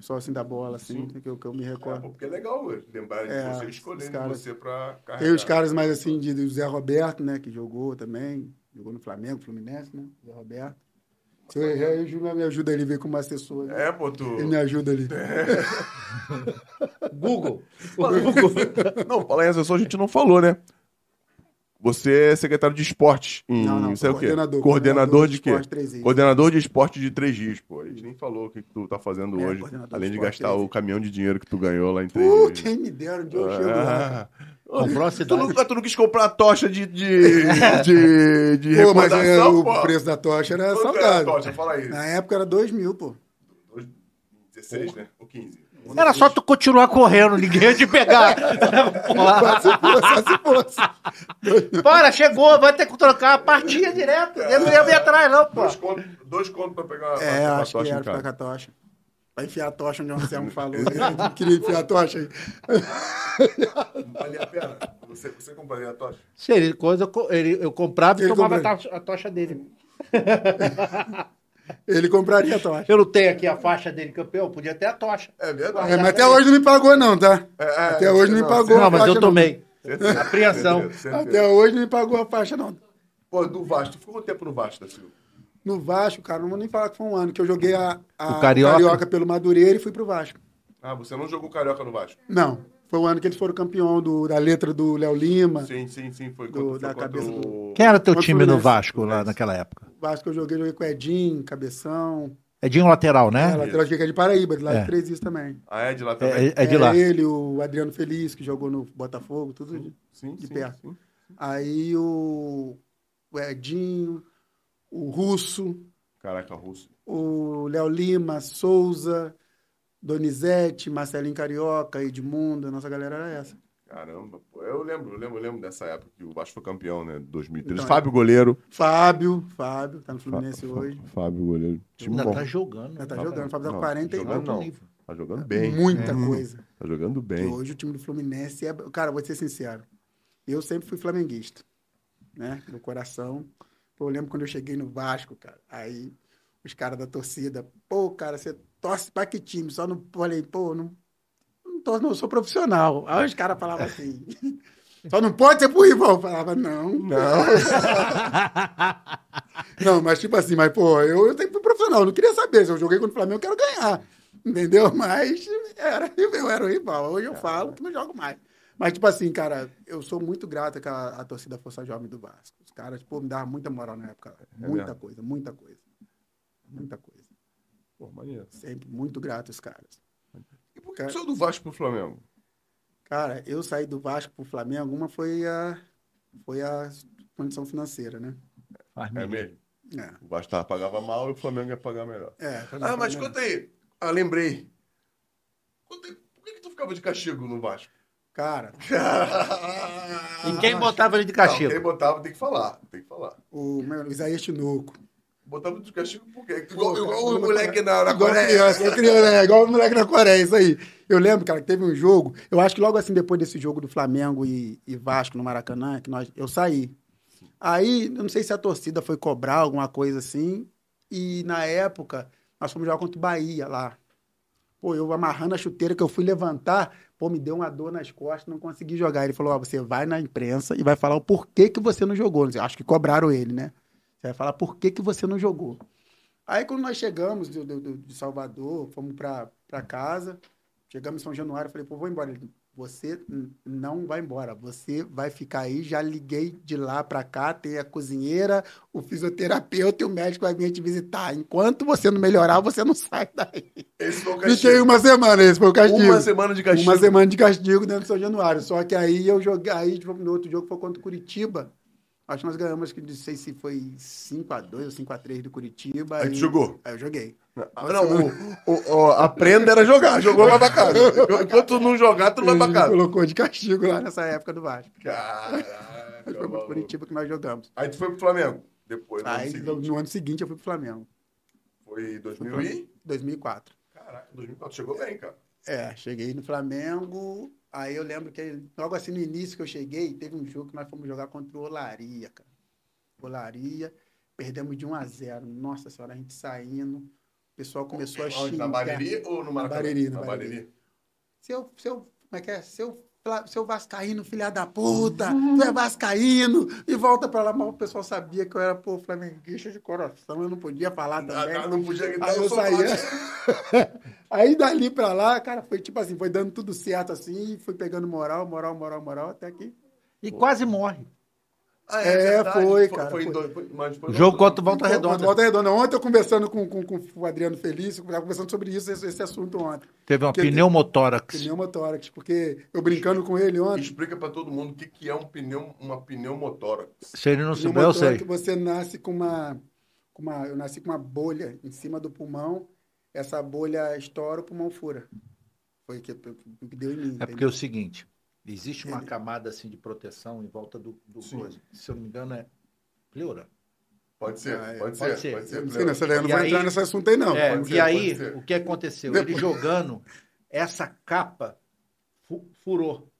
Speaker 3: Só assim da bola, assim, que eu, que eu me
Speaker 1: É,
Speaker 3: recordo.
Speaker 1: pô, porque é legal lembrar de
Speaker 3: É,
Speaker 1: você
Speaker 3: os
Speaker 1: escolhendo
Speaker 3: caras-
Speaker 1: você pra carregar.
Speaker 3: Tem os caras mais assim, de, do Zé Roberto, né? Que jogou também. Jogou no Flamengo, Fluminense, né? Zé Roberto. Se eu errar, eu juro, me ajuda ali, vem como assessor. né?
Speaker 1: É, pô, tu...
Speaker 3: Ele me ajuda ali.
Speaker 2: Google. Google.
Speaker 3: é-
Speaker 1: Não, falar em assessor a gente não falou, né? Você é secretário de esportes em,
Speaker 3: Não, não,
Speaker 1: sei é o quê?
Speaker 3: coordenador,
Speaker 1: Coordenador,
Speaker 3: coordenador de
Speaker 1: de quê?
Speaker 3: esporte Três Rios.
Speaker 1: coordenador de esporte de Três Rios, pô. A gente nem falou o que que tu tá fazendo
Speaker 3: É,
Speaker 1: hoje,
Speaker 3: coordenador
Speaker 1: além
Speaker 3: de
Speaker 1: de
Speaker 3: esporte
Speaker 1: gastar
Speaker 3: Três
Speaker 1: o caminhão de dinheiro que tu ganhou lá em Três
Speaker 3: Uh,
Speaker 1: Rios.
Speaker 3: quem me dera, onde eu chego né? lá.
Speaker 1: Ah,
Speaker 2: Comprou a
Speaker 1: tu,
Speaker 2: cidade.
Speaker 1: nunca, tu não quis comprar a tocha de, de, de, de
Speaker 3: Pô, mas é,
Speaker 1: recordação, pô. um
Speaker 3: o preço da tocha era
Speaker 1: Quanto era a
Speaker 3: salgado.
Speaker 1: tocha? Fala aí.
Speaker 3: Na época era 2 mil, pô.
Speaker 1: Dois- 16, né? Ou 15.
Speaker 2: Era só tu continuar correndo, ninguém ia te pegar. Porra.
Speaker 3: Se fosse, se fosse.
Speaker 2: Para, chegou, vai ter que trocar a partinha direto. Eu não ia vir atrás, não, pô.
Speaker 1: Dois contos, dois contos pra pegar uma-
Speaker 3: É,
Speaker 1: uma
Speaker 3: acho que
Speaker 1: tocha em
Speaker 3: era
Speaker 1: casa.
Speaker 3: pra com a tocha. Pra enfiar a tocha onde o Anselmo falou. Ele queria enfiar a tocha aí.
Speaker 1: Valia a pena? Você, você compraria a tocha?
Speaker 2: Seria coisa, eu co- ele- eu comprava e
Speaker 3: Ele
Speaker 2: tomava a
Speaker 3: comprava.
Speaker 2: tocha, a tocha dele.
Speaker 3: Ele compraria a tocha.
Speaker 2: Eu não tenho aqui a faixa dele, campeão, podia ter a tocha.
Speaker 1: É verdade.
Speaker 3: É, mas até hoje não me pagou, não, tá?
Speaker 1: é,
Speaker 3: até hoje não me
Speaker 1: não,
Speaker 3: pagou.
Speaker 2: Não,
Speaker 3: a
Speaker 2: mas
Speaker 3: faixa,
Speaker 2: eu tomei.
Speaker 1: Certeza,
Speaker 2: Apreensão.
Speaker 1: certeza, certeza.
Speaker 3: Até hoje não me pagou a faixa, não.
Speaker 1: Pô, do Vasco, tu ficou quanto tempo no Vasco, da Silva?
Speaker 3: No Vasco, cara, não vou nem falar que foi um ano, que eu joguei a, a
Speaker 2: O Carioca?
Speaker 3: pelo Madureira e fui pro Vasco.
Speaker 1: Ah, você não jogou Carioca no Vasco?
Speaker 3: Não, foi o ano que eles foram campeão do- da letra do Léo Lima.
Speaker 1: Sim, sim, sim, foi
Speaker 3: Do-
Speaker 1: contra, foi
Speaker 3: da
Speaker 1: contra
Speaker 3: cabeça
Speaker 1: o...
Speaker 2: Quem é? era teu
Speaker 3: Quanto
Speaker 2: time no
Speaker 3: Fluminense?
Speaker 2: Vasco lá naquela época?
Speaker 3: O Vasco eu joguei, joguei com o Edinho, Cabeção.
Speaker 2: É de um lateral,
Speaker 3: É,
Speaker 2: né?
Speaker 3: lateral que é de Paraíba, de lá
Speaker 2: É.
Speaker 3: de Três Rios também.
Speaker 1: A Ed lá também?
Speaker 2: É, é de
Speaker 3: Era
Speaker 2: lá. Uhum.
Speaker 3: Ele, o Adriano Feliz, que jogou no Botafogo, tudo.
Speaker 1: Sim,
Speaker 3: de
Speaker 1: sim,
Speaker 3: perto.
Speaker 1: sim.
Speaker 3: Aí o, o Edinho, o Russo,
Speaker 1: Caraca, russo.
Speaker 3: o Léo Lima, Souza, Donizete, Marcelinho Carioca, Edmundo, a nossa galera era essa.
Speaker 1: Caramba, pô. Eu lembro, eu lembro, eu lembro dessa época que o Vasco foi campeão, né? 2013.
Speaker 3: Então, é.
Speaker 1: Fábio Goleiro.
Speaker 3: Fábio, Fábio, tá no Fluminense hoje.
Speaker 1: Fábio Goleiro. Time
Speaker 2: Ainda
Speaker 1: bom.
Speaker 2: tá jogando.
Speaker 3: Já
Speaker 2: né?
Speaker 3: tá jogando, Fábio tá
Speaker 1: Não,
Speaker 3: 48
Speaker 1: jogando não.
Speaker 3: nível.
Speaker 1: Tá jogando bem.
Speaker 3: Muita coisa.
Speaker 1: Tá jogando
Speaker 3: E
Speaker 1: bem.
Speaker 3: hoje o time do Fluminense é. Cara, vou ser sincero. Eu sempre fui flamenguista, né? No coração. Pô, Eu lembro quando eu cheguei no Vasco, cara. Aí os caras da torcida, pô, cara, você torce pra que time? Só não. Falei, pô, não. Não torço, não, eu sou profissional. Aí os caras falavam assim. Só não pode ser pro rival. Eu falava, não. Não. não, mas tipo assim, mas, pô, eu, eu tenho que ser profissional. Eu não queria saber. Se eu joguei contra o Flamengo, eu quero ganhar. Entendeu? Mas era, eu era o rival. Hoje eu falo que não jogo mais. Mas, tipo assim, cara, eu sou muito grato com a, a torcida Força Jovem do Vasco. Os caras, pô, me davam muita moral na época. Muita
Speaker 1: mesmo?
Speaker 3: coisa, muita coisa. Muita coisa.
Speaker 1: Pô, maneiro.
Speaker 3: Sempre muito grato os caras.
Speaker 1: E por que tu saiu do Vasco pro Flamengo?
Speaker 3: Cara, eu saí do Vasco pro Flamengo, uma foi a, foi a condição financeira, né?
Speaker 2: Faz
Speaker 1: É
Speaker 2: merda.
Speaker 1: mesmo?
Speaker 3: É.
Speaker 1: O Vasco tava, pagava mal e o Flamengo ia pagar melhor.
Speaker 3: É,
Speaker 1: Ah, mas conta aí. Ah, lembrei. Conta aí, por que, que tu ficava de castigo no Vasco?
Speaker 3: Cara,
Speaker 2: E
Speaker 3: Ah,
Speaker 2: quem botava ele de
Speaker 3: tá,
Speaker 1: Não, quem
Speaker 2: castigo?
Speaker 1: botava tem que falar. Tem que falar.
Speaker 3: o meu, o Isaías Tinoco.
Speaker 1: Botava de castigo por quê? Igual,
Speaker 3: Pô,
Speaker 1: igual
Speaker 3: cara,
Speaker 1: o moleque na, na
Speaker 3: Igual
Speaker 1: Coreia.
Speaker 3: criança, igual criança, é, igual o moleque na Coreia, isso aí. Eu lembro, cara, que teve um jogo, eu acho que logo assim, depois desse jogo do Flamengo e, e Vasco no Maracanã, que nós, eu saí. Aí, eu não sei se a torcida foi cobrar alguma coisa assim, e na época, nós fomos jogar contra o Bahia lá. Pô, eu amarrando a chuteira que eu fui levantar, pô, me deu uma dor nas costas, não consegui jogar. Ele falou, ó, você vai na imprensa e vai falar o porquê que você não jogou. Eu Acho que cobraram ele, né? Você vai falar por que, que você não jogou. Aí quando nós chegamos do- do- do- de Salvador, fomos pra pra casa, chegamos em São Januário, eu falei, pô, vou embora. Ele, Você n- não vai embora, você vai ficar aí. Já liguei de lá pra cá, tem a cozinheira, o fisioterapeuta e o médico vai vir te visitar. Enquanto você não melhorar, você não sai daí.
Speaker 1: Esse foi o
Speaker 3: Fiquei
Speaker 1: castigo.
Speaker 3: uma semana, esse foi o castigo.
Speaker 1: Uma semana de castigo.
Speaker 3: Uma semana de castigo dentro do São Januário. Só que aí eu joguei. Aí tipo, no outro jogo foi contra o Curitiba. Acho que nós ganhamos, que não sei se foi 5x2 ou 5x3 do Curitiba.
Speaker 1: Aí tu
Speaker 3: e-
Speaker 1: jogou.
Speaker 3: Aí eu joguei.
Speaker 1: Ah, não, o, o, o- a prenda era jogar. Jogou, vai pra casa. Enquanto tu não jogar, tu não vai pra
Speaker 3: Ele
Speaker 1: casa.
Speaker 3: colocou de castigo lá nessa época do Vasco.
Speaker 1: Caraca,
Speaker 3: Foi pro
Speaker 1: maluco.
Speaker 3: Curitiba que nós jogamos.
Speaker 1: Aí tu foi pro Flamengo. Depois, no ano
Speaker 3: Aí
Speaker 1: seguinte.
Speaker 3: no ano seguinte eu fui pro Flamengo.
Speaker 1: Foi 2000 e...
Speaker 3: 2004.
Speaker 1: Caraca, 2004. Chegou bem, cara.
Speaker 3: É, cheguei no Flamengo. Aí eu lembro que logo assim no início que eu cheguei, teve um jogo que nós fomos jogar contra o Olaria, cara. Olaria, perdemos de 1 a 0. Nossa senhora, a gente saindo. O pessoal começou a
Speaker 1: Onde, Na
Speaker 3: xingar.
Speaker 1: Bariri ou no Maracanã?
Speaker 3: Bariri, na
Speaker 1: Na
Speaker 3: Bariri.
Speaker 1: Bariri.
Speaker 3: Seu, seu, como é que é? Seu, Fla- seu Vascaíno, filha da puta, tu é Vascaíno. E volta pra lá, mas o pessoal sabia que eu era, pô, flamenguista de coração, eu não podia falar também.
Speaker 1: Ah, Não podia gritar,
Speaker 3: Aí eu
Speaker 1: sou
Speaker 3: saía.
Speaker 1: Flamengo.
Speaker 3: Aí dali pra lá, cara, foi tipo assim, foi dando tudo certo assim, fui pegando moral, moral, moral, moral, até que.
Speaker 2: E quase morre.
Speaker 1: Ah,
Speaker 3: É,
Speaker 1: verdade.
Speaker 3: foi, cara,
Speaker 1: Foi, em
Speaker 3: foi.
Speaker 1: dois- foi, mas foi
Speaker 2: Jogo
Speaker 1: no-
Speaker 2: contra o Volta
Speaker 3: Então,
Speaker 2: Redonda.
Speaker 3: Volta Redonda. Ontem eu conversando com, com, com o Adriano Felício, eu tava conversando sobre isso, esse, esse assunto ontem.
Speaker 2: Teve uma
Speaker 3: Que-
Speaker 2: pneumotórax.
Speaker 3: Pneumotórax, porque eu brincando com ele ontem.
Speaker 1: Explica pra todo mundo o que, que é um pneu, uma pneumotórax.
Speaker 2: Se ele não souber, eu
Speaker 3: pneumotórax,
Speaker 2: sei.
Speaker 3: você nasce com uma, com uma. Eu nasci com uma bolha em cima do pulmão, essa bolha estoura, o pulmão fura. Foi o que, o que deu em mim.
Speaker 2: É
Speaker 3: entendeu?
Speaker 2: porque é o seguinte, existe uma camada assim de proteção em volta do, do
Speaker 1: Sim.
Speaker 2: coisa. Se eu não me engano, é pleura.
Speaker 1: Pode ser,
Speaker 3: Ah, é.
Speaker 1: pode, ser,
Speaker 2: Pode ser.
Speaker 1: pode
Speaker 3: Eu
Speaker 1: ser.
Speaker 3: Não sei, não,
Speaker 1: Pneu.
Speaker 3: você não
Speaker 2: E
Speaker 3: vai
Speaker 2: aí-
Speaker 3: entrar nesse assunto aí, não.
Speaker 2: É,
Speaker 1: pode
Speaker 2: e
Speaker 1: ser,
Speaker 2: aí,
Speaker 1: pode ser.
Speaker 2: o que aconteceu? Ele jogando, essa capa fu- furou.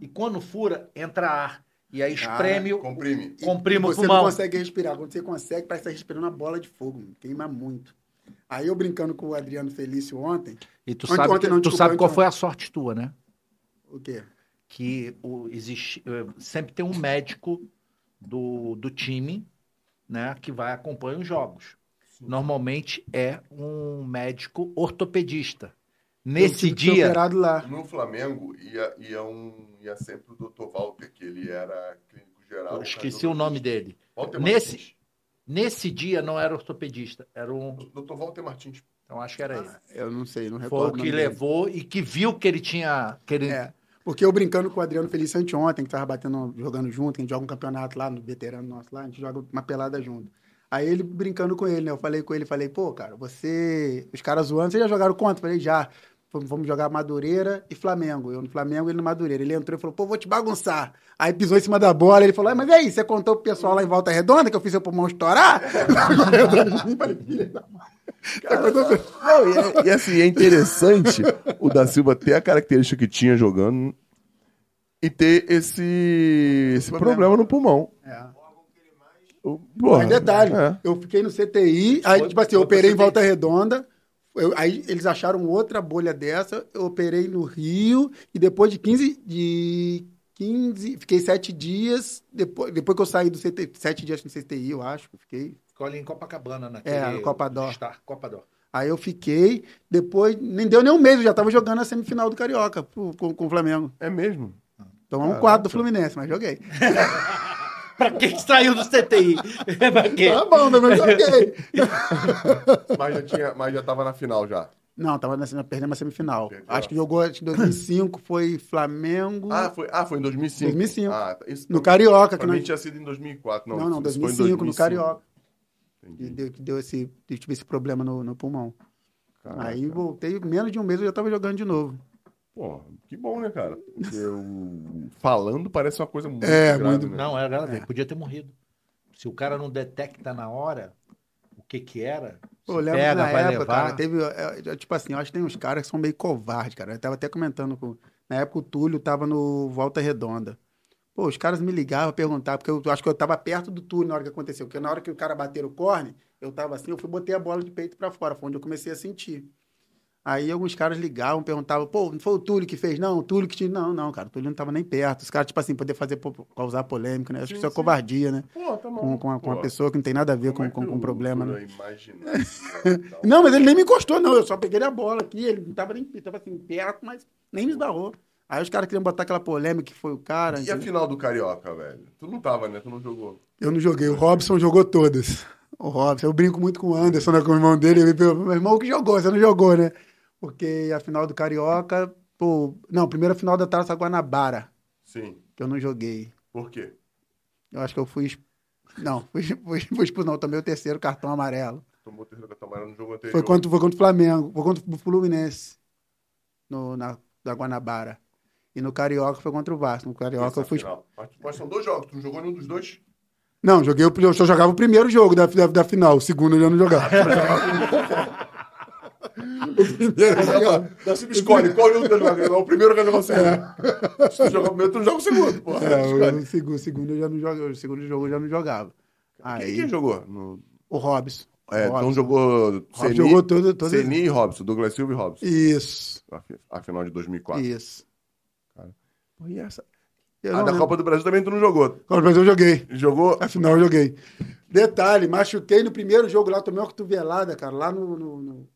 Speaker 2: E quando fura, entra ar. E aí espreme, o
Speaker 1: Ah, Comprime.
Speaker 2: comprime o
Speaker 3: você não
Speaker 2: pulmão.
Speaker 3: consegue respirar. Quando você consegue, parece que tá respirando uma bola de fogo. mano. Queima muito. Aí eu brincando com o Adriano Felício ontem,
Speaker 2: E tu
Speaker 3: Ontem-
Speaker 2: sabe,
Speaker 3: ontem não,
Speaker 2: tu
Speaker 3: desculpa,
Speaker 2: sabe qual
Speaker 3: ontem
Speaker 2: foi a sorte tua, né?
Speaker 3: o quê?
Speaker 2: que o, existe, eh, sempre tem um médico do, do time né, que vai acompanhar os jogos. Normalmente é um médico ortopedista.
Speaker 3: Eu
Speaker 2: Nesse
Speaker 3: tive que ser
Speaker 2: dia,
Speaker 3: operado lá.
Speaker 1: No Flamengo ia, ia, um, ia sempre o Dr. Walter, que ele era clínico geral.
Speaker 2: eu esqueci o nome dele.
Speaker 1: Walter
Speaker 2: Nesse-
Speaker 1: Martins.
Speaker 2: Nesse dia não era ortopedista, era um.
Speaker 1: Dr. Walter Martins.
Speaker 2: Então acho que era ele.
Speaker 3: Eu não sei, Ah, não
Speaker 2: Foi
Speaker 3: recordo.
Speaker 2: o
Speaker 3: nome
Speaker 2: que
Speaker 3: dele.
Speaker 2: levou e que viu que ele tinha. Que ele...
Speaker 3: É, porque eu brincando com o Adriano Felício anteontem, que tava batendo, jogando junto, que a gente joga um campeonato lá no veterano nosso lá, a gente joga uma pelada junto. Aí ele brincando com ele, né? Eu falei com ele, falei, pô, cara, você. Os caras zoando, vocês já jogaram contra? Eu Falei, já. Vamos vamos jogar Madureira e Flamengo. Eu no Flamengo, ele no Madureira. Ele entrou e falou, pô, vou te bagunçar. Aí pisou em cima da bola, ele falou, "Ah, mas e aí, você contou pro pessoal lá em Volta Redonda que eu fiz seu pulmão estourar? eu falei, filha da mãe. Você contou pro-
Speaker 1: e, assim, é interessante o da Silva ter a característica que tinha jogando e ter esse, esse
Speaker 3: problema
Speaker 1: no pulmão.
Speaker 3: É.
Speaker 1: Porra,
Speaker 3: Mas detalhe,
Speaker 1: é.
Speaker 3: eu fiquei no CTI, aí,
Speaker 2: Foi-
Speaker 3: tipo assim, eu
Speaker 2: foi pro
Speaker 3: operei em
Speaker 2: CTI.
Speaker 3: Volta Redonda, eu- aí eles acharam outra bolha dessa, eu operei no Rio, e depois de 15, de 15, fiquei sete dias, depois, depois que eu saí do CTI, sete dias no CTI, eu acho, que eu fiquei.
Speaker 2: Ficou ali em Copacabana, naquele.
Speaker 3: É, no Copa Dó.
Speaker 2: Star, Copa Dó.
Speaker 3: Aí eu fiquei, depois, nem deu nem um mês, eu já tava jogando a semifinal do Carioca pro- com, com o Flamengo.
Speaker 1: É mesmo?
Speaker 3: Tomamos
Speaker 1: Caraca.
Speaker 3: um quadro do Fluminense, mas joguei.
Speaker 2: Pra quem saiu do CTI? pra quê?
Speaker 3: Tá bom, mas joguei.
Speaker 1: Mas já, tinha, mas já tava na final já.
Speaker 3: Não, tava nessa, perdemos a semifinal.
Speaker 1: Perdeu.
Speaker 3: Acho que jogou acho que em 2005, foi Flamengo.
Speaker 1: Ah, foi, ah, foi em 2005.
Speaker 3: 2005.
Speaker 1: Ah, tá. isso
Speaker 3: No Carioca, que
Speaker 1: Pra
Speaker 3: não.
Speaker 1: mim tinha sido em 2004. Não,
Speaker 3: Não, não,
Speaker 1: isso foi
Speaker 3: 2005,
Speaker 1: em
Speaker 3: no Carioca. Que
Speaker 1: Entendi.
Speaker 3: deu, que deu esse, que eu tive esse problema no, no pulmão.
Speaker 1: Caraca.
Speaker 3: Aí voltei, menos de um mês eu já tava jogando de novo.
Speaker 1: Pô, que bom, né, cara? Porque eu... falando parece uma coisa muito
Speaker 3: É,
Speaker 1: grave,
Speaker 3: muito-
Speaker 1: né?
Speaker 2: Não, era grave.
Speaker 3: É.
Speaker 2: Podia ter morrido. Se o cara não detecta na hora o que que era,
Speaker 3: Pô,
Speaker 2: se
Speaker 3: eu lembro que
Speaker 2: pega,
Speaker 3: na
Speaker 2: vai
Speaker 3: época,
Speaker 2: levar.
Speaker 3: cara, teve. é, é, Tipo assim, eu acho que tem uns caras que são meio covardes, cara. Eu tava até comentando com. Na época o Túlio tava no Volta Redonda. Pô, os caras me ligavam perguntar, porque eu acho que eu tava perto do Túlio na hora que aconteceu. Porque na hora que o cara bater o corne, eu tava assim, eu fui botei a bola de peito pra fora, foi onde eu comecei a sentir. Aí alguns caras ligavam, perguntavam, pô, não foi o Túlio que fez, não, o Túlio que te. Não, não, cara, o Túlio não tava nem perto. Os caras, tipo assim, poder fazer, po- causar polêmica, né? Acho que isso é
Speaker 1: Sim, sim.
Speaker 3: covardia, né?
Speaker 1: Pô, tá
Speaker 3: Com, com, a- com uma
Speaker 1: Pô,
Speaker 3: pessoa que não tem nada a ver
Speaker 1: como
Speaker 3: com,
Speaker 1: é
Speaker 3: com,
Speaker 1: que
Speaker 3: com um
Speaker 1: eu-
Speaker 3: problema, né?
Speaker 1: eu imaginava isso, né? Então,
Speaker 3: Não, mas ele nem me encostou, não. Eu só peguei a bola aqui. Ele não tava nem tava assim, perto, mas nem me esbarrou. Aí os caras queriam botar aquela polêmica que foi o cara.
Speaker 1: E a
Speaker 3: entendeu?
Speaker 1: final do Carioca, velho? Tu não tava, né? Tu não jogou.
Speaker 3: Eu não joguei. O Robson jogou todas. O Robson. Eu brinco muito com o Anderson, né, com o irmão dele. Ele falou, meu irmão que jogou, você não jogou, né? Porque a final do Carioca, pô. Não, primeira final da Taça Guanabara,
Speaker 1: Sim.
Speaker 3: que eu não joguei.
Speaker 1: Por quê?
Speaker 3: Eu acho que eu fui. exp- Não, fui, fui, fui expulso, não. Eu Tomei o terceiro cartão amarelo.
Speaker 1: Tomou tá, o terceiro cartão amarelo no jogo anterior.
Speaker 3: Foi contra, foi contra o Flamengo. Foi contra o Fluminense. No, na, da Guanabara. E no Carioca foi contra o Vasco. No Carioca eu fui. exp-
Speaker 1: final. Mas, mas são dois jogos. Tu não jogou nenhum dos dois?
Speaker 3: Não, joguei, o- eu só jogava o primeiro jogo da, da, da final. O segundo eu já não jogava. É, o primeiro
Speaker 1: é
Speaker 3: eu jogava.
Speaker 1: Não, se escolhe qual jogo tu joga. O primeiro que você é. Se tu joga o primeiro, tu não joga o segundo, porra.
Speaker 3: É,
Speaker 1: Escolhe.
Speaker 3: o, segundo, o segundo eu já não jogava. O segundo jogo eu já não jogava.
Speaker 1: Quem,
Speaker 3: Aí,
Speaker 1: quem jogou? No...
Speaker 3: o Robson.
Speaker 1: É,
Speaker 3: Robson.
Speaker 1: então jogou
Speaker 3: Robson
Speaker 1: Ceni,
Speaker 3: jogou todo, todo...
Speaker 1: Ceni e Robson, Douglas Silva e Robson.
Speaker 3: Isso,
Speaker 1: A, fi- a final de 2004.
Speaker 3: isso.
Speaker 1: Pô, E... essa?
Speaker 3: Eu
Speaker 1: A
Speaker 3: não
Speaker 1: Ah, da
Speaker 3: lembro. É,
Speaker 1: Copa do Brasil também tu não jogou.
Speaker 3: Copa do Brasil eu joguei.
Speaker 1: Jogou
Speaker 3: Afinal, eu joguei. Detalhe, machuquei no primeiro jogo lá, tomei uma cotovelada, cara, lá no. no- no-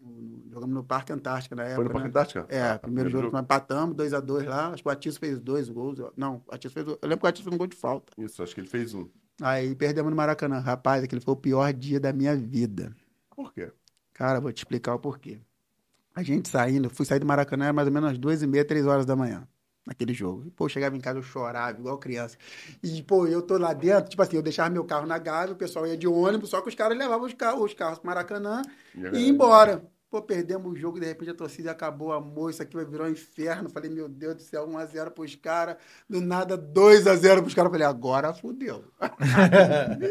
Speaker 3: no- jogamos no Parque Antártica na época.
Speaker 1: Foi no Parque
Speaker 3: né?
Speaker 1: Antártica?
Speaker 3: É,
Speaker 1: Ah,
Speaker 3: primeiro jogo nós empatamos, 2x2 lá. Acho que o Atis fez dois gols. eu- Não, o Atis fez. Eu lembro que o Atis fez um gol de falta.
Speaker 1: Isso, acho que ele fez um.
Speaker 3: Aí perdemos no Maracanã. Rapaz, aquele foi o pior dia da minha vida.
Speaker 1: Por quê?
Speaker 3: Cara, vou te explicar o porquê. A gente saindo, fui sair do Maracanã, era mais ou menos às duas e meia, três horas da manhã, naquele jogo. E, pô, eu chegava em casa, eu chorava, igual criança. E, pô, eu tô lá dentro, tipo assim, eu deixava meu carro na gávea, o pessoal ia de ônibus, só que os caras levavam os carros, os carros pro Maracanã e
Speaker 1: É.
Speaker 3: ia embora. Pô, perdemos o jogo, de repente a torcida acabou, amor, isso aqui vai virar um inferno. Falei, meu Deus do céu, 1x0 pros caras, do nada 2x0 pros caras. Falei, agora fudeu.
Speaker 2: né?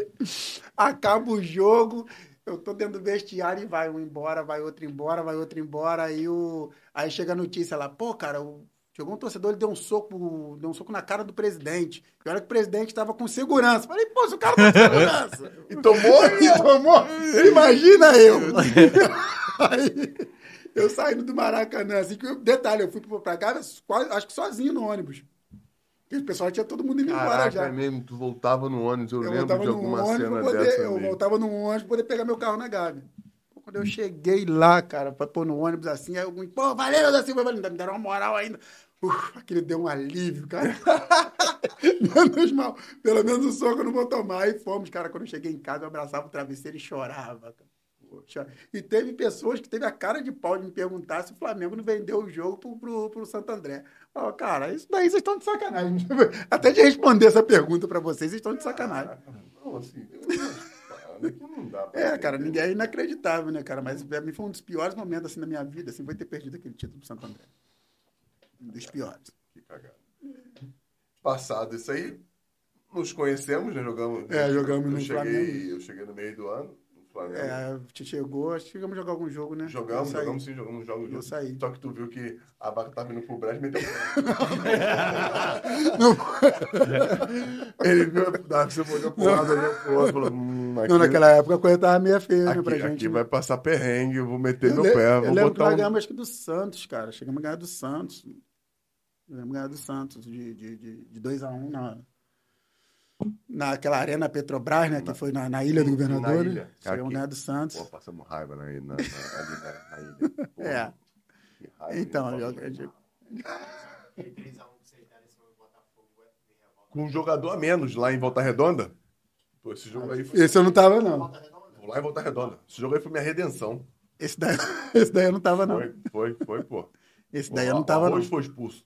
Speaker 3: Acaba o jogo, eu tô dentro do vestiário e vai um embora, vai outro embora, vai outro embora. Aí, o... aí chega a notícia lá, pô, cara, o... chegou um torcedor, ele deu um soco, deu um soco na cara do presidente. E olha que o presidente tava com segurança. Falei, pô, se o cara tá com segurança.
Speaker 1: E tomou?
Speaker 3: E tomou, imagina eu. Aí, eu saindo do Maracanã, assim, que eu- detalhe, eu fui pra casa quase- acho que sozinho no ônibus. E o pessoal tinha todo mundo indo embora já.
Speaker 1: Caraca, é mesmo. Tu voltava no ônibus. Eu,
Speaker 3: Eu
Speaker 1: lembro
Speaker 3: voltava
Speaker 1: de
Speaker 3: num
Speaker 1: alguma
Speaker 3: ônibus
Speaker 1: cena
Speaker 3: pra poder,
Speaker 1: dessa.
Speaker 3: Eu
Speaker 1: mesmo.
Speaker 3: voltava num ônibus pra poder pegar meu carro na Gávea. Pô, Quando eu cheguei lá, cara, pra pôr no ônibus assim, aí eu, pô, valeu, da Silva, valeu, me deram uma moral ainda. Uf, aquilo deu um alívio, cara. menos mal, pelo menos o soco eu não vou tomar. Aí fomos, cara, quando eu cheguei em casa, eu abraçava o travesseiro e chorava, cara. Pô, chora- E teve pessoas que teve a cara de pau de me perguntar se o Flamengo não vendeu o jogo pro, pro, pro Santo André. Ó, cara, isso daí vocês estão de sacanagem. Até de responder essa pergunta pra vocês, vocês estão de sacanagem.
Speaker 1: Não, assim, tem umas paradas que não dá pra
Speaker 3: É, cara,
Speaker 1: entender.
Speaker 3: ninguém é inacreditável, né, cara? Mas pra mim foi um dos piores momentos assim da minha vida, assim, foi ter perdido aquele título do Santo André. Um dos piores.
Speaker 1: Que cagada. Passado isso aí, nos conhecemos, né? Jogamos.
Speaker 3: É, jogamos
Speaker 1: eu
Speaker 3: no
Speaker 1: cheguei,
Speaker 3: Flamengo.
Speaker 1: Eu cheguei no meio do ano, no Flamengo.
Speaker 3: É, te chegou, acho que chegamos a jogar algum jogo, né?
Speaker 1: Jogamos,
Speaker 3: Eu saí.
Speaker 1: jogamos sim, jogamos jogos.
Speaker 3: Eu saí.
Speaker 1: Só que tu viu que a vaca tava vindo pro Brasil e meteu.
Speaker 3: Não,
Speaker 1: Ele viu, dá, você olhou pro lado, olhou pro outro, falou. Hum, aqui,
Speaker 3: não, naquela época a coisa tava meio feia, né,
Speaker 1: aqui,
Speaker 3: pra
Speaker 1: aqui
Speaker 3: gente. né?
Speaker 1: vai passar perrengue, eu vou meter
Speaker 3: Eu
Speaker 1: meu
Speaker 3: le-
Speaker 1: pé,
Speaker 3: eu
Speaker 1: vou
Speaker 3: lembro que nós
Speaker 1: botar um.
Speaker 3: ganhamos acho que do Santos, cara. Chegamos a ganhar do Santos. Lembro ganhar do Santos, de 2x1 de, de, de 2 a 1 na, naquela arena Petrobras, né? Que foi na, na Ilha do
Speaker 1: na
Speaker 3: Governador.
Speaker 1: ilha.
Speaker 3: né? Chegamos a
Speaker 1: Aqui.
Speaker 3: ganhar do Santos.
Speaker 1: Pô, passamos raiva na, na, na, ali na, na ilha. Pô,
Speaker 3: É.
Speaker 1: que raiva,
Speaker 3: Então,
Speaker 1: gente,
Speaker 3: eu-
Speaker 1: passamos
Speaker 3: eu-
Speaker 1: com um jogador a menos lá em Volta Redonda. Pô, esse jogo aí foi.
Speaker 3: Esse eu não tava, não.
Speaker 1: Vou lá em Volta Redonda. Esse jogo aí foi minha redenção.
Speaker 3: Esse daí, esse daí eu não tava, não.
Speaker 1: Foi, foi, foi, pô.
Speaker 3: Esse daí eu
Speaker 1: O-
Speaker 3: não tava,
Speaker 1: O
Speaker 3: não.
Speaker 1: Arroz foi expulso.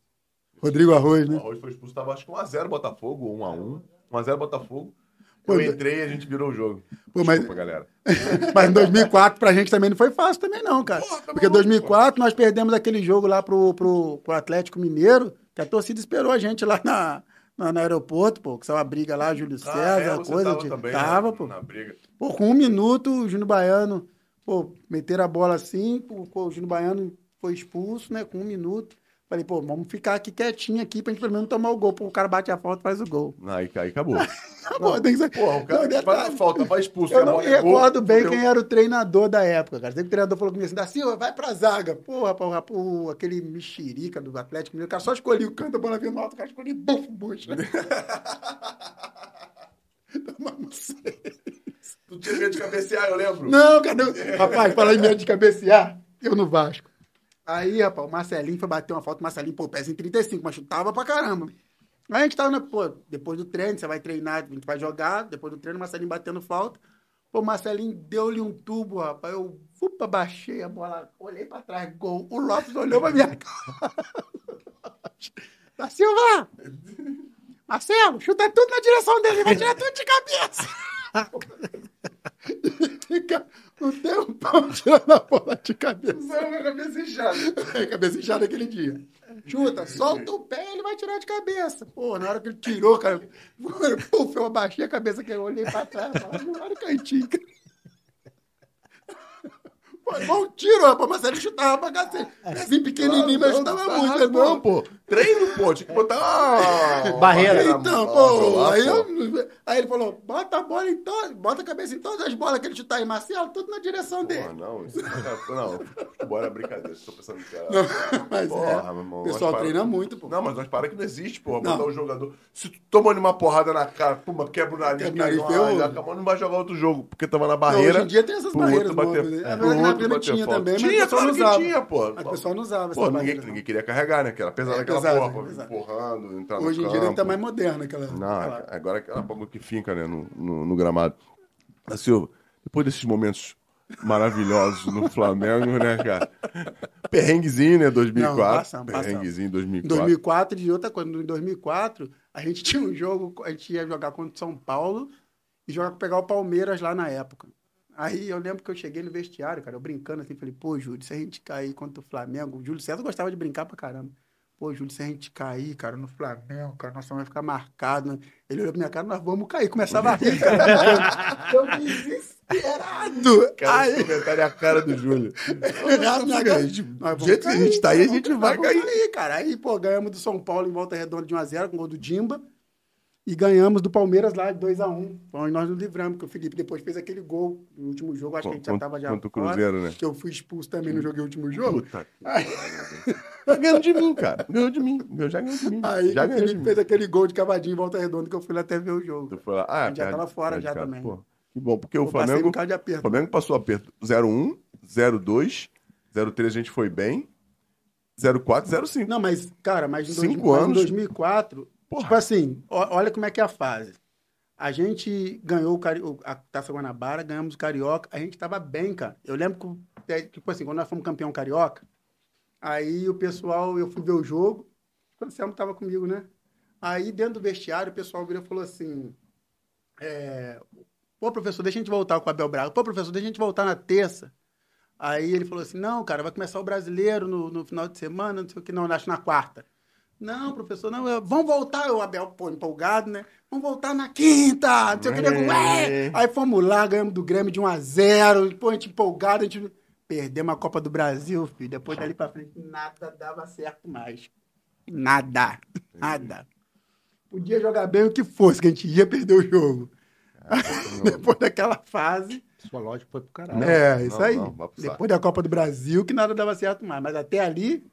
Speaker 3: Rodrigo Arroz,
Speaker 1: O
Speaker 3: né?
Speaker 1: Arroz foi expulso. Tava acho que 1x0 Botafogo, um ou 1x1. 1x0 Botafogo.
Speaker 3: Pô,
Speaker 1: Eu
Speaker 3: mas-
Speaker 1: entrei e a gente virou o jogo.
Speaker 3: Pô, mas-
Speaker 1: Desculpa, galera.
Speaker 3: Mas em 2004 pra gente também não foi fácil também não, cara. Porque em 2004 nós perdemos aquele jogo lá pro, pro, pro Atlético Mineiro, que a torcida esperou a gente lá na, na, no aeroporto, pô, que saiu uma briga lá, Júlio César,
Speaker 1: Ah, é, você
Speaker 3: coisa
Speaker 1: tava
Speaker 3: de...
Speaker 1: também né?
Speaker 3: tava,
Speaker 1: na,
Speaker 3: pô.
Speaker 1: na briga.
Speaker 3: Pô, com um minuto, o Júnior Baiano, pô, meteram a bola assim, pô, pô, o Júnior Baiano foi expulso, né, com um minuto. Falei, pô, vamos ficar aqui quietinho aqui pra gente pelo menos tomar o gol, pô, o cara bate a falta e faz o gol.
Speaker 1: Aí, aí acabou.
Speaker 3: Acabou, Tá tem que sair.
Speaker 1: Porra, o cara
Speaker 3: Não,
Speaker 1: que faz um a
Speaker 3: detalhe.
Speaker 1: falta, vai expulso.
Speaker 3: Eu
Speaker 1: a
Speaker 3: não
Speaker 1: bola
Speaker 3: me
Speaker 1: é gol,
Speaker 3: recordo bem
Speaker 1: fudeu.
Speaker 3: quem era o treinador da época, cara. Sempre que o treinador falou comigo assim, da Silva, vai pra zaga. Pô, rapaz, o rapaz, o- aquele mexerica do Atlético Mineiro, o cara só escolhia o canto, a bola vindo alto, o cara escolhia, bum, um né? bucha.
Speaker 1: Tu tinha medo de cabecear, eu lembro.
Speaker 3: Não, cara, não. rapaz, falar em medo de cabecear, eu ah, no Vasco. Aí, rapaz, o Marcelinho foi bater uma falta, o Marcelinho, pô, pesa em 35, mas chutava pra caramba. Aí a gente tava, na- pô, depois do treino, você vai treinar, a gente vai jogar, depois do treino, o Marcelinho batendo falta. Pô, o Marcelinho deu-lhe um tubo, rapaz. Eu, upa, baixei a bola, olhei pra trás, gol. O Lopes olhou pra minha cara. Da Silva! Marcelo, chuta tudo na direção dele, vai tirar tudo de cabeça! Fica um tempão tirando a bola de cabeça.
Speaker 1: Saiu com a cabeça inchada.
Speaker 3: É, cabeça inchada aquele dia. Chuta, solta o pé, ele vai tirar de cabeça. Pô, na hora que ele tirou, cara, puf, eu abaixei a cabeça, que eu olhei pra trás, falei, não era o cantinho. cara." Pô, bom tiro, rapaz, mas ele chutava pra cacete. Assim, pequenininho, mas chutava
Speaker 1: Não, não,
Speaker 3: muito. né,
Speaker 1: Não,
Speaker 3: pô?
Speaker 1: pô. Treino, pô. Tinha que botar uma...
Speaker 2: Barreira.
Speaker 1: uma
Speaker 3: Então,
Speaker 1: bola
Speaker 3: pô,
Speaker 1: lá,
Speaker 3: aí,
Speaker 1: pô.
Speaker 3: eu- aí ele falou, bota a bola em todas, bota a cabeça em todas as bolas que ele chutar aí, Marcelo, tudo na direção dele.
Speaker 1: Porra, não, isso é não, bora brincadeira, tô pensando em cara.
Speaker 3: Mas
Speaker 1: Porra,
Speaker 3: é,
Speaker 1: meu irmão,
Speaker 3: o pessoal
Speaker 1: mas para-
Speaker 3: treina muito, pô.
Speaker 1: Não, mas nós para que não existe, porra.
Speaker 3: Não.
Speaker 1: Botar o jogador. Se tu toma uma porrada na cara, puma, quebra o nariz,
Speaker 3: Quebra o nariz,
Speaker 1: cai no
Speaker 3: ferrou.
Speaker 1: ar, acabou, não vai jogar outro jogo, porque tava na
Speaker 3: Não,
Speaker 1: barreira.
Speaker 3: hoje em dia tem essas
Speaker 1: pro
Speaker 3: barreiras
Speaker 1: outro bater-
Speaker 3: móveis. né?
Speaker 1: é,
Speaker 3: Na
Speaker 1: pro
Speaker 3: verdade, na
Speaker 1: outro
Speaker 3: Bíblia
Speaker 1: bater
Speaker 3: tinha
Speaker 1: falta.
Speaker 3: também, mas
Speaker 1: Tinha,
Speaker 3: o pessoal
Speaker 1: claro
Speaker 3: não
Speaker 1: que
Speaker 3: usava.
Speaker 1: tinha, pô.
Speaker 3: Mas o pessoal não usava
Speaker 1: Pô,
Speaker 3: essa
Speaker 1: ninguém,
Speaker 3: barreira, não.
Speaker 1: ninguém queria carregar, né? Que era pesada
Speaker 3: É,
Speaker 1: aquela
Speaker 3: pesado,
Speaker 1: porra, pô,
Speaker 3: pesado.
Speaker 1: empurrando, entrar no
Speaker 3: Hoje em dia deve
Speaker 1: campo.
Speaker 3: estar mais moderna aquela.
Speaker 1: Não,
Speaker 3: aquela-
Speaker 1: agora é aquela bomba que finca né, no, no, no gramado. Da Silva, depois desses momentos maravilhosos no Flamengo, né, cara? Perrenguezinho, né, 2004.
Speaker 3: Não, passamos, passamos.
Speaker 1: Perrenguezinho,
Speaker 3: Em
Speaker 1: 2004.
Speaker 3: 2004 e outra coisa, em 2004 a gente tinha um jogo, a gente ia jogar contra o São Paulo e jogar, pegar o Palmeiras lá na época. Aí eu lembro que eu cheguei no vestiário, cara, eu brincando assim, falei, pô, Júlio, se a gente cair contra o Flamengo, o Júlio César gostava de brincar pra caramba. Pô, Júlio, se a gente cair, cara, no Flamengo, cara, nossa, vai ficar marcado. Né? Ele olhou pra minha cara, nós vamos cair. Começava a rir, cara. Eu desesperado.
Speaker 1: Cara,
Speaker 3: Aí,
Speaker 1: esse comentário é a cara do Júlio.
Speaker 3: Olhava minha cara,
Speaker 1: gente,
Speaker 3: nós
Speaker 1: do
Speaker 3: vamos
Speaker 1: jeito que a gente tá aí, a
Speaker 3: nós
Speaker 1: gente
Speaker 3: vamos
Speaker 1: vai
Speaker 3: nós vamos
Speaker 1: cair.
Speaker 3: cara. Aí, pô, ganhamos do São Paulo em volta redonda de 1x0 com o gol do Dimba. E ganhamos do Palmeiras lá de 2x1. Onde Então, nós nos livramos, porque o Felipe depois fez aquele gol no último jogo. Acho que a gente já tava já
Speaker 1: Contra o
Speaker 3: fora,
Speaker 1: Cruzeiro, né?
Speaker 3: Que eu fui expulso também, não joguei o último jogo.
Speaker 1: Puta.
Speaker 3: Aí,
Speaker 1: Tá ganhando de mim, cara. Ganhou de mim. Ganhou, já ganhou de mim.
Speaker 3: aí
Speaker 1: já
Speaker 3: o
Speaker 1: ganhou de
Speaker 3: Felipe
Speaker 1: mim.
Speaker 3: fez aquele gol de cavadinha em volta redonda que eu fui lá até ver o jogo.
Speaker 1: Tu foi lá, ah,
Speaker 3: A gente já
Speaker 1: perde-
Speaker 3: tava fora
Speaker 1: perde,
Speaker 3: já também.
Speaker 1: Pô, que bom, porque o
Speaker 3: eu passei
Speaker 1: Flamengo...
Speaker 3: um carro de
Speaker 1: O
Speaker 3: aperto.
Speaker 1: Flamengo passou aperto 0-1, 0-2, 0-3 a gente foi bem, 0-4, 0-5.
Speaker 3: Não, mas, cara, mas em, dois-
Speaker 1: Cinco
Speaker 3: mas em
Speaker 1: anos.
Speaker 3: 2004,
Speaker 1: Porra.
Speaker 3: tipo assim, ó- olha como é que é a fase. A gente ganhou o Cari- o- a Taça Guanabara, ganhamos o Carioca, a gente tava bem, cara. Eu lembro que, o- é, tipo assim, quando nós fomos campeão carioca, aí o pessoal, eu fui ver o jogo, o Anselmo tava comigo, né? Aí dentro do vestiário, o pessoal virou e falou assim: é, pô, professor, deixa a gente voltar com o Abel Braga. Pô, professor, deixa a gente voltar na terça. Aí ele falou assim: não, cara, vai começar o brasileiro no, no final de semana, não sei o que, não, acho na quarta. Não, professor, não, eu- vamos voltar, o Abel, pô, empolgado, né? Vamos voltar na quinta, não sei o que, nego, ué! Aí fomos lá, ganhamos do Grêmio de 1 a 0 pô, a gente empolgado, a gente. Perdemos a Copa do Brasil, filho. Depois dali pra frente, nada dava certo mais. Nada. Nada. Podia jogar bem o que fosse, que a gente ia perder o jogo. Depois daquela fase,
Speaker 2: Sua lógica foi pro caralho.
Speaker 3: é, isso
Speaker 1: não,
Speaker 3: aí.
Speaker 1: não, vai pro saco.
Speaker 3: Depois da Copa do Brasil, que nada dava certo mais. Mas até ali,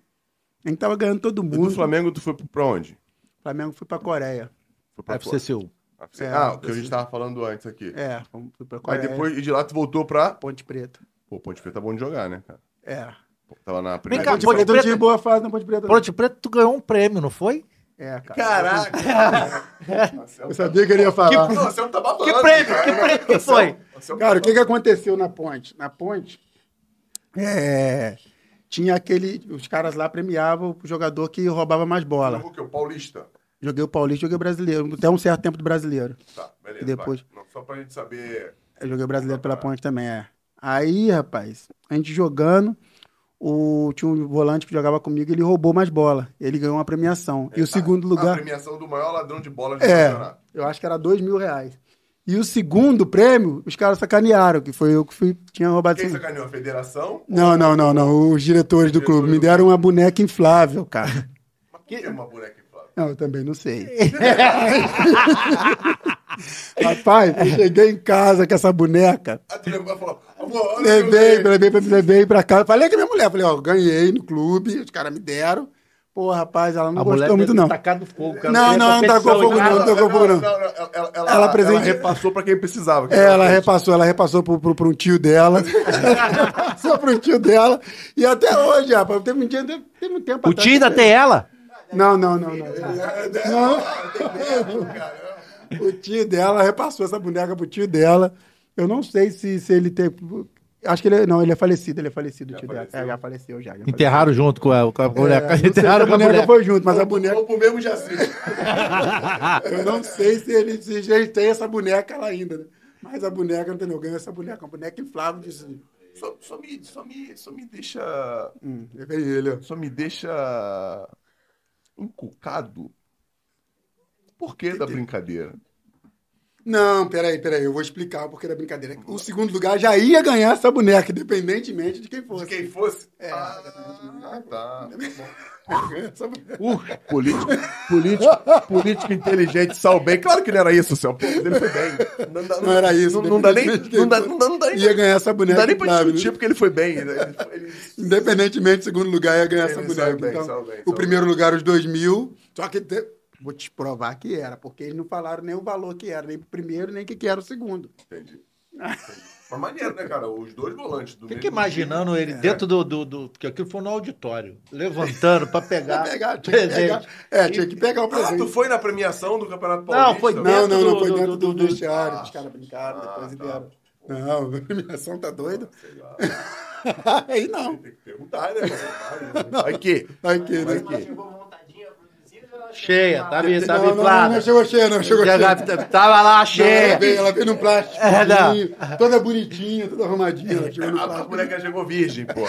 Speaker 3: a gente tava ganhando todo
Speaker 1: E do
Speaker 3: mundo. Flamengo.
Speaker 1: Flamengo, tu foi pra onde?
Speaker 3: Flamengo foi pra Coreia.
Speaker 1: Foi pra fora.
Speaker 4: FCCU.
Speaker 1: UFC.
Speaker 3: É,
Speaker 1: ah, o que a
Speaker 3: UFC.
Speaker 1: gente tava falando antes aqui.
Speaker 3: É, fomos- fui pra
Speaker 1: Aí
Speaker 3: Coreia.
Speaker 1: depois, e de lá tu voltou pra...
Speaker 3: Ponte Preta.
Speaker 1: Pô, Ponte Preta é bom de jogar, né, cara?
Speaker 3: É.
Speaker 1: Pô, Tava na
Speaker 3: Mas
Speaker 1: primeira...
Speaker 4: cá,
Speaker 3: Ponte,
Speaker 4: Ponte
Speaker 3: Preta, eu
Speaker 4: Preta-
Speaker 3: tive um boa fase na Ponte Preta. não.
Speaker 4: Ponte Preta, tu ganhou um prêmio, não foi?
Speaker 3: É, cara. Eu
Speaker 1: Nossa,
Speaker 3: sabia que ele ia falar.
Speaker 1: você tá não tá babando,
Speaker 4: Que prêmio? Que
Speaker 1: cara.
Speaker 4: prêmio que foi?
Speaker 1: Você é um
Speaker 3: Cara, o que, que aconteceu na ponte? Na ponte, é, tinha aquele. Os caras lá premiavam o jogador que roubava mais bola.
Speaker 1: jogo que é o Paulista.
Speaker 3: Joguei o Paulista, joguei o brasileiro. Até um certo tempo do brasileiro.
Speaker 1: Tá, beleza.
Speaker 3: E depois?
Speaker 1: vai. Não, só pra gente saber...
Speaker 3: Eu joguei o brasileiro pela ponte também, é. Aí, rapaz, a gente jogando, o, tinha um volante que jogava comigo, ele roubou mais bola. Ele ganhou uma premiação. E o
Speaker 1: Tá.
Speaker 3: segundo
Speaker 1: A
Speaker 3: lugar,
Speaker 1: premiação do maior ladrão de bola do
Speaker 3: É.
Speaker 1: campeonato.
Speaker 3: eu acho que era dois mil reais. E o segundo prêmio, os caras sacanearam, que foi eu que fui, tinha roubado.
Speaker 1: Quem
Speaker 3: esse-
Speaker 1: sacaneou? A federação?
Speaker 3: Não, não, não, não. Os diretores do clube me deram uma boneca inflável, cara.
Speaker 1: Mas por que uma boneca inflável?
Speaker 3: Não, eu também não sei. Rapaz, eu cheguei em casa com essa boneca.
Speaker 1: Aí tu levou e falou, amor, olha o que eu
Speaker 3: Levei,
Speaker 1: ganhei.
Speaker 3: levei, pra- levei pra casa. Falei com a minha mulher. Falei, ó, ganhei no clube, os caras me deram. Pô, rapaz, ela não
Speaker 2: A mulher
Speaker 3: gostou muito,
Speaker 2: deve tá
Speaker 3: não.
Speaker 2: ter tacado fogo. cara.
Speaker 3: Não,
Speaker 2: Tem
Speaker 3: não, não
Speaker 2: competição em
Speaker 3: tacou fogo,
Speaker 2: casa.
Speaker 3: não, tocou fogo, não.
Speaker 1: ela, ela, ela,
Speaker 3: Ela presente-
Speaker 1: repassou pra quem precisava.
Speaker 3: É, Ela repassou, ela repassou pro, pro, pro um tio dela. Só pro tio dela. E até hoje, rapaz. Teve um dia, teve, teve um tempo
Speaker 2: O
Speaker 3: atrás-
Speaker 2: tio ainda tem ela?
Speaker 3: Não, não, não, não. é Não. O tio dela repassou essa boneca pro tio dela. Eu não sei se, se ele tem. Acho que ele. Não, ele é falecido, ele é falecido, o tio dela. É, já faleceu já. já
Speaker 2: Enterraram junto com a, com a mulher.
Speaker 3: faleceu. É, não sei se
Speaker 2: Enterraram com
Speaker 3: a
Speaker 2: a
Speaker 3: boneca
Speaker 2: mulher.
Speaker 3: foi junto, mas a boneca.
Speaker 1: Ou pro mesmo Jacinto.
Speaker 3: Eu não sei se ele, se ele tem essa boneca lá ainda, né? Mas a boneca, entendeu? Eu ganho essa boneca, uma boneca inflável de.
Speaker 1: Só, só, me, só, me, só me deixa.
Speaker 3: Hum, eu ganhei ele, ó.
Speaker 1: Só me deixa. encucado. Por que da brincadeira?
Speaker 3: Não, peraí, peraí, eu vou explicar o porquê da brincadeira. O segundo lugar já ia ganhar essa boneca, independentemente de quem fosse.
Speaker 1: De quem fosse?
Speaker 3: É,
Speaker 1: ah, tá.
Speaker 3: Essa boneca.
Speaker 1: Uh, Político, político, político inteligente, sal bem. Claro que não era isso, Céu. Pô, Ele foi bem. Não, dá-
Speaker 3: Não era isso,
Speaker 1: Não, não dá nem.
Speaker 3: independentemente de
Speaker 1: Não dá,
Speaker 3: quem
Speaker 1: não dá, não dá, nem-
Speaker 3: Ia ganhar essa
Speaker 1: não
Speaker 3: boneca. né?
Speaker 1: dá nem pra
Speaker 3: inflável.
Speaker 1: discutir, porque ele foi bem. né? Ele, ele-
Speaker 3: Independentemente do segundo lugar, ia ganhar essa
Speaker 1: Ele
Speaker 3: boneca.
Speaker 1: saiu bem,
Speaker 3: então,
Speaker 1: saiu bem, saiu
Speaker 3: o
Speaker 1: bem.
Speaker 3: primeiro lugar, os dois mil. Só que. te- Vou te provar que era, porque eles não falaram nem o valor que era, nem o primeiro, nem o que, que era o segundo.
Speaker 1: Entendi. Mas maneiro, né, cara? Os dois volantes do
Speaker 2: Fica
Speaker 1: mesmo
Speaker 2: imaginando
Speaker 3: É.
Speaker 2: ele dentro do, do, do- Porque aquilo foi no auditório. Levantando pra pegar.
Speaker 3: Pra pegar, tinha que
Speaker 2: presente.
Speaker 3: pegar. É, tinha que pegar o
Speaker 1: time. Ah,
Speaker 3: presente.
Speaker 1: tu foi na premiação do Campeonato Paulista?
Speaker 2: Não, foi
Speaker 1: velho?
Speaker 3: Não,
Speaker 2: dentro
Speaker 3: não,
Speaker 2: do-
Speaker 3: não, foi
Speaker 2: do-
Speaker 3: dentro
Speaker 2: do-
Speaker 3: do
Speaker 2: do-
Speaker 3: vestiário.
Speaker 1: Ah,
Speaker 3: os caras brincaram, depois
Speaker 1: tá.
Speaker 3: vieram. Não, a premiação tá doida.
Speaker 1: Sei lá.
Speaker 3: Aí não.
Speaker 1: Tem que perguntar, né? cara? Aqui.
Speaker 3: Aqui, né?
Speaker 1: Aqui.
Speaker 6: Chegou montadinha, produzida. ela
Speaker 2: Cheia,
Speaker 6: chegou
Speaker 2: tá,
Speaker 6: armada.
Speaker 2: vi- tá
Speaker 3: não, não, não, não
Speaker 2: biplada.
Speaker 3: chegou cheia, não chegou cheia.
Speaker 2: Já- Tava lá
Speaker 3: Não, ela,
Speaker 2: cheia.
Speaker 3: veio, ela veio no plástico,
Speaker 2: É, não.
Speaker 3: bonitinho, toda bonitinha, toda arrumadinha. Ela chegou no
Speaker 1: A, Ah, a
Speaker 3: plástico.
Speaker 1: boneca chegou virgem, pô.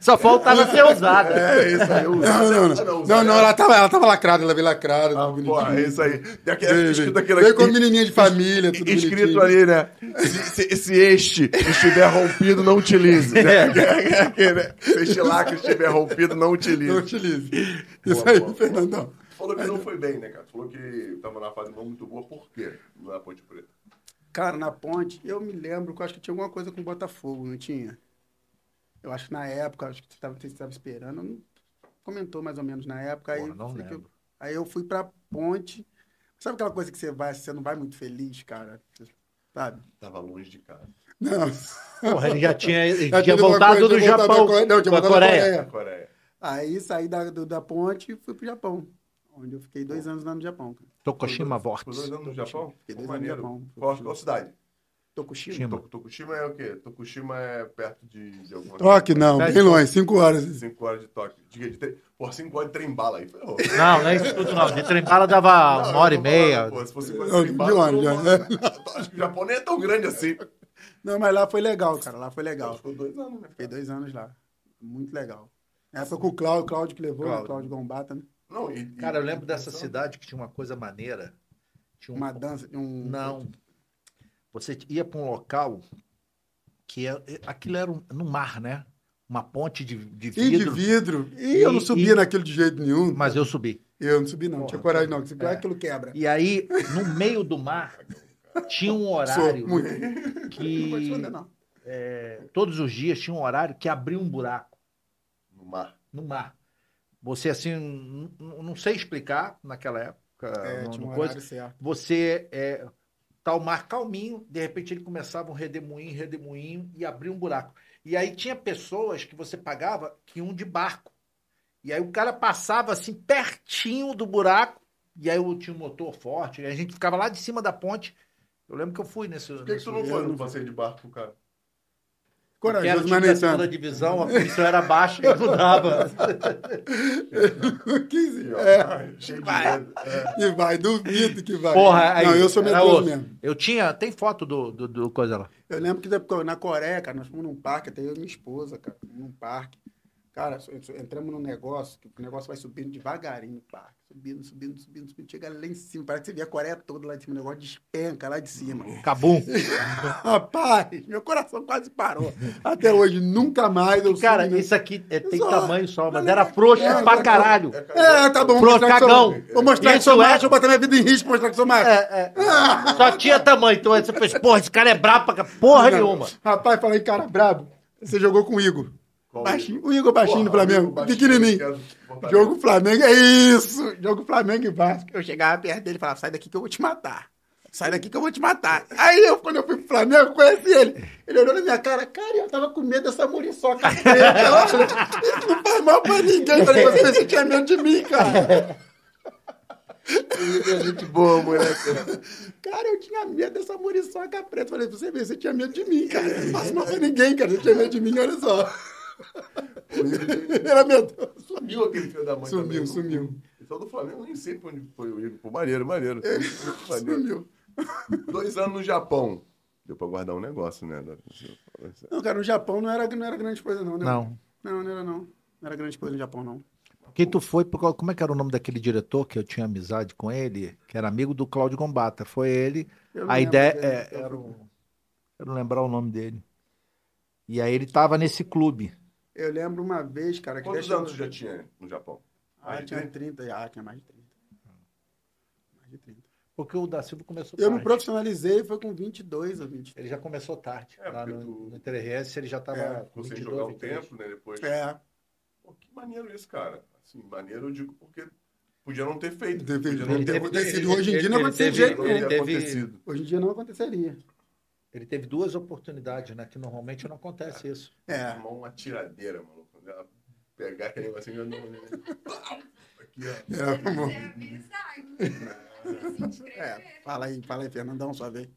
Speaker 2: Só faltava ser usada.
Speaker 1: É isso aí. o-
Speaker 3: Não, não, não. Não, não, ela tava, ela tava lacrada, ela veio lacrada, toda
Speaker 1: Pô, é
Speaker 3: bonitinha.
Speaker 1: isso aí. Tem aquele-
Speaker 3: Veio,
Speaker 1: escrito
Speaker 3: veio.
Speaker 1: aquele
Speaker 3: Veio com
Speaker 1: aqui.
Speaker 3: menininha de família, tudo
Speaker 1: Escrito
Speaker 3: bonitinho.
Speaker 1: ali, né? Se, se- se este estiver rompido, não utilize. Né? Aquele, né? Se este lacre estiver rompido, não utilize.
Speaker 3: Não utilize. Isso
Speaker 1: Boa,
Speaker 3: aí,
Speaker 1: boa,
Speaker 3: Fernandão.
Speaker 1: Tu Falou que não foi bem, né, cara? Tu Falou que tava na fase não muito boa, por quê? Na Ponte Preta.
Speaker 3: Cara, na ponte, eu me lembro que eu acho que tinha alguma coisa com o Botafogo, não tinha? Eu acho que na época, acho que você estava esperando, não- comentou mais ou menos na época. aí,
Speaker 2: Porra, não
Speaker 3: sei que eu-
Speaker 2: lembro.
Speaker 3: aí eu fui pra ponte. Sabe aquela coisa que você vai, você não vai muito feliz, cara? Você- Sabe?
Speaker 1: Tava longe de casa.
Speaker 3: Não.
Speaker 2: Porra, ele já tinha, ele
Speaker 3: Já
Speaker 2: tinha
Speaker 3: tinha voltado,
Speaker 2: voltado do
Speaker 3: tinha voltado da
Speaker 2: Japão
Speaker 3: Coreia. Não, tinha
Speaker 2: com a
Speaker 3: voltado da
Speaker 2: Coreia.
Speaker 1: Na Coreia.
Speaker 3: Aí saí da, do- da ponte e fui pro Japão. Onde eu fiquei dois anos lá no Japão, cara.
Speaker 2: Tokushima
Speaker 1: Por
Speaker 2: Vortex.
Speaker 1: dois anos no Japão? Pô,
Speaker 3: Fiquei dois anos no
Speaker 1: maneiro.
Speaker 3: Japão.
Speaker 1: Qual, qual cidade?
Speaker 3: Tokushima.
Speaker 2: Shima.
Speaker 1: Tok- Tokushima é o quê? Tokushima é perto de, de alguma
Speaker 3: Toque, não,
Speaker 2: Pede
Speaker 3: bem longe, cinco horas.
Speaker 1: 5 horas de toque. Diga de trem. Pô, 5 horas de trem bala aí. Ferrou.
Speaker 2: Não, não é isso tudo, não. De trem-bala dava
Speaker 1: Não,
Speaker 2: uma hora e
Speaker 1: eu tô falando,
Speaker 2: meia.
Speaker 1: pô, se fosse 5 horas
Speaker 3: Não,
Speaker 1: de trem
Speaker 3: de né?
Speaker 1: bala. eu
Speaker 3: ônibus,
Speaker 1: não- Acho que o Japão nem é tão grande assim.
Speaker 3: Não, mas lá foi legal, cara. Lá foi
Speaker 1: Então,
Speaker 3: legal.
Speaker 1: Ficou dois anos, né?
Speaker 3: Fiquei dois anos lá. Muito legal. Na época com o Cláudio, Cláudio que levou, né?
Speaker 2: Cláudio.
Speaker 3: Cláudio Gombata, né?
Speaker 1: Não, e- e-
Speaker 2: Cara, eu lembro dessa cidade que tinha uma coisa maneira. Tinha um-
Speaker 3: Uma dança, um...
Speaker 2: Não. Você ia para um local que é, aquilo era um- no mar, né? Uma ponte de, de
Speaker 3: E de
Speaker 2: vidro.
Speaker 3: vidro. E eu não
Speaker 2: E-
Speaker 3: subia
Speaker 2: e-
Speaker 3: naquilo de jeito nenhum.
Speaker 2: Mas eu subi.
Speaker 3: Eu não subi, não. Não tinha coragem, não. Se
Speaker 2: É.
Speaker 3: é. aquilo quebra.
Speaker 2: E aí, no meio do mar, tinha um
Speaker 3: Sou
Speaker 2: horário
Speaker 3: muito. Não vou te
Speaker 2: que.
Speaker 3: esconder, não.
Speaker 2: Todos os dias tinha um horário que abria um buraco.
Speaker 1: No mar.
Speaker 2: no mar. Você, assim, n- n- não sei explicar naquela época.
Speaker 3: É,
Speaker 2: não-
Speaker 3: tinha
Speaker 2: não
Speaker 3: um
Speaker 2: coisa.
Speaker 3: horário certo.
Speaker 2: Você é, tá o mar calminho, de repente ele começava um redemoinho, redemoinho e abria um buraco. E aí tinha pessoas que você pagava que iam de barco. E aí o cara passava assim pertinho do buraco, e aí eu tinha um motor forte, e a gente ficava lá de cima da ponte. Eu lembro que eu fui nesse.
Speaker 1: Por que, que tu não foi no passeio de barco, cara?
Speaker 2: Era o
Speaker 3: Corajoso,
Speaker 2: time
Speaker 3: mas
Speaker 2: da
Speaker 3: nem
Speaker 2: segunda
Speaker 3: tanto.
Speaker 2: divisão, a punição era baixa e não dava.
Speaker 3: 15
Speaker 1: ó.
Speaker 3: é.
Speaker 1: Cheio de
Speaker 2: Vai.
Speaker 1: medo. É.
Speaker 3: E vai, duvido que vai.
Speaker 2: Porra, aí,
Speaker 3: não, eu sou
Speaker 2: era
Speaker 3: medroso
Speaker 2: osso.
Speaker 3: mesmo.
Speaker 2: Eu tinha. Tem foto do, do, do coisa lá.
Speaker 3: Eu lembro que depois, na Coreia, cara, nós fomos num parque, até eu e minha esposa, cara, num parque. Cara, so- so- entramos num negócio, que o negócio vai subindo devagarinho no parque. Subindo, subindo, subindo, subindo. Chega lá em cima, parece que você vê a Coreia toda lá de cima. O negócio despenca lá de cima.
Speaker 2: Cabum.
Speaker 3: Rapaz, meu coração quase parou. Até hoje, nunca mais eu
Speaker 2: Cara,
Speaker 3: subi, né?
Speaker 2: isso aqui é, tem
Speaker 3: Só-
Speaker 2: tamanho só, mas era frouxo
Speaker 3: É,
Speaker 2: pra
Speaker 3: é,
Speaker 2: caralho.
Speaker 3: É, tá bom.
Speaker 2: Pro
Speaker 3: mostrar que sou-
Speaker 2: cagão.
Speaker 3: Vou mostrar que
Speaker 2: Isso
Speaker 3: sou
Speaker 2: é-
Speaker 3: macho, vou botar minha vida em risco, mostrar que sou macho.
Speaker 2: É, é. Só tinha tamanho. Então aí você pensa, porra, esse cara é brabo pra ca- porra
Speaker 3: Não.
Speaker 2: nenhuma.
Speaker 3: Rapaz, falei, cara, brabo. Você jogou com o Igor. Baixinho, o Igor Baixinho do
Speaker 1: Porra,
Speaker 3: Flamengo,
Speaker 1: amigo, baixinho, é
Speaker 3: pequenininho.
Speaker 1: eu quero botar
Speaker 3: Jogo Flamengo, é isso! Jogo Flamengo e Vasco. Eu chegava perto dele e falava, sai daqui que eu vou te matar. Sai daqui que eu vou te matar. Aí, eu, quando eu fui pro Flamengo, eu conheci ele. Ele olhou na minha cara, cara, eu tava com medo dessa muriçoca. Ela falou, Isso não faz mal pra ninguém. Eu falei, você você tinha medo de mim, cara. É
Speaker 1: Gente boa, moleque.
Speaker 3: Cara, eu tinha medo dessa muriçoca preta. Eu falei, você vê, você tinha medo de mim, cara. Eu não faço mal pra ninguém, cara. Você tinha medo de mim, olha só. Era medo.
Speaker 1: Sumiu aquele filho da mãe
Speaker 3: Sumiu,
Speaker 1: também.
Speaker 3: sumiu.
Speaker 1: Então do Flamengo nem sei pra onde foi o Igor. Pô, maneiro, maneiro.
Speaker 3: É.
Speaker 1: Maneiro.
Speaker 3: Sumiu.
Speaker 1: Dois anos no Japão. Deu pra guardar um negócio, né?
Speaker 2: É
Speaker 3: Não, cara, no Japão não era, não era grande coisa, não, né?
Speaker 2: Não.
Speaker 3: Não, não era não. Não era grande coisa no Japão, não.
Speaker 2: Porque tu foi, por causa- como é que era o nome daquele diretor que eu tinha amizade com ele, que era amigo do Cláudio Gombata? Foi ele
Speaker 3: Eu não
Speaker 2: A
Speaker 3: lembro
Speaker 2: ideia
Speaker 3: dele,
Speaker 2: é,
Speaker 3: eu-
Speaker 2: era o- eu não lembrar o nome dele. E aí ele tava nesse clube.
Speaker 3: Eu lembro uma vez, cara, que
Speaker 1: Quantos
Speaker 3: deixa eu-
Speaker 1: anos já tinha no Japão?
Speaker 3: Ah, tinha 30, já, tinha mais de 30. Mais de 30.
Speaker 2: Porque o da Silva começou
Speaker 3: Eu me
Speaker 2: tarde.
Speaker 3: profissionalizei, foi com 22 ou 23.
Speaker 2: Ele já começou tarde.
Speaker 1: É,
Speaker 2: lá
Speaker 1: porque
Speaker 2: no,
Speaker 1: tu-
Speaker 2: no 3RS ele já tava
Speaker 3: É,
Speaker 2: com
Speaker 1: Você
Speaker 2: 22,
Speaker 1: jogar um
Speaker 2: 23.
Speaker 1: tempo, né? Depois.
Speaker 3: É,
Speaker 1: Pô, que maneiro isso, cara. Assim, maneiro eu digo porque podia não ter feito.
Speaker 3: Deve-
Speaker 1: Podia
Speaker 3: deve
Speaker 1: não
Speaker 3: ter
Speaker 1: ter
Speaker 3: acontecido.
Speaker 1: acontecido.
Speaker 3: Hoje em dia não
Speaker 7: ele
Speaker 3: acontece de
Speaker 7: teve,
Speaker 3: jeito
Speaker 1: Não
Speaker 7: ele
Speaker 1: ter
Speaker 7: teve-
Speaker 1: acontecido.
Speaker 3: hoje em dia não aconteceria.
Speaker 2: Ele teve duas oportunidades, né? Que normalmente não acontece isso.
Speaker 3: É,
Speaker 1: Tomar uma tiradeira, maluco. Quando ela Pegar aquele negocinho. eu não- Aqui, ó.
Speaker 3: é, vamos-
Speaker 8: É.
Speaker 3: é. Fala aí, fala aí, Fernandão, sua vez.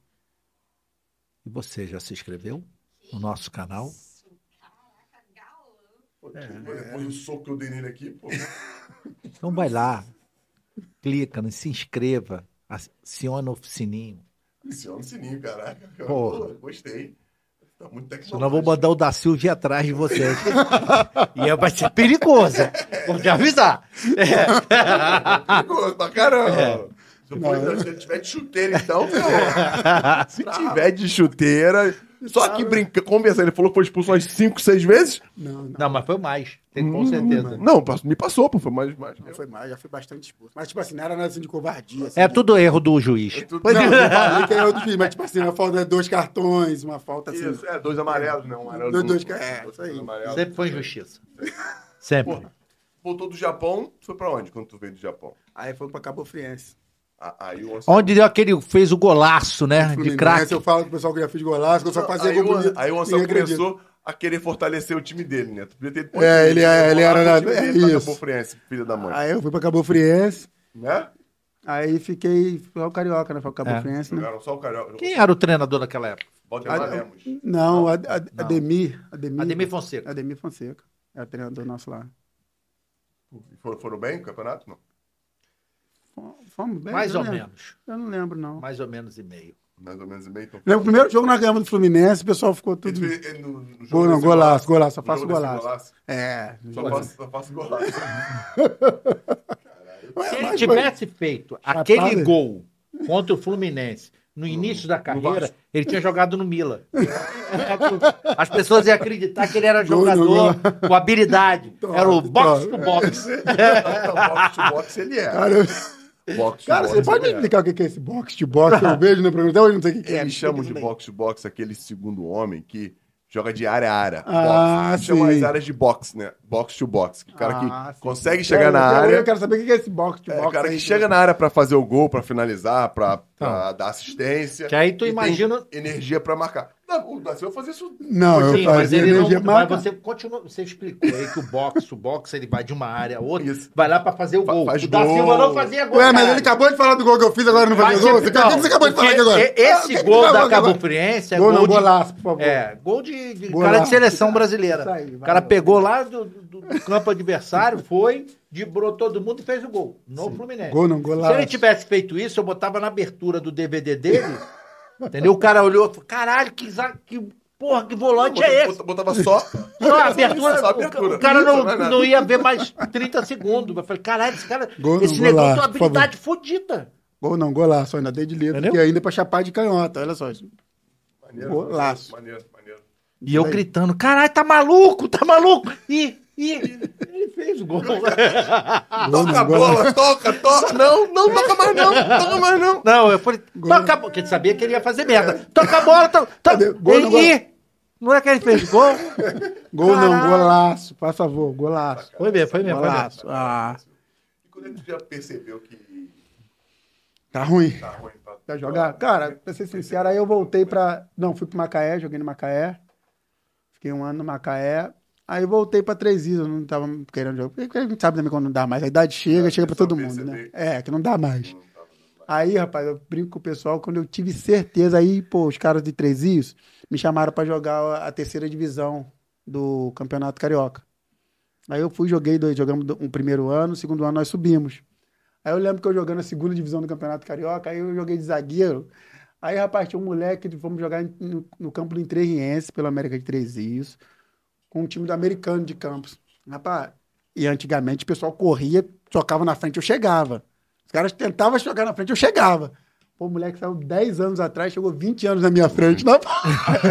Speaker 2: E você já se inscreveu no nosso canal?
Speaker 8: Caraca, galã.
Speaker 1: Pô, tipo, Depois do soco que eu dei nele aqui, pô.
Speaker 2: Então vai lá, clica, né, se inscreva, aciona o sininho.
Speaker 1: Aciona o é um sininho, caraca.
Speaker 2: Porra.
Speaker 1: Pô, gostei. Tá muito tecnológico.
Speaker 2: Senão eu vou mandar o da Silvia atrás de vocês. e aí vai ser perigoso. Vou te avisar.
Speaker 1: Tá Perigoso pra caramba.
Speaker 2: É.
Speaker 1: Se, eu for- se eu tiver de chuteira, então, meu. Se tiver de chuteira. Só que brincando, conversando, ele falou que foi expulso umas 5, 6 vezes.
Speaker 3: Não, não,
Speaker 2: Não, mas foi mais, tem- com
Speaker 1: Hum,
Speaker 2: certeza.
Speaker 1: Não, passou- me passou, pô. Foi mais. mais
Speaker 3: não foi mais, já fui bastante expulso. Mas, tipo assim, não era nada assim de covardia. assim,
Speaker 2: É tudo erro do juiz.
Speaker 3: Não, eu falei que era outro time, mas, tipo assim, uma falta de dois cartões, uma falta assim.
Speaker 1: Isso, é, dois amarelos, né? Um amarelo.
Speaker 3: Dois-
Speaker 1: um-
Speaker 3: dois, é, isso aí.
Speaker 1: amarelo.
Speaker 2: Sempre foi injustiça. Sempre.
Speaker 1: Porra. Voltou do Japão, tu foi pra onde quando tu veio do Japão?
Speaker 3: Aí foi pra Cabo Friense.
Speaker 1: A- Aí o
Speaker 2: Onde deu aquele fez o golaço, né? De
Speaker 3: Fluminense,
Speaker 2: craque.
Speaker 3: Eu falo pro pessoal que já fiz golaço, que eu só fazia
Speaker 1: aí,
Speaker 3: gol
Speaker 1: o-
Speaker 3: bonito.
Speaker 1: aí o
Speaker 3: ninguém
Speaker 1: Anselmo
Speaker 3: acredita.
Speaker 1: começou a querer fortalecer o time dele, né? Tu podia ter-
Speaker 3: É, ele- é, ele era-
Speaker 1: Lá pro time
Speaker 3: é
Speaker 1: dele, pra
Speaker 3: isso.
Speaker 1: Cabo Friense, filho da mãe.
Speaker 3: Aí eu fui pra Cabo Friense,
Speaker 1: Né?
Speaker 3: aí fiquei. Foi o Carioca, né? Foi o Cabo
Speaker 2: É.
Speaker 3: Friense, né?
Speaker 1: Jogaram só o Carioca.
Speaker 2: Quem era o treinador naquela época?
Speaker 1: Valdemar Lemos.
Speaker 3: Não, a, a, Ademir. Ademir.
Speaker 2: Ademir Fonseca.
Speaker 3: Ademir Fonseca. É o treinador nosso lá.
Speaker 1: Foram, foram bem no campeonato? Não.
Speaker 3: Fom- Fomos bem.
Speaker 2: Mais
Speaker 3: eu
Speaker 2: ou
Speaker 3: lembro.
Speaker 2: menos.
Speaker 3: Eu não lembro, não.
Speaker 2: Mais ou menos e meio.
Speaker 1: Mais ou menos e meio. Então.
Speaker 3: Lembro, o primeiro jogo nós ganhamos do Fluminense, o pessoal ficou tudo.
Speaker 1: Ele- ele- no- no jogo
Speaker 3: Gol, não,
Speaker 1: desse
Speaker 3: golaço, golaço, só
Speaker 1: No jogo
Speaker 3: faço
Speaker 1: desse
Speaker 3: golaço. É,
Speaker 1: Só faço, só faço golaço.
Speaker 2: Se ele
Speaker 3: É, mas-
Speaker 2: tivesse feito
Speaker 3: Chapada.
Speaker 2: aquele gol contra o Fluminense no início da carreira, ele tinha jogado no Mila. As pessoas iam acreditar que ele era
Speaker 3: Gol no
Speaker 2: jogador com habilidade.
Speaker 3: Top,
Speaker 2: Era o box
Speaker 3: top.
Speaker 2: to box.
Speaker 1: Então, boxe to boxe ele é.
Speaker 3: Cara, eu-
Speaker 1: boxe to
Speaker 3: cara,
Speaker 1: boxe
Speaker 3: você pode me
Speaker 1: ele é.
Speaker 3: explicar o que que é esse boxe de boxe? que Eu vejo no programa, até hoje não sei o que que é.
Speaker 1: Eles chamam de boxe to boxe aquele segundo homem que joga de área a área.
Speaker 3: Ah,
Speaker 1: Boxe. Chamam
Speaker 3: sim.
Speaker 1: as áreas de boxe, né? Boxe to boxe. O cara
Speaker 3: Ah,
Speaker 1: que
Speaker 3: sim.
Speaker 1: consegue chegar na
Speaker 3: Até hoje
Speaker 1: área.
Speaker 3: Eu quero saber o que que é esse boxe de
Speaker 1: É,
Speaker 3: boxe.
Speaker 1: o cara
Speaker 3: aí,
Speaker 1: que chega na área pra fazer o gol, pra finalizar, pra, pra dar assistência.
Speaker 2: Que aí
Speaker 1: E
Speaker 2: tu
Speaker 1: tem
Speaker 2: imagina-
Speaker 1: Energia pra marcar. Não, o Daciel fazia isso.
Speaker 3: Não, eu
Speaker 2: Sim, mas
Speaker 3: fazia
Speaker 2: ele não.
Speaker 3: energia
Speaker 2: Mas
Speaker 3: marca.
Speaker 2: você continua, você explicou aí que o boxe, o boxe, ele vai de uma área a outra,
Speaker 1: Isso.
Speaker 2: vai lá pra fazer o
Speaker 1: Fa-
Speaker 2: gol.
Speaker 1: faz
Speaker 2: o da
Speaker 1: gol.
Speaker 2: Silva não fazia gol.
Speaker 3: Ué, mas
Speaker 2: caralho.
Speaker 3: ele acabou de falar do gol que eu fiz agora no
Speaker 2: Vai
Speaker 3: Brasil.
Speaker 2: ser-
Speaker 3: Você, o que você acabou de falar aqui
Speaker 2: porque
Speaker 3: agora?
Speaker 2: e- Esse
Speaker 3: Ah, o que
Speaker 2: gol
Speaker 3: você
Speaker 2: da
Speaker 3: acabou
Speaker 2: Cabo
Speaker 3: agora?
Speaker 2: Friense é
Speaker 3: Gol
Speaker 2: gol,
Speaker 3: não,
Speaker 2: de,
Speaker 3: golaço, por favor.
Speaker 2: É, gol de, de
Speaker 3: Golaço.
Speaker 2: cara de seleção brasileira.
Speaker 3: Isso aí,
Speaker 2: o cara
Speaker 3: valeu.
Speaker 2: pegou lá do, do- do campo adversário, foi, debrou todo mundo e fez o gol. No Fluminense.
Speaker 3: Gol não,
Speaker 2: Se ele
Speaker 3: golaço.
Speaker 2: tivesse feito isso, eu botava na abertura do DVD dele. entendeu? O cara olhou e falou: caralho, que, za- que porra, que volante é esse?
Speaker 1: Botava, botava só.
Speaker 2: Só a abertura,
Speaker 1: Só a
Speaker 2: o-
Speaker 1: abertura.
Speaker 2: O cara
Speaker 1: Isso,
Speaker 2: não,
Speaker 1: não é nada.
Speaker 2: não ia ver mais 30 segundos. Eu falei, caralho, esse cara.
Speaker 3: Gol não,
Speaker 2: esse
Speaker 3: gol
Speaker 2: negócio
Speaker 3: lá,
Speaker 2: tem uma
Speaker 3: por favor.
Speaker 2: habilidade fodida.
Speaker 3: Gol não, golaço. Ainda dei de letra.
Speaker 2: Entendeu?
Speaker 3: E ainda pra chapar de canhota, olha só.
Speaker 1: Maneiro,
Speaker 3: Golaço.
Speaker 1: Maneiro, maneiro.
Speaker 2: E eu
Speaker 3: Aí.
Speaker 2: gritando, caralho, tá maluco, tá maluco. E, e ele fez o gol.
Speaker 3: Gol
Speaker 1: Toca a
Speaker 3: não, golaço.
Speaker 1: bola, toca, toca. Não, não toca mais, não. Toca mais, não.
Speaker 2: Não, eu falei, toca a bola, porque ele sabia que ele ia fazer merda. Toca a bola, to, to,
Speaker 3: Cadê? Gol
Speaker 2: e,
Speaker 3: no gol.
Speaker 2: e-
Speaker 4: Não é que ele fez gol?
Speaker 3: Gol não,
Speaker 4: Caralho.
Speaker 3: golaço, por favor, golaço.
Speaker 4: Foi mesmo,
Speaker 2: É,
Speaker 4: foi mesmo. Foi mesmo.
Speaker 3: Golaço. Ah,
Speaker 1: E quando é que tu já percebeu que
Speaker 3: tá ruim.
Speaker 1: tá ruim pra,
Speaker 3: Pra jogar? Cara, pra ser sincero, aí eu voltei pra. Não, fui pro Macaé, joguei no Macaé. Fiquei um ano no Macaé. Aí voltei pra Três Islas, não tava querendo jogar. Porque a gente sabe também quando não dá mais. A idade chega, chega pra
Speaker 1: pessoal
Speaker 3: todo mundo, né?
Speaker 1: É, perceber.
Speaker 3: É, que não dá mais.
Speaker 1: Não tava dando mais.
Speaker 3: Aí, rapaz, eu brinco com o pessoal, quando eu tive certeza, aí, pô, os caras de Três Rios me chamaram pra jogar a terceira divisão do Campeonato Carioca. Aí eu fui, joguei dois, jogamos do- um primeiro ano, segundo ano nós subimos. Aí eu lembro que eu jogando a segunda divisão do Campeonato Carioca, aí eu joguei de zagueiro. Aí, rapaz, tinha um moleque, fomos jogar em- no, no campo do Entrerriense, pela América de Três Rios, com um time do americano de Campos. Rapaz, e antigamente o pessoal corria, tocava na frente, eu chegava. Os caras tentavam chegar na frente, eu chegava. Pô, o moleque saiu 10 anos atrás, chegou 20 anos na minha frente. Não,
Speaker 1: Aí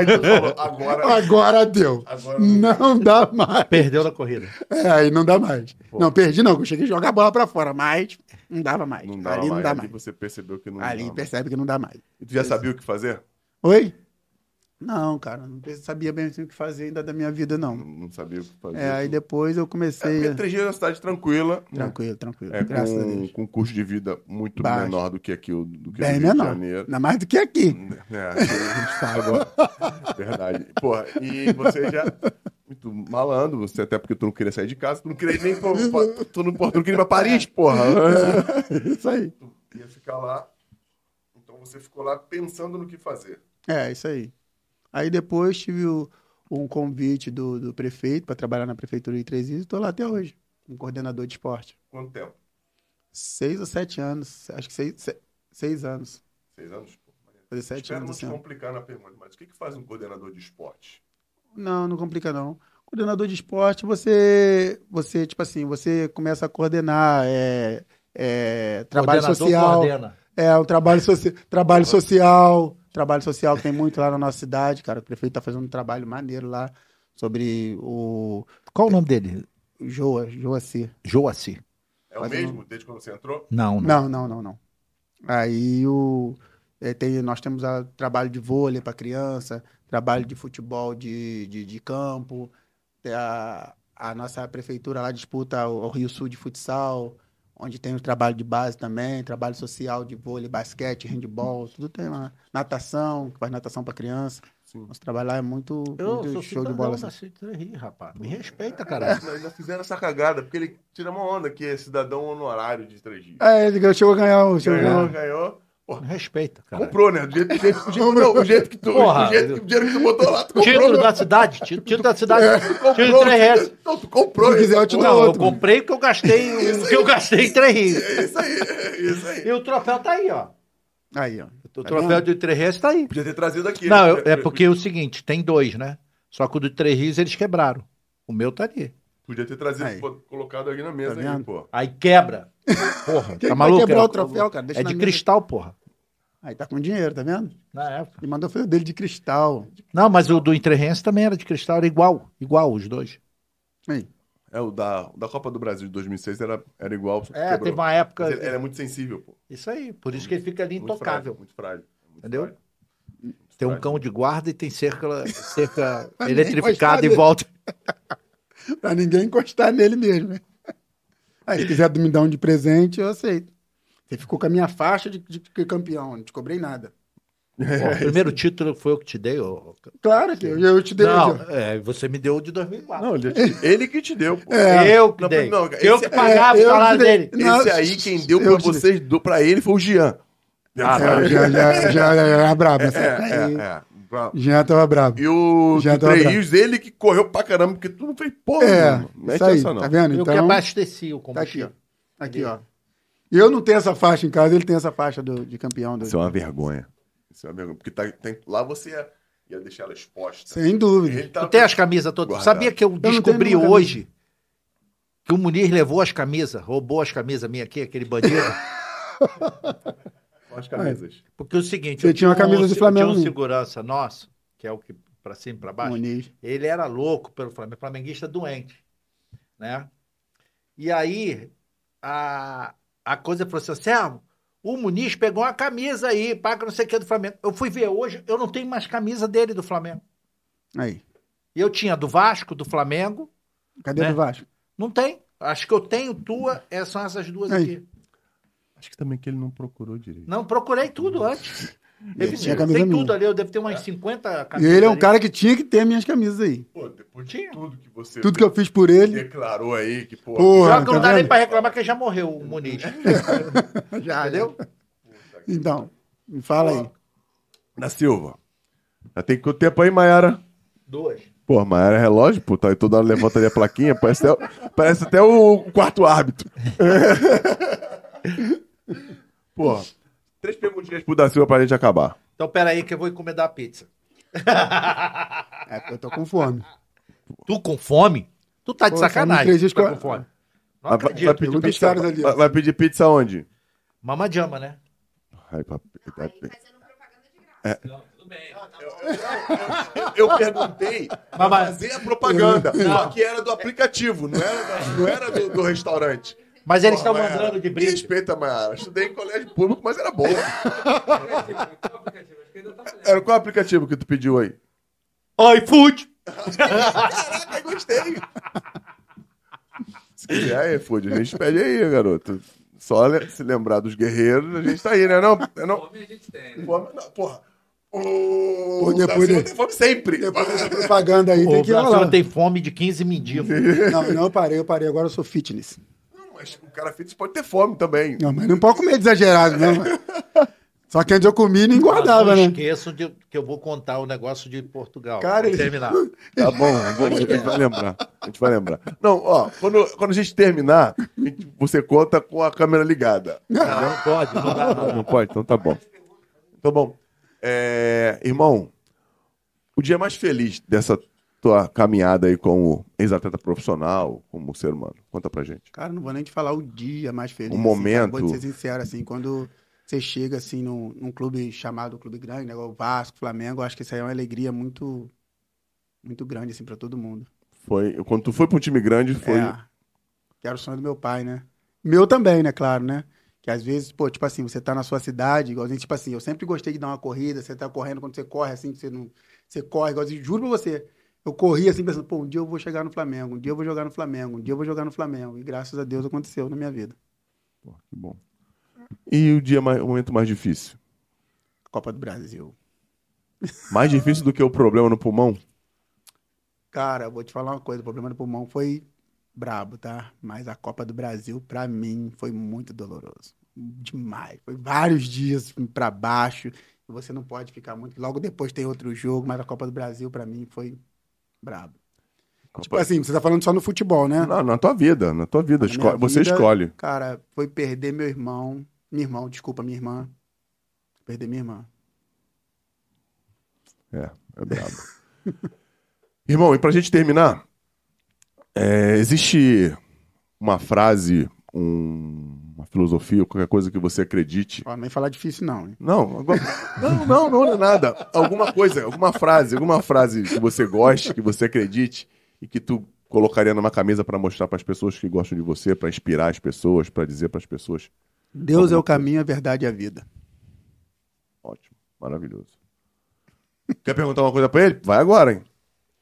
Speaker 1: tu falou, agora.
Speaker 3: agora deu.
Speaker 1: agora
Speaker 3: Não dá mais.
Speaker 4: Perdeu na corrida.
Speaker 3: É, aí não dá mais. Não, perdi não, que eu cheguei a jogar a bola pra fora, mas não dava mais.
Speaker 1: Não dava
Speaker 3: ali
Speaker 1: mais.
Speaker 3: não dá
Speaker 1: ali
Speaker 3: mais.
Speaker 1: você percebeu que não né?
Speaker 3: ali
Speaker 1: dava mais.
Speaker 3: percebe que não dá mais.
Speaker 1: E Tu já sabia o que fazer?
Speaker 3: Oi? Não, cara, não sabia bem assim o que fazer ainda da minha vida,
Speaker 1: Não,
Speaker 3: não.
Speaker 1: não sabia o que fazer.
Speaker 3: É, aí
Speaker 1: Tu-
Speaker 3: depois eu
Speaker 1: É,
Speaker 3: comecei...
Speaker 1: porque Três Rios é uma cidade tranquila. né?
Speaker 3: Tranquilo, tranquilo.
Speaker 1: É,
Speaker 3: Graças a
Speaker 1: com,
Speaker 3: Deus.
Speaker 1: com um custo de vida muito
Speaker 3: Baixo.
Speaker 1: menor do que aqui o do que o
Speaker 3: Bem
Speaker 1: Rio de
Speaker 3: menor.
Speaker 1: Janeiro.
Speaker 3: Ainda mais do que aqui.
Speaker 1: É, aqui a gente tá agora. Verdade. Porra, e você já. Muito malandro, você até porque tu não queria sair de casa, tu não queria ir nem pra, pra- tu não, porra, tu não queria ir pra Paris, porra. Hum.
Speaker 3: Isso aí.
Speaker 1: Tu ia ficar lá. Então você ficou lá pensando no que fazer.
Speaker 3: É, isso aí. Aí depois tive o- um convite do, do prefeito para trabalhar na prefeitura de Três Rios e estou lá até hoje, como coordenador de esporte.
Speaker 1: Quanto tempo?
Speaker 3: Seis ou sete anos, acho que seis, se- seis anos.
Speaker 1: Seis anos? Pô, maneiro.
Speaker 3: Fazer sete
Speaker 1: Espero não
Speaker 3: anos
Speaker 1: te
Speaker 3: esse ano.
Speaker 1: complicar na pergunta, mas o que, que faz um coordenador de esporte?
Speaker 3: Não, não complica não. Coordenador de esporte, você, você tipo assim, você começa a coordenar é, é, trabalho
Speaker 2: Coordenador
Speaker 3: social.
Speaker 2: coordena.
Speaker 3: É, um trabalho, soci... trabalho social. Trabalho social que tem muito lá na nossa cidade, cara. O prefeito tá fazendo um trabalho maneiro lá sobre o
Speaker 4: Qual o nome dele?
Speaker 3: Joa, Joacir.
Speaker 4: Joaci.
Speaker 1: É o
Speaker 3: Faz um-
Speaker 1: mesmo desde quando você entrou?
Speaker 4: Não, não.
Speaker 3: Não, não, não, não. Aí o é, tem, nós temos a, trabalho de vôlei para criança, trabalho de futebol de, de, de campo. Tem A, a nossa prefeitura lá disputa o, o Rio Sul de futsal, onde tem o trabalho de base também, trabalho social de vôlei, basquete, handball, tudo tem lá. Natação, que faz natação para criança.
Speaker 1: Sim.
Speaker 3: Nosso trabalho lá é muito,
Speaker 2: Eu
Speaker 3: muito
Speaker 2: sou
Speaker 3: show
Speaker 2: show
Speaker 3: de bola. assim.
Speaker 2: da Cidade Rio, rapaz. Me respeita, caralho.
Speaker 1: Ainda fizeram essa cagada, porque ele tira uma onda que é cidadão honorário de três dias.
Speaker 3: É, ele chegou a ganhar o. Chegou a
Speaker 4: É.
Speaker 3: ganhar
Speaker 1: Ganhou,
Speaker 3: o-
Speaker 1: ganhou.
Speaker 4: Me respeita, cara.
Speaker 1: Comprou, né? Do jeito, do jeito- do jeito- não, do jeito que tu.
Speaker 2: Porra.
Speaker 1: do jeito que- o dinheiro que tu botou lá, tu comprou.
Speaker 2: Título
Speaker 1: né?
Speaker 2: da cidade, título, título da cidade,
Speaker 1: Comprou,
Speaker 2: título de 3 reais.
Speaker 1: Não, então, tu comprou.
Speaker 3: Se quiser, eu te
Speaker 1: porra.
Speaker 3: dou.
Speaker 2: Não, eu
Speaker 3: outro.
Speaker 2: comprei porque eu gastei
Speaker 4: um-
Speaker 2: o que eu gastei em 3 rios.
Speaker 1: É isso aí, é isso aí.
Speaker 2: E o troféu tá aí, ó.
Speaker 3: Aí, ó.
Speaker 2: O
Speaker 3: Tá
Speaker 2: troféu
Speaker 3: vendo?
Speaker 2: de 3 reais tá aí.
Speaker 1: Podia ter trazido aqui.
Speaker 4: Não,
Speaker 1: né?
Speaker 4: eu- é porque é o seguinte, tem dois, né? Só que o do Três Rios eles quebraram. O meu tá ali.
Speaker 1: Podia ter trazido,
Speaker 3: Aí.
Speaker 1: pô, colocado aqui na mesa,
Speaker 3: Tá
Speaker 1: aí,
Speaker 3: vendo?
Speaker 1: pô.
Speaker 2: Aí quebra.
Speaker 4: Porra,
Speaker 3: Quem
Speaker 4: tá
Speaker 3: vai
Speaker 4: maluco?
Speaker 3: quebrar
Speaker 4: É-
Speaker 3: o troféu, cara? Deixa
Speaker 4: é
Speaker 3: na
Speaker 4: de
Speaker 3: minha-
Speaker 4: cristal, porra.
Speaker 3: Aí tá com dinheiro, tá vendo?
Speaker 2: Na época.
Speaker 3: Ele mandou fazer o dele de cristal.
Speaker 4: Não, mas o do Interrense também era de cristal, era igual. Igual os dois.
Speaker 1: É, o da, o da Copa do Brasil de 2006 era, era igual. só que
Speaker 4: É,
Speaker 1: quebrou.
Speaker 4: teve uma época.
Speaker 1: Mas ele, ele é muito sensível, pô.
Speaker 4: Isso aí. Por isso que ele fica ali
Speaker 1: Muito frágil,
Speaker 4: intocável.
Speaker 1: Muito frágil. muito
Speaker 4: Entendeu?
Speaker 1: frágil, muito
Speaker 4: Tem um
Speaker 1: frágil.
Speaker 4: cão de guarda e tem cerca, cerca
Speaker 3: Mas
Speaker 4: eletrificada em
Speaker 3: nem
Speaker 4: volta.
Speaker 3: Pra ninguém encostar nele mesmo, né? Aí, se quiser me dar um de presente, eu aceito. Você ficou com a minha faixa de, de- de campeão, não te cobrei nada.
Speaker 4: Pô, o primeiro título foi eu que te dei. ô-
Speaker 3: Claro que É, eu, eu te dei. um
Speaker 4: Não,
Speaker 3: ó.
Speaker 4: é, você me deu o de 2004.
Speaker 1: Não,
Speaker 3: é
Speaker 1: ele, ele que te deu, pô.
Speaker 4: eu que
Speaker 1: Não,
Speaker 4: dei.
Speaker 1: não,
Speaker 2: eu
Speaker 1: esse-
Speaker 2: que pagava
Speaker 3: é, eu
Speaker 2: o salário
Speaker 3: que dei.
Speaker 2: dele.
Speaker 3: Não,
Speaker 1: Esse aí, quem deu pra
Speaker 3: eu te dei.
Speaker 1: vocês, deu pra ele foi o Jean.
Speaker 4: Ah,
Speaker 3: É, já, já, já, já era brabo.
Speaker 1: É,
Speaker 3: essa aí.
Speaker 1: é, é. Pra-
Speaker 3: Já tava brabo.
Speaker 1: E o
Speaker 3: Já
Speaker 1: do
Speaker 3: deu
Speaker 1: Trey
Speaker 3: abraço.
Speaker 1: Rios, ele que correu pra caramba, porque tu não fez porra.
Speaker 3: É,
Speaker 1: nenhuma. Mete
Speaker 3: isso aí,
Speaker 1: essa não.
Speaker 3: tá vendo?
Speaker 2: Eu que
Speaker 3: Então,
Speaker 2: abasteci o
Speaker 3: tá aqui,
Speaker 2: combustível.
Speaker 3: ó. Aqui, ó. Eu não tenho essa faixa em casa, ele tem essa faixa do- de campeão. Do...
Speaker 1: Isso é uma vergonha. Isso é uma vergonha. Porque tá- tem- lá você ia, ia deixar ela exposta.
Speaker 3: Sem dúvida.
Speaker 1: Ele tá-
Speaker 4: Eu tenho as camisas todas.
Speaker 1: Guardado.
Speaker 4: Sabia que eu
Speaker 3: tenho
Speaker 4: descobri
Speaker 3: nenhuma
Speaker 4: hoje que o Muniz levou as camisas, roubou as camisas minhas aqui, aquele bandido?
Speaker 1: com as camisas.
Speaker 4: Porque é o seguinte,
Speaker 3: Você
Speaker 4: eu
Speaker 3: tinha uma camisa
Speaker 4: um,
Speaker 3: do
Speaker 4: eu
Speaker 3: Flamengo
Speaker 4: Tinha um
Speaker 3: minha.
Speaker 4: segurança nosso, que é o que pra cima e pra baixo.
Speaker 3: Muniz.
Speaker 4: Ele era louco pelo Flamengo, flamenguista doente, né? E aí a, a coisa falou assim, Servo, o Muniz pegou uma camisa aí, paga não sei o que do Flamengo. Eu fui ver hoje, eu não tenho mais camisa dele do Flamengo.
Speaker 3: Aí.
Speaker 4: E eu tinha do Vasco, do Flamengo.
Speaker 3: Cadê
Speaker 4: Né?
Speaker 3: o do Vasco?
Speaker 4: Não tem. Acho que eu tenho tua, é, são essas duas
Speaker 3: Aí.
Speaker 4: aqui.
Speaker 1: Acho que também que ele não procurou direito.
Speaker 4: Não, procurei tudo antes.
Speaker 3: Ele tinha a
Speaker 4: tem
Speaker 3: camisa
Speaker 4: tudo
Speaker 3: minha.
Speaker 4: ali, eu devo ter umas 50
Speaker 3: E
Speaker 4: camisas.
Speaker 3: ele é um
Speaker 4: ali.
Speaker 3: cara que tinha que ter minhas camisas aí.
Speaker 1: Pô, depois de
Speaker 4: Tinha.
Speaker 1: tudo que você
Speaker 3: Tudo que eu fiz por ele.
Speaker 1: declarou aí, que pô,
Speaker 3: Porra,
Speaker 4: Só que não
Speaker 3: tá
Speaker 4: dá nem
Speaker 3: vendo?
Speaker 4: pra reclamar que já morreu o Muniz.
Speaker 3: Já,
Speaker 4: Entendeu?
Speaker 3: Então, me fala aí.
Speaker 1: da Silva. Já tem quanto tempo aí, Mayara?
Speaker 4: Duas.
Speaker 1: Pô, Mayara é relógio, pô, tá aí toda hora levanta ali a plaquinha, parece até, parece até o quarto árbitro. pô, três perguntinhas pro da Silva pra gente acabar.
Speaker 4: Então, peraí, que eu vou encomendar a pizza.
Speaker 3: É, eu tô com fome.
Speaker 4: Tu com fome? Tu tá de
Speaker 3: Pô, faz uns
Speaker 4: sacanagem.
Speaker 3: três dias
Speaker 4: Tu tá
Speaker 3: que eu-
Speaker 4: com fome. Não
Speaker 1: Vai, vai
Speaker 4: acredito.
Speaker 1: pedir
Speaker 3: pergunta
Speaker 1: pizza,
Speaker 3: séria ali, ó.
Speaker 1: vai, vai pedir pizza onde?
Speaker 4: Mama jama, né?
Speaker 1: Ai, papi,
Speaker 6: Aí
Speaker 1: papi.
Speaker 6: fazendo propaganda de graça.
Speaker 1: É. Eu perguntei pra
Speaker 4: Mas-
Speaker 1: fazer a propaganda, só que era do aplicativo, não era, da- não era do, do restaurante.
Speaker 4: Mas eles estão
Speaker 3: é.
Speaker 1: Porra, Mayara,
Speaker 4: mandando de
Speaker 1: me
Speaker 4: brinde.
Speaker 1: Respeita, Mayara. Estudei em colégio público, mas era bom. Era qual aplicativo que tu pediu aí?
Speaker 4: iFood!
Speaker 1: Caraca, gostei. Se quiser aí, iFood, a gente pede aí, garoto. Só le- se lembrar dos guerreiros, a gente tá aí, né? Não, é não.
Speaker 8: Fome a gente tem, né?
Speaker 1: Fome, não, porra. O...
Speaker 3: Pô, depois
Speaker 1: Davi
Speaker 3: de-
Speaker 1: tem fome tá sempre.
Speaker 3: Depois dessa propaganda aí, tem
Speaker 4: O
Speaker 3: que ir
Speaker 4: Brasil
Speaker 3: lá.
Speaker 4: tem fome de 15 mendigos.
Speaker 3: Não, não, eu parei, eu parei. Agora eu sou fitness.
Speaker 1: Não, mas o cara fitness pode ter fome também.
Speaker 3: Não, mas não pode comer exagerado, não. Só que antes eu comia e não engordava,
Speaker 4: Mas não
Speaker 3: né?
Speaker 4: esqueçam de- que eu vou contar o negócio de Portugal.
Speaker 3: Cara,
Speaker 4: Vou
Speaker 3: ele-
Speaker 4: terminar.
Speaker 1: Tá bom, bom, a gente vai lembrar. A gente vai lembrar. Não, ó, quando, quando a gente terminar, a gente- você conta com a câmera ligada.
Speaker 4: Não pode, não dá, não.
Speaker 1: Não, não pode? Então tá bom. Tá bom. É, irmão, o dia mais feliz dessa tua caminhada aí como ex-atleta profissional, como ser humano? Conta pra gente.
Speaker 3: Cara, não vou nem te falar o dia mais feliz.
Speaker 1: Um
Speaker 3: assim,
Speaker 1: momento.
Speaker 3: cara, Vou te ser sincero, assim, quando você chega, assim, num, num clube chamado Clube Grande, né, igual o Vasco, Flamengo, eu acho que isso aí é uma alegria muito, muito grande, assim, pra todo mundo.
Speaker 1: Foi, quando tu foi pra um time grande, foi.
Speaker 3: É, que era o sonho do meu pai, né? Meu também, né? Claro, né? Que às vezes, pô, tipo assim, você tá na sua cidade, igualzinho, tipo assim, eu sempre gostei de dar uma corrida, você tá correndo, quando você corre assim, você não. Você corre, igualzinho, juro pra você. Eu corri assim, pensando, pô, um dia eu vou chegar no Flamengo, um dia eu vou jogar no Flamengo, um dia eu vou jogar no Flamengo. E graças a Deus aconteceu na minha vida.
Speaker 1: Pô, que bom. E o dia mais, o momento mais difícil?
Speaker 3: Copa do Brasil.
Speaker 1: Mais difícil do que o problema no pulmão?
Speaker 3: Cara, eu vou te falar uma coisa, o problema do pulmão foi brabo, tá? Mas a Copa do Brasil, pra mim, foi muito doloroso. Demais. Foi vários dias pra baixo. E você não pode ficar muito. Logo depois tem outro jogo, mas a Copa do Brasil, pra mim, foi brabo. Tipo
Speaker 1: Copa-
Speaker 3: assim, você tá falando só no futebol, né?
Speaker 1: na, na tua vida, na tua vida.
Speaker 3: Na
Speaker 1: esco-
Speaker 3: minha
Speaker 1: Você
Speaker 3: vida-
Speaker 1: escolhe.
Speaker 3: Cara, foi perder meu irmão. Minha irmã, desculpa, minha irmã. Perder minha irmã.
Speaker 1: É brabo. Irmão, e pra gente terminar, é, existe uma frase, um- uma filosofia, qualquer coisa que você acredite.
Speaker 3: Ó, não vem falar difícil, não, hein?
Speaker 1: Não, agora- não, não, não, não é nada. Alguma coisa, alguma frase, alguma frase que você goste, que você acredite e que tu colocaria numa camisa pra mostrar pras pessoas que gostam de você, pra inspirar as pessoas, pra dizer pras pessoas.
Speaker 3: Deus é o caminho, a verdade e a vida.
Speaker 1: Ótimo, maravilhoso. Quer perguntar uma coisa pra ele? Vai agora, hein?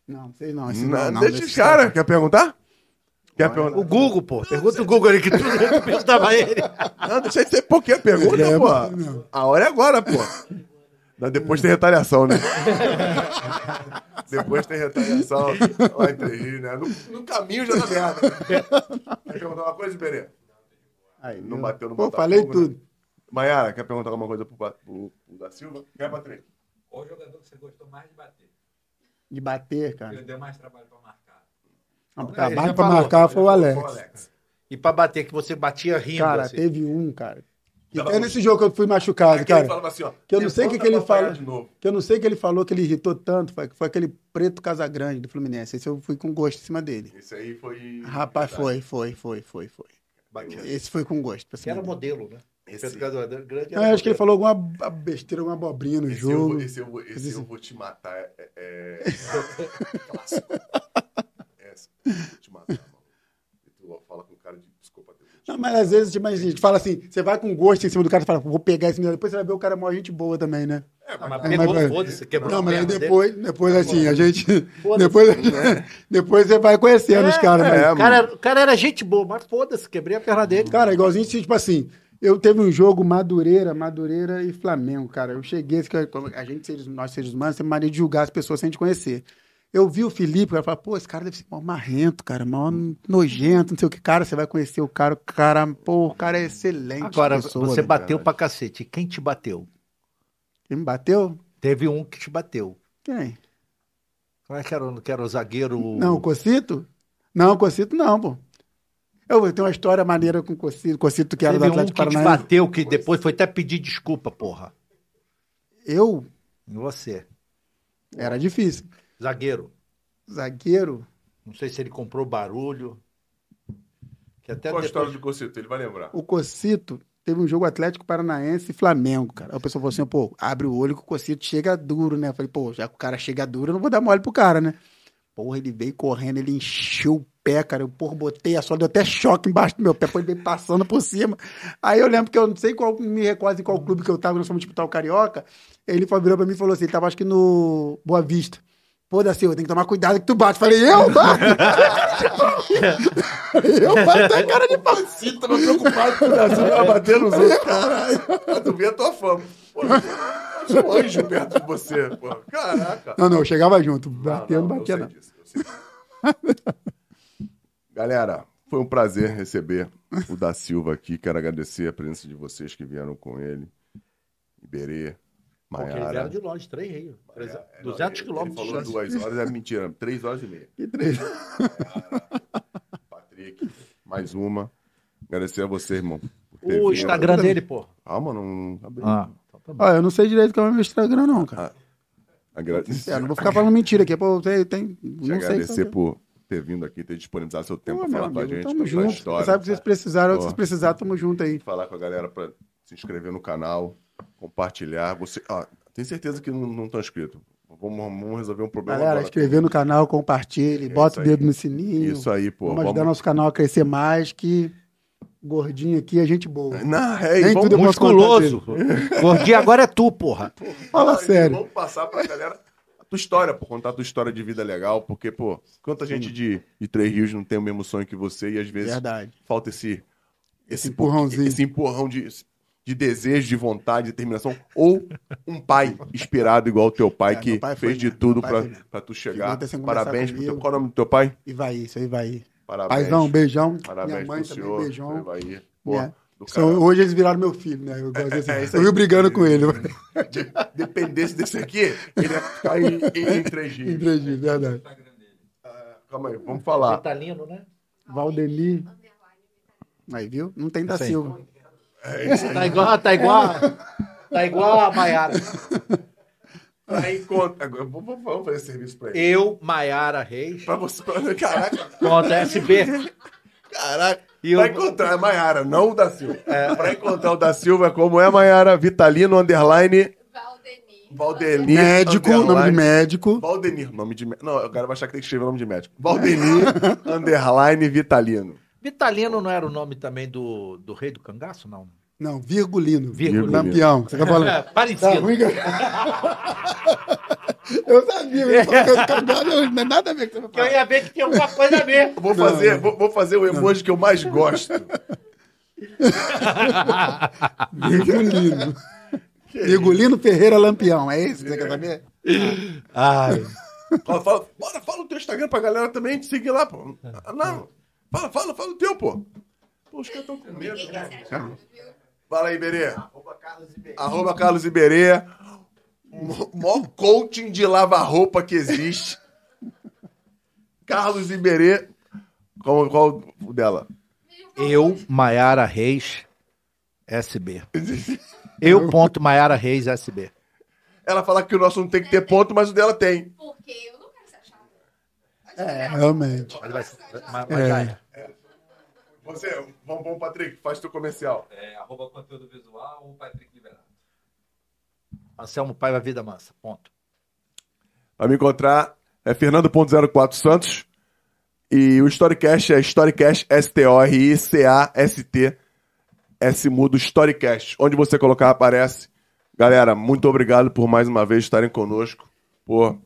Speaker 3: Não, sei não. esse
Speaker 1: Não,
Speaker 3: não, não,
Speaker 1: deixa
Speaker 3: esse
Speaker 1: os caras. Quer perguntar? Quer
Speaker 3: é
Speaker 1: perguntar?
Speaker 4: O Google, pô. Pergunta o Google ali que tu tu perguntava a ele.
Speaker 1: Não, deixa de ser pouquinho a pergunta,
Speaker 3: É,
Speaker 1: pô. A hora é agora, pô. Não, depois tem retaliação, né? depois tem retaliação. Vai interrir, né? No, no caminho já tá merda. Quer perguntar uma coisa, Iberê?
Speaker 3: Aí,
Speaker 1: Não
Speaker 3: eu-
Speaker 1: bateu no
Speaker 3: Pô,
Speaker 1: Botafogo,
Speaker 3: falei
Speaker 1: né?
Speaker 3: tudo.
Speaker 1: Mayara, quer perguntar alguma coisa pro, Ba- pro- pro da Silva? Quer, Patrick?
Speaker 8: Qual jogador que você gostou mais de bater?
Speaker 3: De bater, cara.
Speaker 8: Que deu mais trabalho pra marcar.
Speaker 3: O
Speaker 4: Ele já
Speaker 3: trabalho pra
Speaker 4: falou.
Speaker 3: marcar foi o Alex.
Speaker 4: E pra bater, que você batia rindo.
Speaker 3: Cara,
Speaker 4: assim.
Speaker 3: teve um, cara. Que
Speaker 1: Tá
Speaker 3: até
Speaker 1: bom.
Speaker 3: nesse jogo que eu fui machucado,
Speaker 1: Aquele
Speaker 3: cara.
Speaker 1: falava assim, ó.
Speaker 3: que eu não sei o que
Speaker 1: levanta
Speaker 3: que ele
Speaker 1: pra apanhar
Speaker 3: fala.
Speaker 1: De novo.
Speaker 3: Que eu não sei o que ele falou que ele irritou tanto. Foi, foi aquele preto Casagrande do Fluminense. Esse eu fui com gosto em cima dele.
Speaker 1: Esse aí foi.
Speaker 3: Rapaz, foi, foi, foi, foi, foi.
Speaker 4: Batia.
Speaker 3: Esse foi com gosto. pra
Speaker 4: Que
Speaker 3: cima
Speaker 4: era
Speaker 3: dele.
Speaker 4: modelo, né?
Speaker 1: Esse-
Speaker 4: Esse jogador grande
Speaker 3: Ah, eu acho que
Speaker 4: modelo.
Speaker 3: ele falou alguma b- besteira, alguma abobrinha no
Speaker 1: Esse eu,
Speaker 3: jogo.
Speaker 1: vou- esse, eu, vou- esse eu vou te matar. É, é, é... clássico. Essa. eu Vou te matar, mano. E tu ó, fala com cara de psicopata.
Speaker 3: Não, mas às vezes tipo, a gente fala assim, você vai com gosto em cima do cara e fala, vou pegar esse menino. Depois você vai ver o cara é maior gente boa também, né?
Speaker 2: Ah, mas
Speaker 3: Não,
Speaker 2: pegou,
Speaker 3: mas-
Speaker 2: foda-se, quebrou
Speaker 3: Não,
Speaker 2: a
Speaker 3: mas aí
Speaker 2: perna dele.
Speaker 3: depois, depois assim, a gente.
Speaker 2: Foda-se.
Speaker 3: Depois, depois você vai conhecendo os caras, né? mas-
Speaker 1: é,
Speaker 2: O cara, o cara era gente boa, mas foda-se, quebrei a perna dele.
Speaker 3: Cara, igualzinho, tipo assim, eu teve um jogo Madureira, Madureira e Flamengo, cara. Eu cheguei, esse cara- como a gente, seres- nós seres humanos, temos mania de julgar as pessoas sem te conhecer. Eu vi o Felipe, cara, falei, pô, esse cara deve ser mó marrento, cara, mó nojento, não sei o que. Cara, você vai conhecer o cara, o cara, pô, o cara é excelente.
Speaker 4: Agora,
Speaker 3: pessoa,
Speaker 4: você
Speaker 3: né,
Speaker 4: bateu
Speaker 3: cara?
Speaker 4: pra cacete. Quem te bateu?
Speaker 3: Quem me bateu?
Speaker 4: Teve um que te bateu.
Speaker 3: Quem?
Speaker 4: Como é que era, o- que era o zagueiro?
Speaker 3: Não, o Cocito? Não, o Cocito não, pô. Eu tenho uma história maneira com o Cocito, Cocito que era
Speaker 4: Teve
Speaker 3: do
Speaker 4: um
Speaker 3: Atlético
Speaker 4: que te
Speaker 3: Paranaense.
Speaker 4: bateu, que depois foi até pedir desculpa, porra.
Speaker 3: Eu?
Speaker 4: Em você.
Speaker 3: Era difícil.
Speaker 4: Zagueiro.
Speaker 3: Zagueiro?
Speaker 4: Não sei se ele comprou barulho. Que até
Speaker 1: Qual a história
Speaker 4: depois...
Speaker 1: do Cocito? Ele vai lembrar.
Speaker 3: O Cocito teve um jogo Atlético Paranaense e Flamengo, cara. Aí o pessoal falou assim, pô, abre o olho que o Cocito chega duro, né? Eu falei, pô, já que o cara chega duro, eu não vou dar mole pro cara, né? Porra, ele veio correndo, ele encheu o pé, cara. Eu, porra, botei a sola, deu até choque embaixo do meu pé, pô, ele veio passando por cima. Aí eu lembro que eu não sei qual, me recordo em qual clube que eu tava, nós fomos disputar o Carioca. Ele foi- virou pra mim e falou assim, ele tava acho que no Boa Vista. Pô, da Silva, tem que tomar cuidado que tu bate. Eu Falei, eu bato? eu bato, é cara de pau.
Speaker 1: Cito, não preocupado com o Brasil, vai bater nos outros. É, Caralho, tu vê a tua fama. Pô, eu sou um anjo perto de você, pô. Caraca.
Speaker 3: Não, não, eu chegava junto.
Speaker 1: Não,
Speaker 3: Batendo,
Speaker 1: não, eu
Speaker 3: batia
Speaker 1: sei
Speaker 3: não.
Speaker 1: disso, eu sei disso. Galera, foi um prazer receber o da Silva aqui. Quero agradecer a presença de vocês que vieram com ele. Iberê,
Speaker 2: Porque eles vieram
Speaker 1: Maiara.
Speaker 2: de longe, três rios. Três-
Speaker 1: É, não,
Speaker 2: 200
Speaker 1: ele-
Speaker 2: quilômetros
Speaker 1: Ele
Speaker 2: de
Speaker 1: falou
Speaker 2: distância.
Speaker 1: duas horas, é mentira, três horas e meia.
Speaker 3: E três.
Speaker 1: Patrick, mais uma. Agradecer a você, irmão. por ter
Speaker 2: O
Speaker 1: vindo.
Speaker 2: Instagram dele, pô.
Speaker 1: Calma, não- não. abriu.
Speaker 4: Ah,
Speaker 3: Ó, eu não sei direito como é meu Instagram, não, cara.
Speaker 1: Agradecer.
Speaker 3: É, eu não vou ficar falando mentira aqui. Pô, tem, tem,
Speaker 1: Te
Speaker 3: não sei.
Speaker 1: agradecer
Speaker 3: como é.
Speaker 1: por ter vindo aqui, ter disponibilizado seu tempo
Speaker 3: Pô,
Speaker 1: para
Speaker 3: meu
Speaker 1: falar com a
Speaker 3: amigo,
Speaker 1: gente,
Speaker 3: tamo
Speaker 1: contar a
Speaker 3: junto.
Speaker 1: história.
Speaker 3: Sabe que vocês precisaram, o que
Speaker 1: Pô.
Speaker 3: vocês precisar, tamo junto aí.
Speaker 1: falar com a galera para se inscrever no canal, compartilhar. Você, ó, tem certeza que não- não estão inscritos. Vamos, vamos resolver um problema
Speaker 3: Galera,
Speaker 1: agora.
Speaker 3: inscrever no canal, compartilhe, bota o
Speaker 1: É isso aí.
Speaker 3: dedo no sininho.
Speaker 1: Isso aí, pô.
Speaker 3: vamos ajudar nosso canal a crescer mais, que gordinho aqui é gente boa.
Speaker 1: Não, é,
Speaker 3: Nem
Speaker 1: vamos...
Speaker 3: tudo eu posso contar
Speaker 4: Musculoso. Gordinho agora é tu, porra.
Speaker 3: Fala
Speaker 1: Aí,
Speaker 3: sério.
Speaker 1: Vamos passar pra galera a tua história, pô, contar a tua história de vida legal, porque, pô, quanta gente de, de Três Rios não tem o mesmo sonho que você e às vezes
Speaker 3: Verdade.
Speaker 1: falta esse, esse,
Speaker 3: empurrãozinho.
Speaker 1: esse empurrão de, de desejo, de vontade, de determinação, ou um pai inspirado igual o teu pai,
Speaker 3: É,
Speaker 1: que
Speaker 3: meu pai foi
Speaker 1: fez de
Speaker 3: mesmo,
Speaker 1: tudo
Speaker 3: meu pai
Speaker 1: pra,
Speaker 3: foi mesmo.
Speaker 1: pra tu chegar.
Speaker 3: Ficou até sem conversar
Speaker 1: Parabéns pro teu,
Speaker 3: comigo.
Speaker 1: qual é o nome do teu pai?
Speaker 3: E vai isso aí, vai aí.
Speaker 1: Parabéns.
Speaker 3: Paizão, beijão.
Speaker 1: Parabéns
Speaker 3: Minha mãe
Speaker 1: pro
Speaker 3: também,
Speaker 1: senhor.
Speaker 3: beijão.
Speaker 1: Vai aí. Pô,
Speaker 3: É.
Speaker 1: do
Speaker 3: São-
Speaker 1: caralho.
Speaker 3: hoje eles viraram meu filho, né? Eu, gosto assim,
Speaker 1: É, isso
Speaker 3: eu
Speaker 1: aí.
Speaker 3: vivo brigando com ele.
Speaker 1: Dependesse desse aqui, ele ia ficar em, em, em Três Rios.
Speaker 3: Entendi, verdade.
Speaker 8: Instagram dele.
Speaker 1: Calma aí, vamos falar.
Speaker 2: Vitalino, né?
Speaker 3: Valdemir. Aí, viu? Não tem da
Speaker 4: Essa aí.
Speaker 3: Silva.
Speaker 2: Tá igual, tá igual, tá igual a Maiara.
Speaker 1: Aí conta. agora, vamos- Vamos vamos fazer serviço pra ele.
Speaker 2: Eu, Maiara Reis,
Speaker 1: Pra você. pra- Caraca,
Speaker 2: contra SB.
Speaker 1: caraca.
Speaker 2: E
Speaker 1: Pra
Speaker 2: o É.
Speaker 1: encontrar a Maiara, não o da Silva. Pra encontrar o da Silva, como é Maiara? Vitalino, underline,
Speaker 6: Valdemir.
Speaker 1: Valdemir.
Speaker 3: Médico, nome de
Speaker 1: underline-
Speaker 3: médico.
Speaker 1: Valdemir, nome de. mé- Não, o cara vai achar que tem que escrever nome de médico. Valdemir, underline, Vitalino.
Speaker 2: Vitalino não era o nome também do, do rei do cangaço, não?
Speaker 3: Não, Virgulino.
Speaker 2: Virgulino.
Speaker 3: Lampião. Você tá
Speaker 2: É,
Speaker 3: falando? Tá
Speaker 2: parecido.
Speaker 3: ruim, cara? Eu sabia, eu tava com esse cabelo, não tem nada a ver com o que
Speaker 2: Que eu
Speaker 3: você tá
Speaker 2: ia ver que tinha alguma coisa a ver.
Speaker 1: Vou fazer, Vou, vou fazer o emoji que eu mais gosto.
Speaker 3: falou. Virgulino. Virgulino Ferreira Lampião, é isso que você quer saber?
Speaker 2: Ai,
Speaker 1: Fala, fala- bora, fala o teu Instagram pra galera também te seguir lá, pô. Ah, Não, fala, fala, fala o teu, pô. Pô, os caras estão com medo. cara. Fala aí, Iberê. Arroba Carlos Iberê. O maior coaching de lavar-roupa que existe. Carlos Iberê. Qual, qual o dela?
Speaker 4: Eu, Maiara Reis, SB. Eu, ponto Maiara Reis, SB.
Speaker 1: Ela fala que o nosso não tem que ter ponto, mas o dela tem.
Speaker 6: Porque eu não quero ser achada.
Speaker 3: É, realmente.
Speaker 2: mas vai ser- mas- mas já
Speaker 3: É.
Speaker 2: é.
Speaker 1: Você, vamos, vamos, Patrick, faz teu comercial.
Speaker 8: É, arroba conteúdo visual ou Patrick Liberato.
Speaker 2: Anselmo Paiva Vida Mansa, ponto.
Speaker 1: Pra me encontrar é Fernando.04 Santos E o Storycast é Storycast, S-T-O-R-I-C-A-S-T, S mudo Storycast. Onde você colocar aparece. Galera, muito obrigado por mais uma vez estarem conosco. Pô,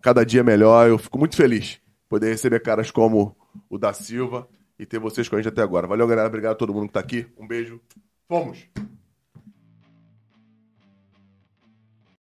Speaker 1: cada dia melhor. Eu fico muito feliz poder receber caras como o da Silva e ter vocês com a gente até agora. Valeu, galera. Obrigado a todo mundo que tá aqui. Um beijo. Fomos!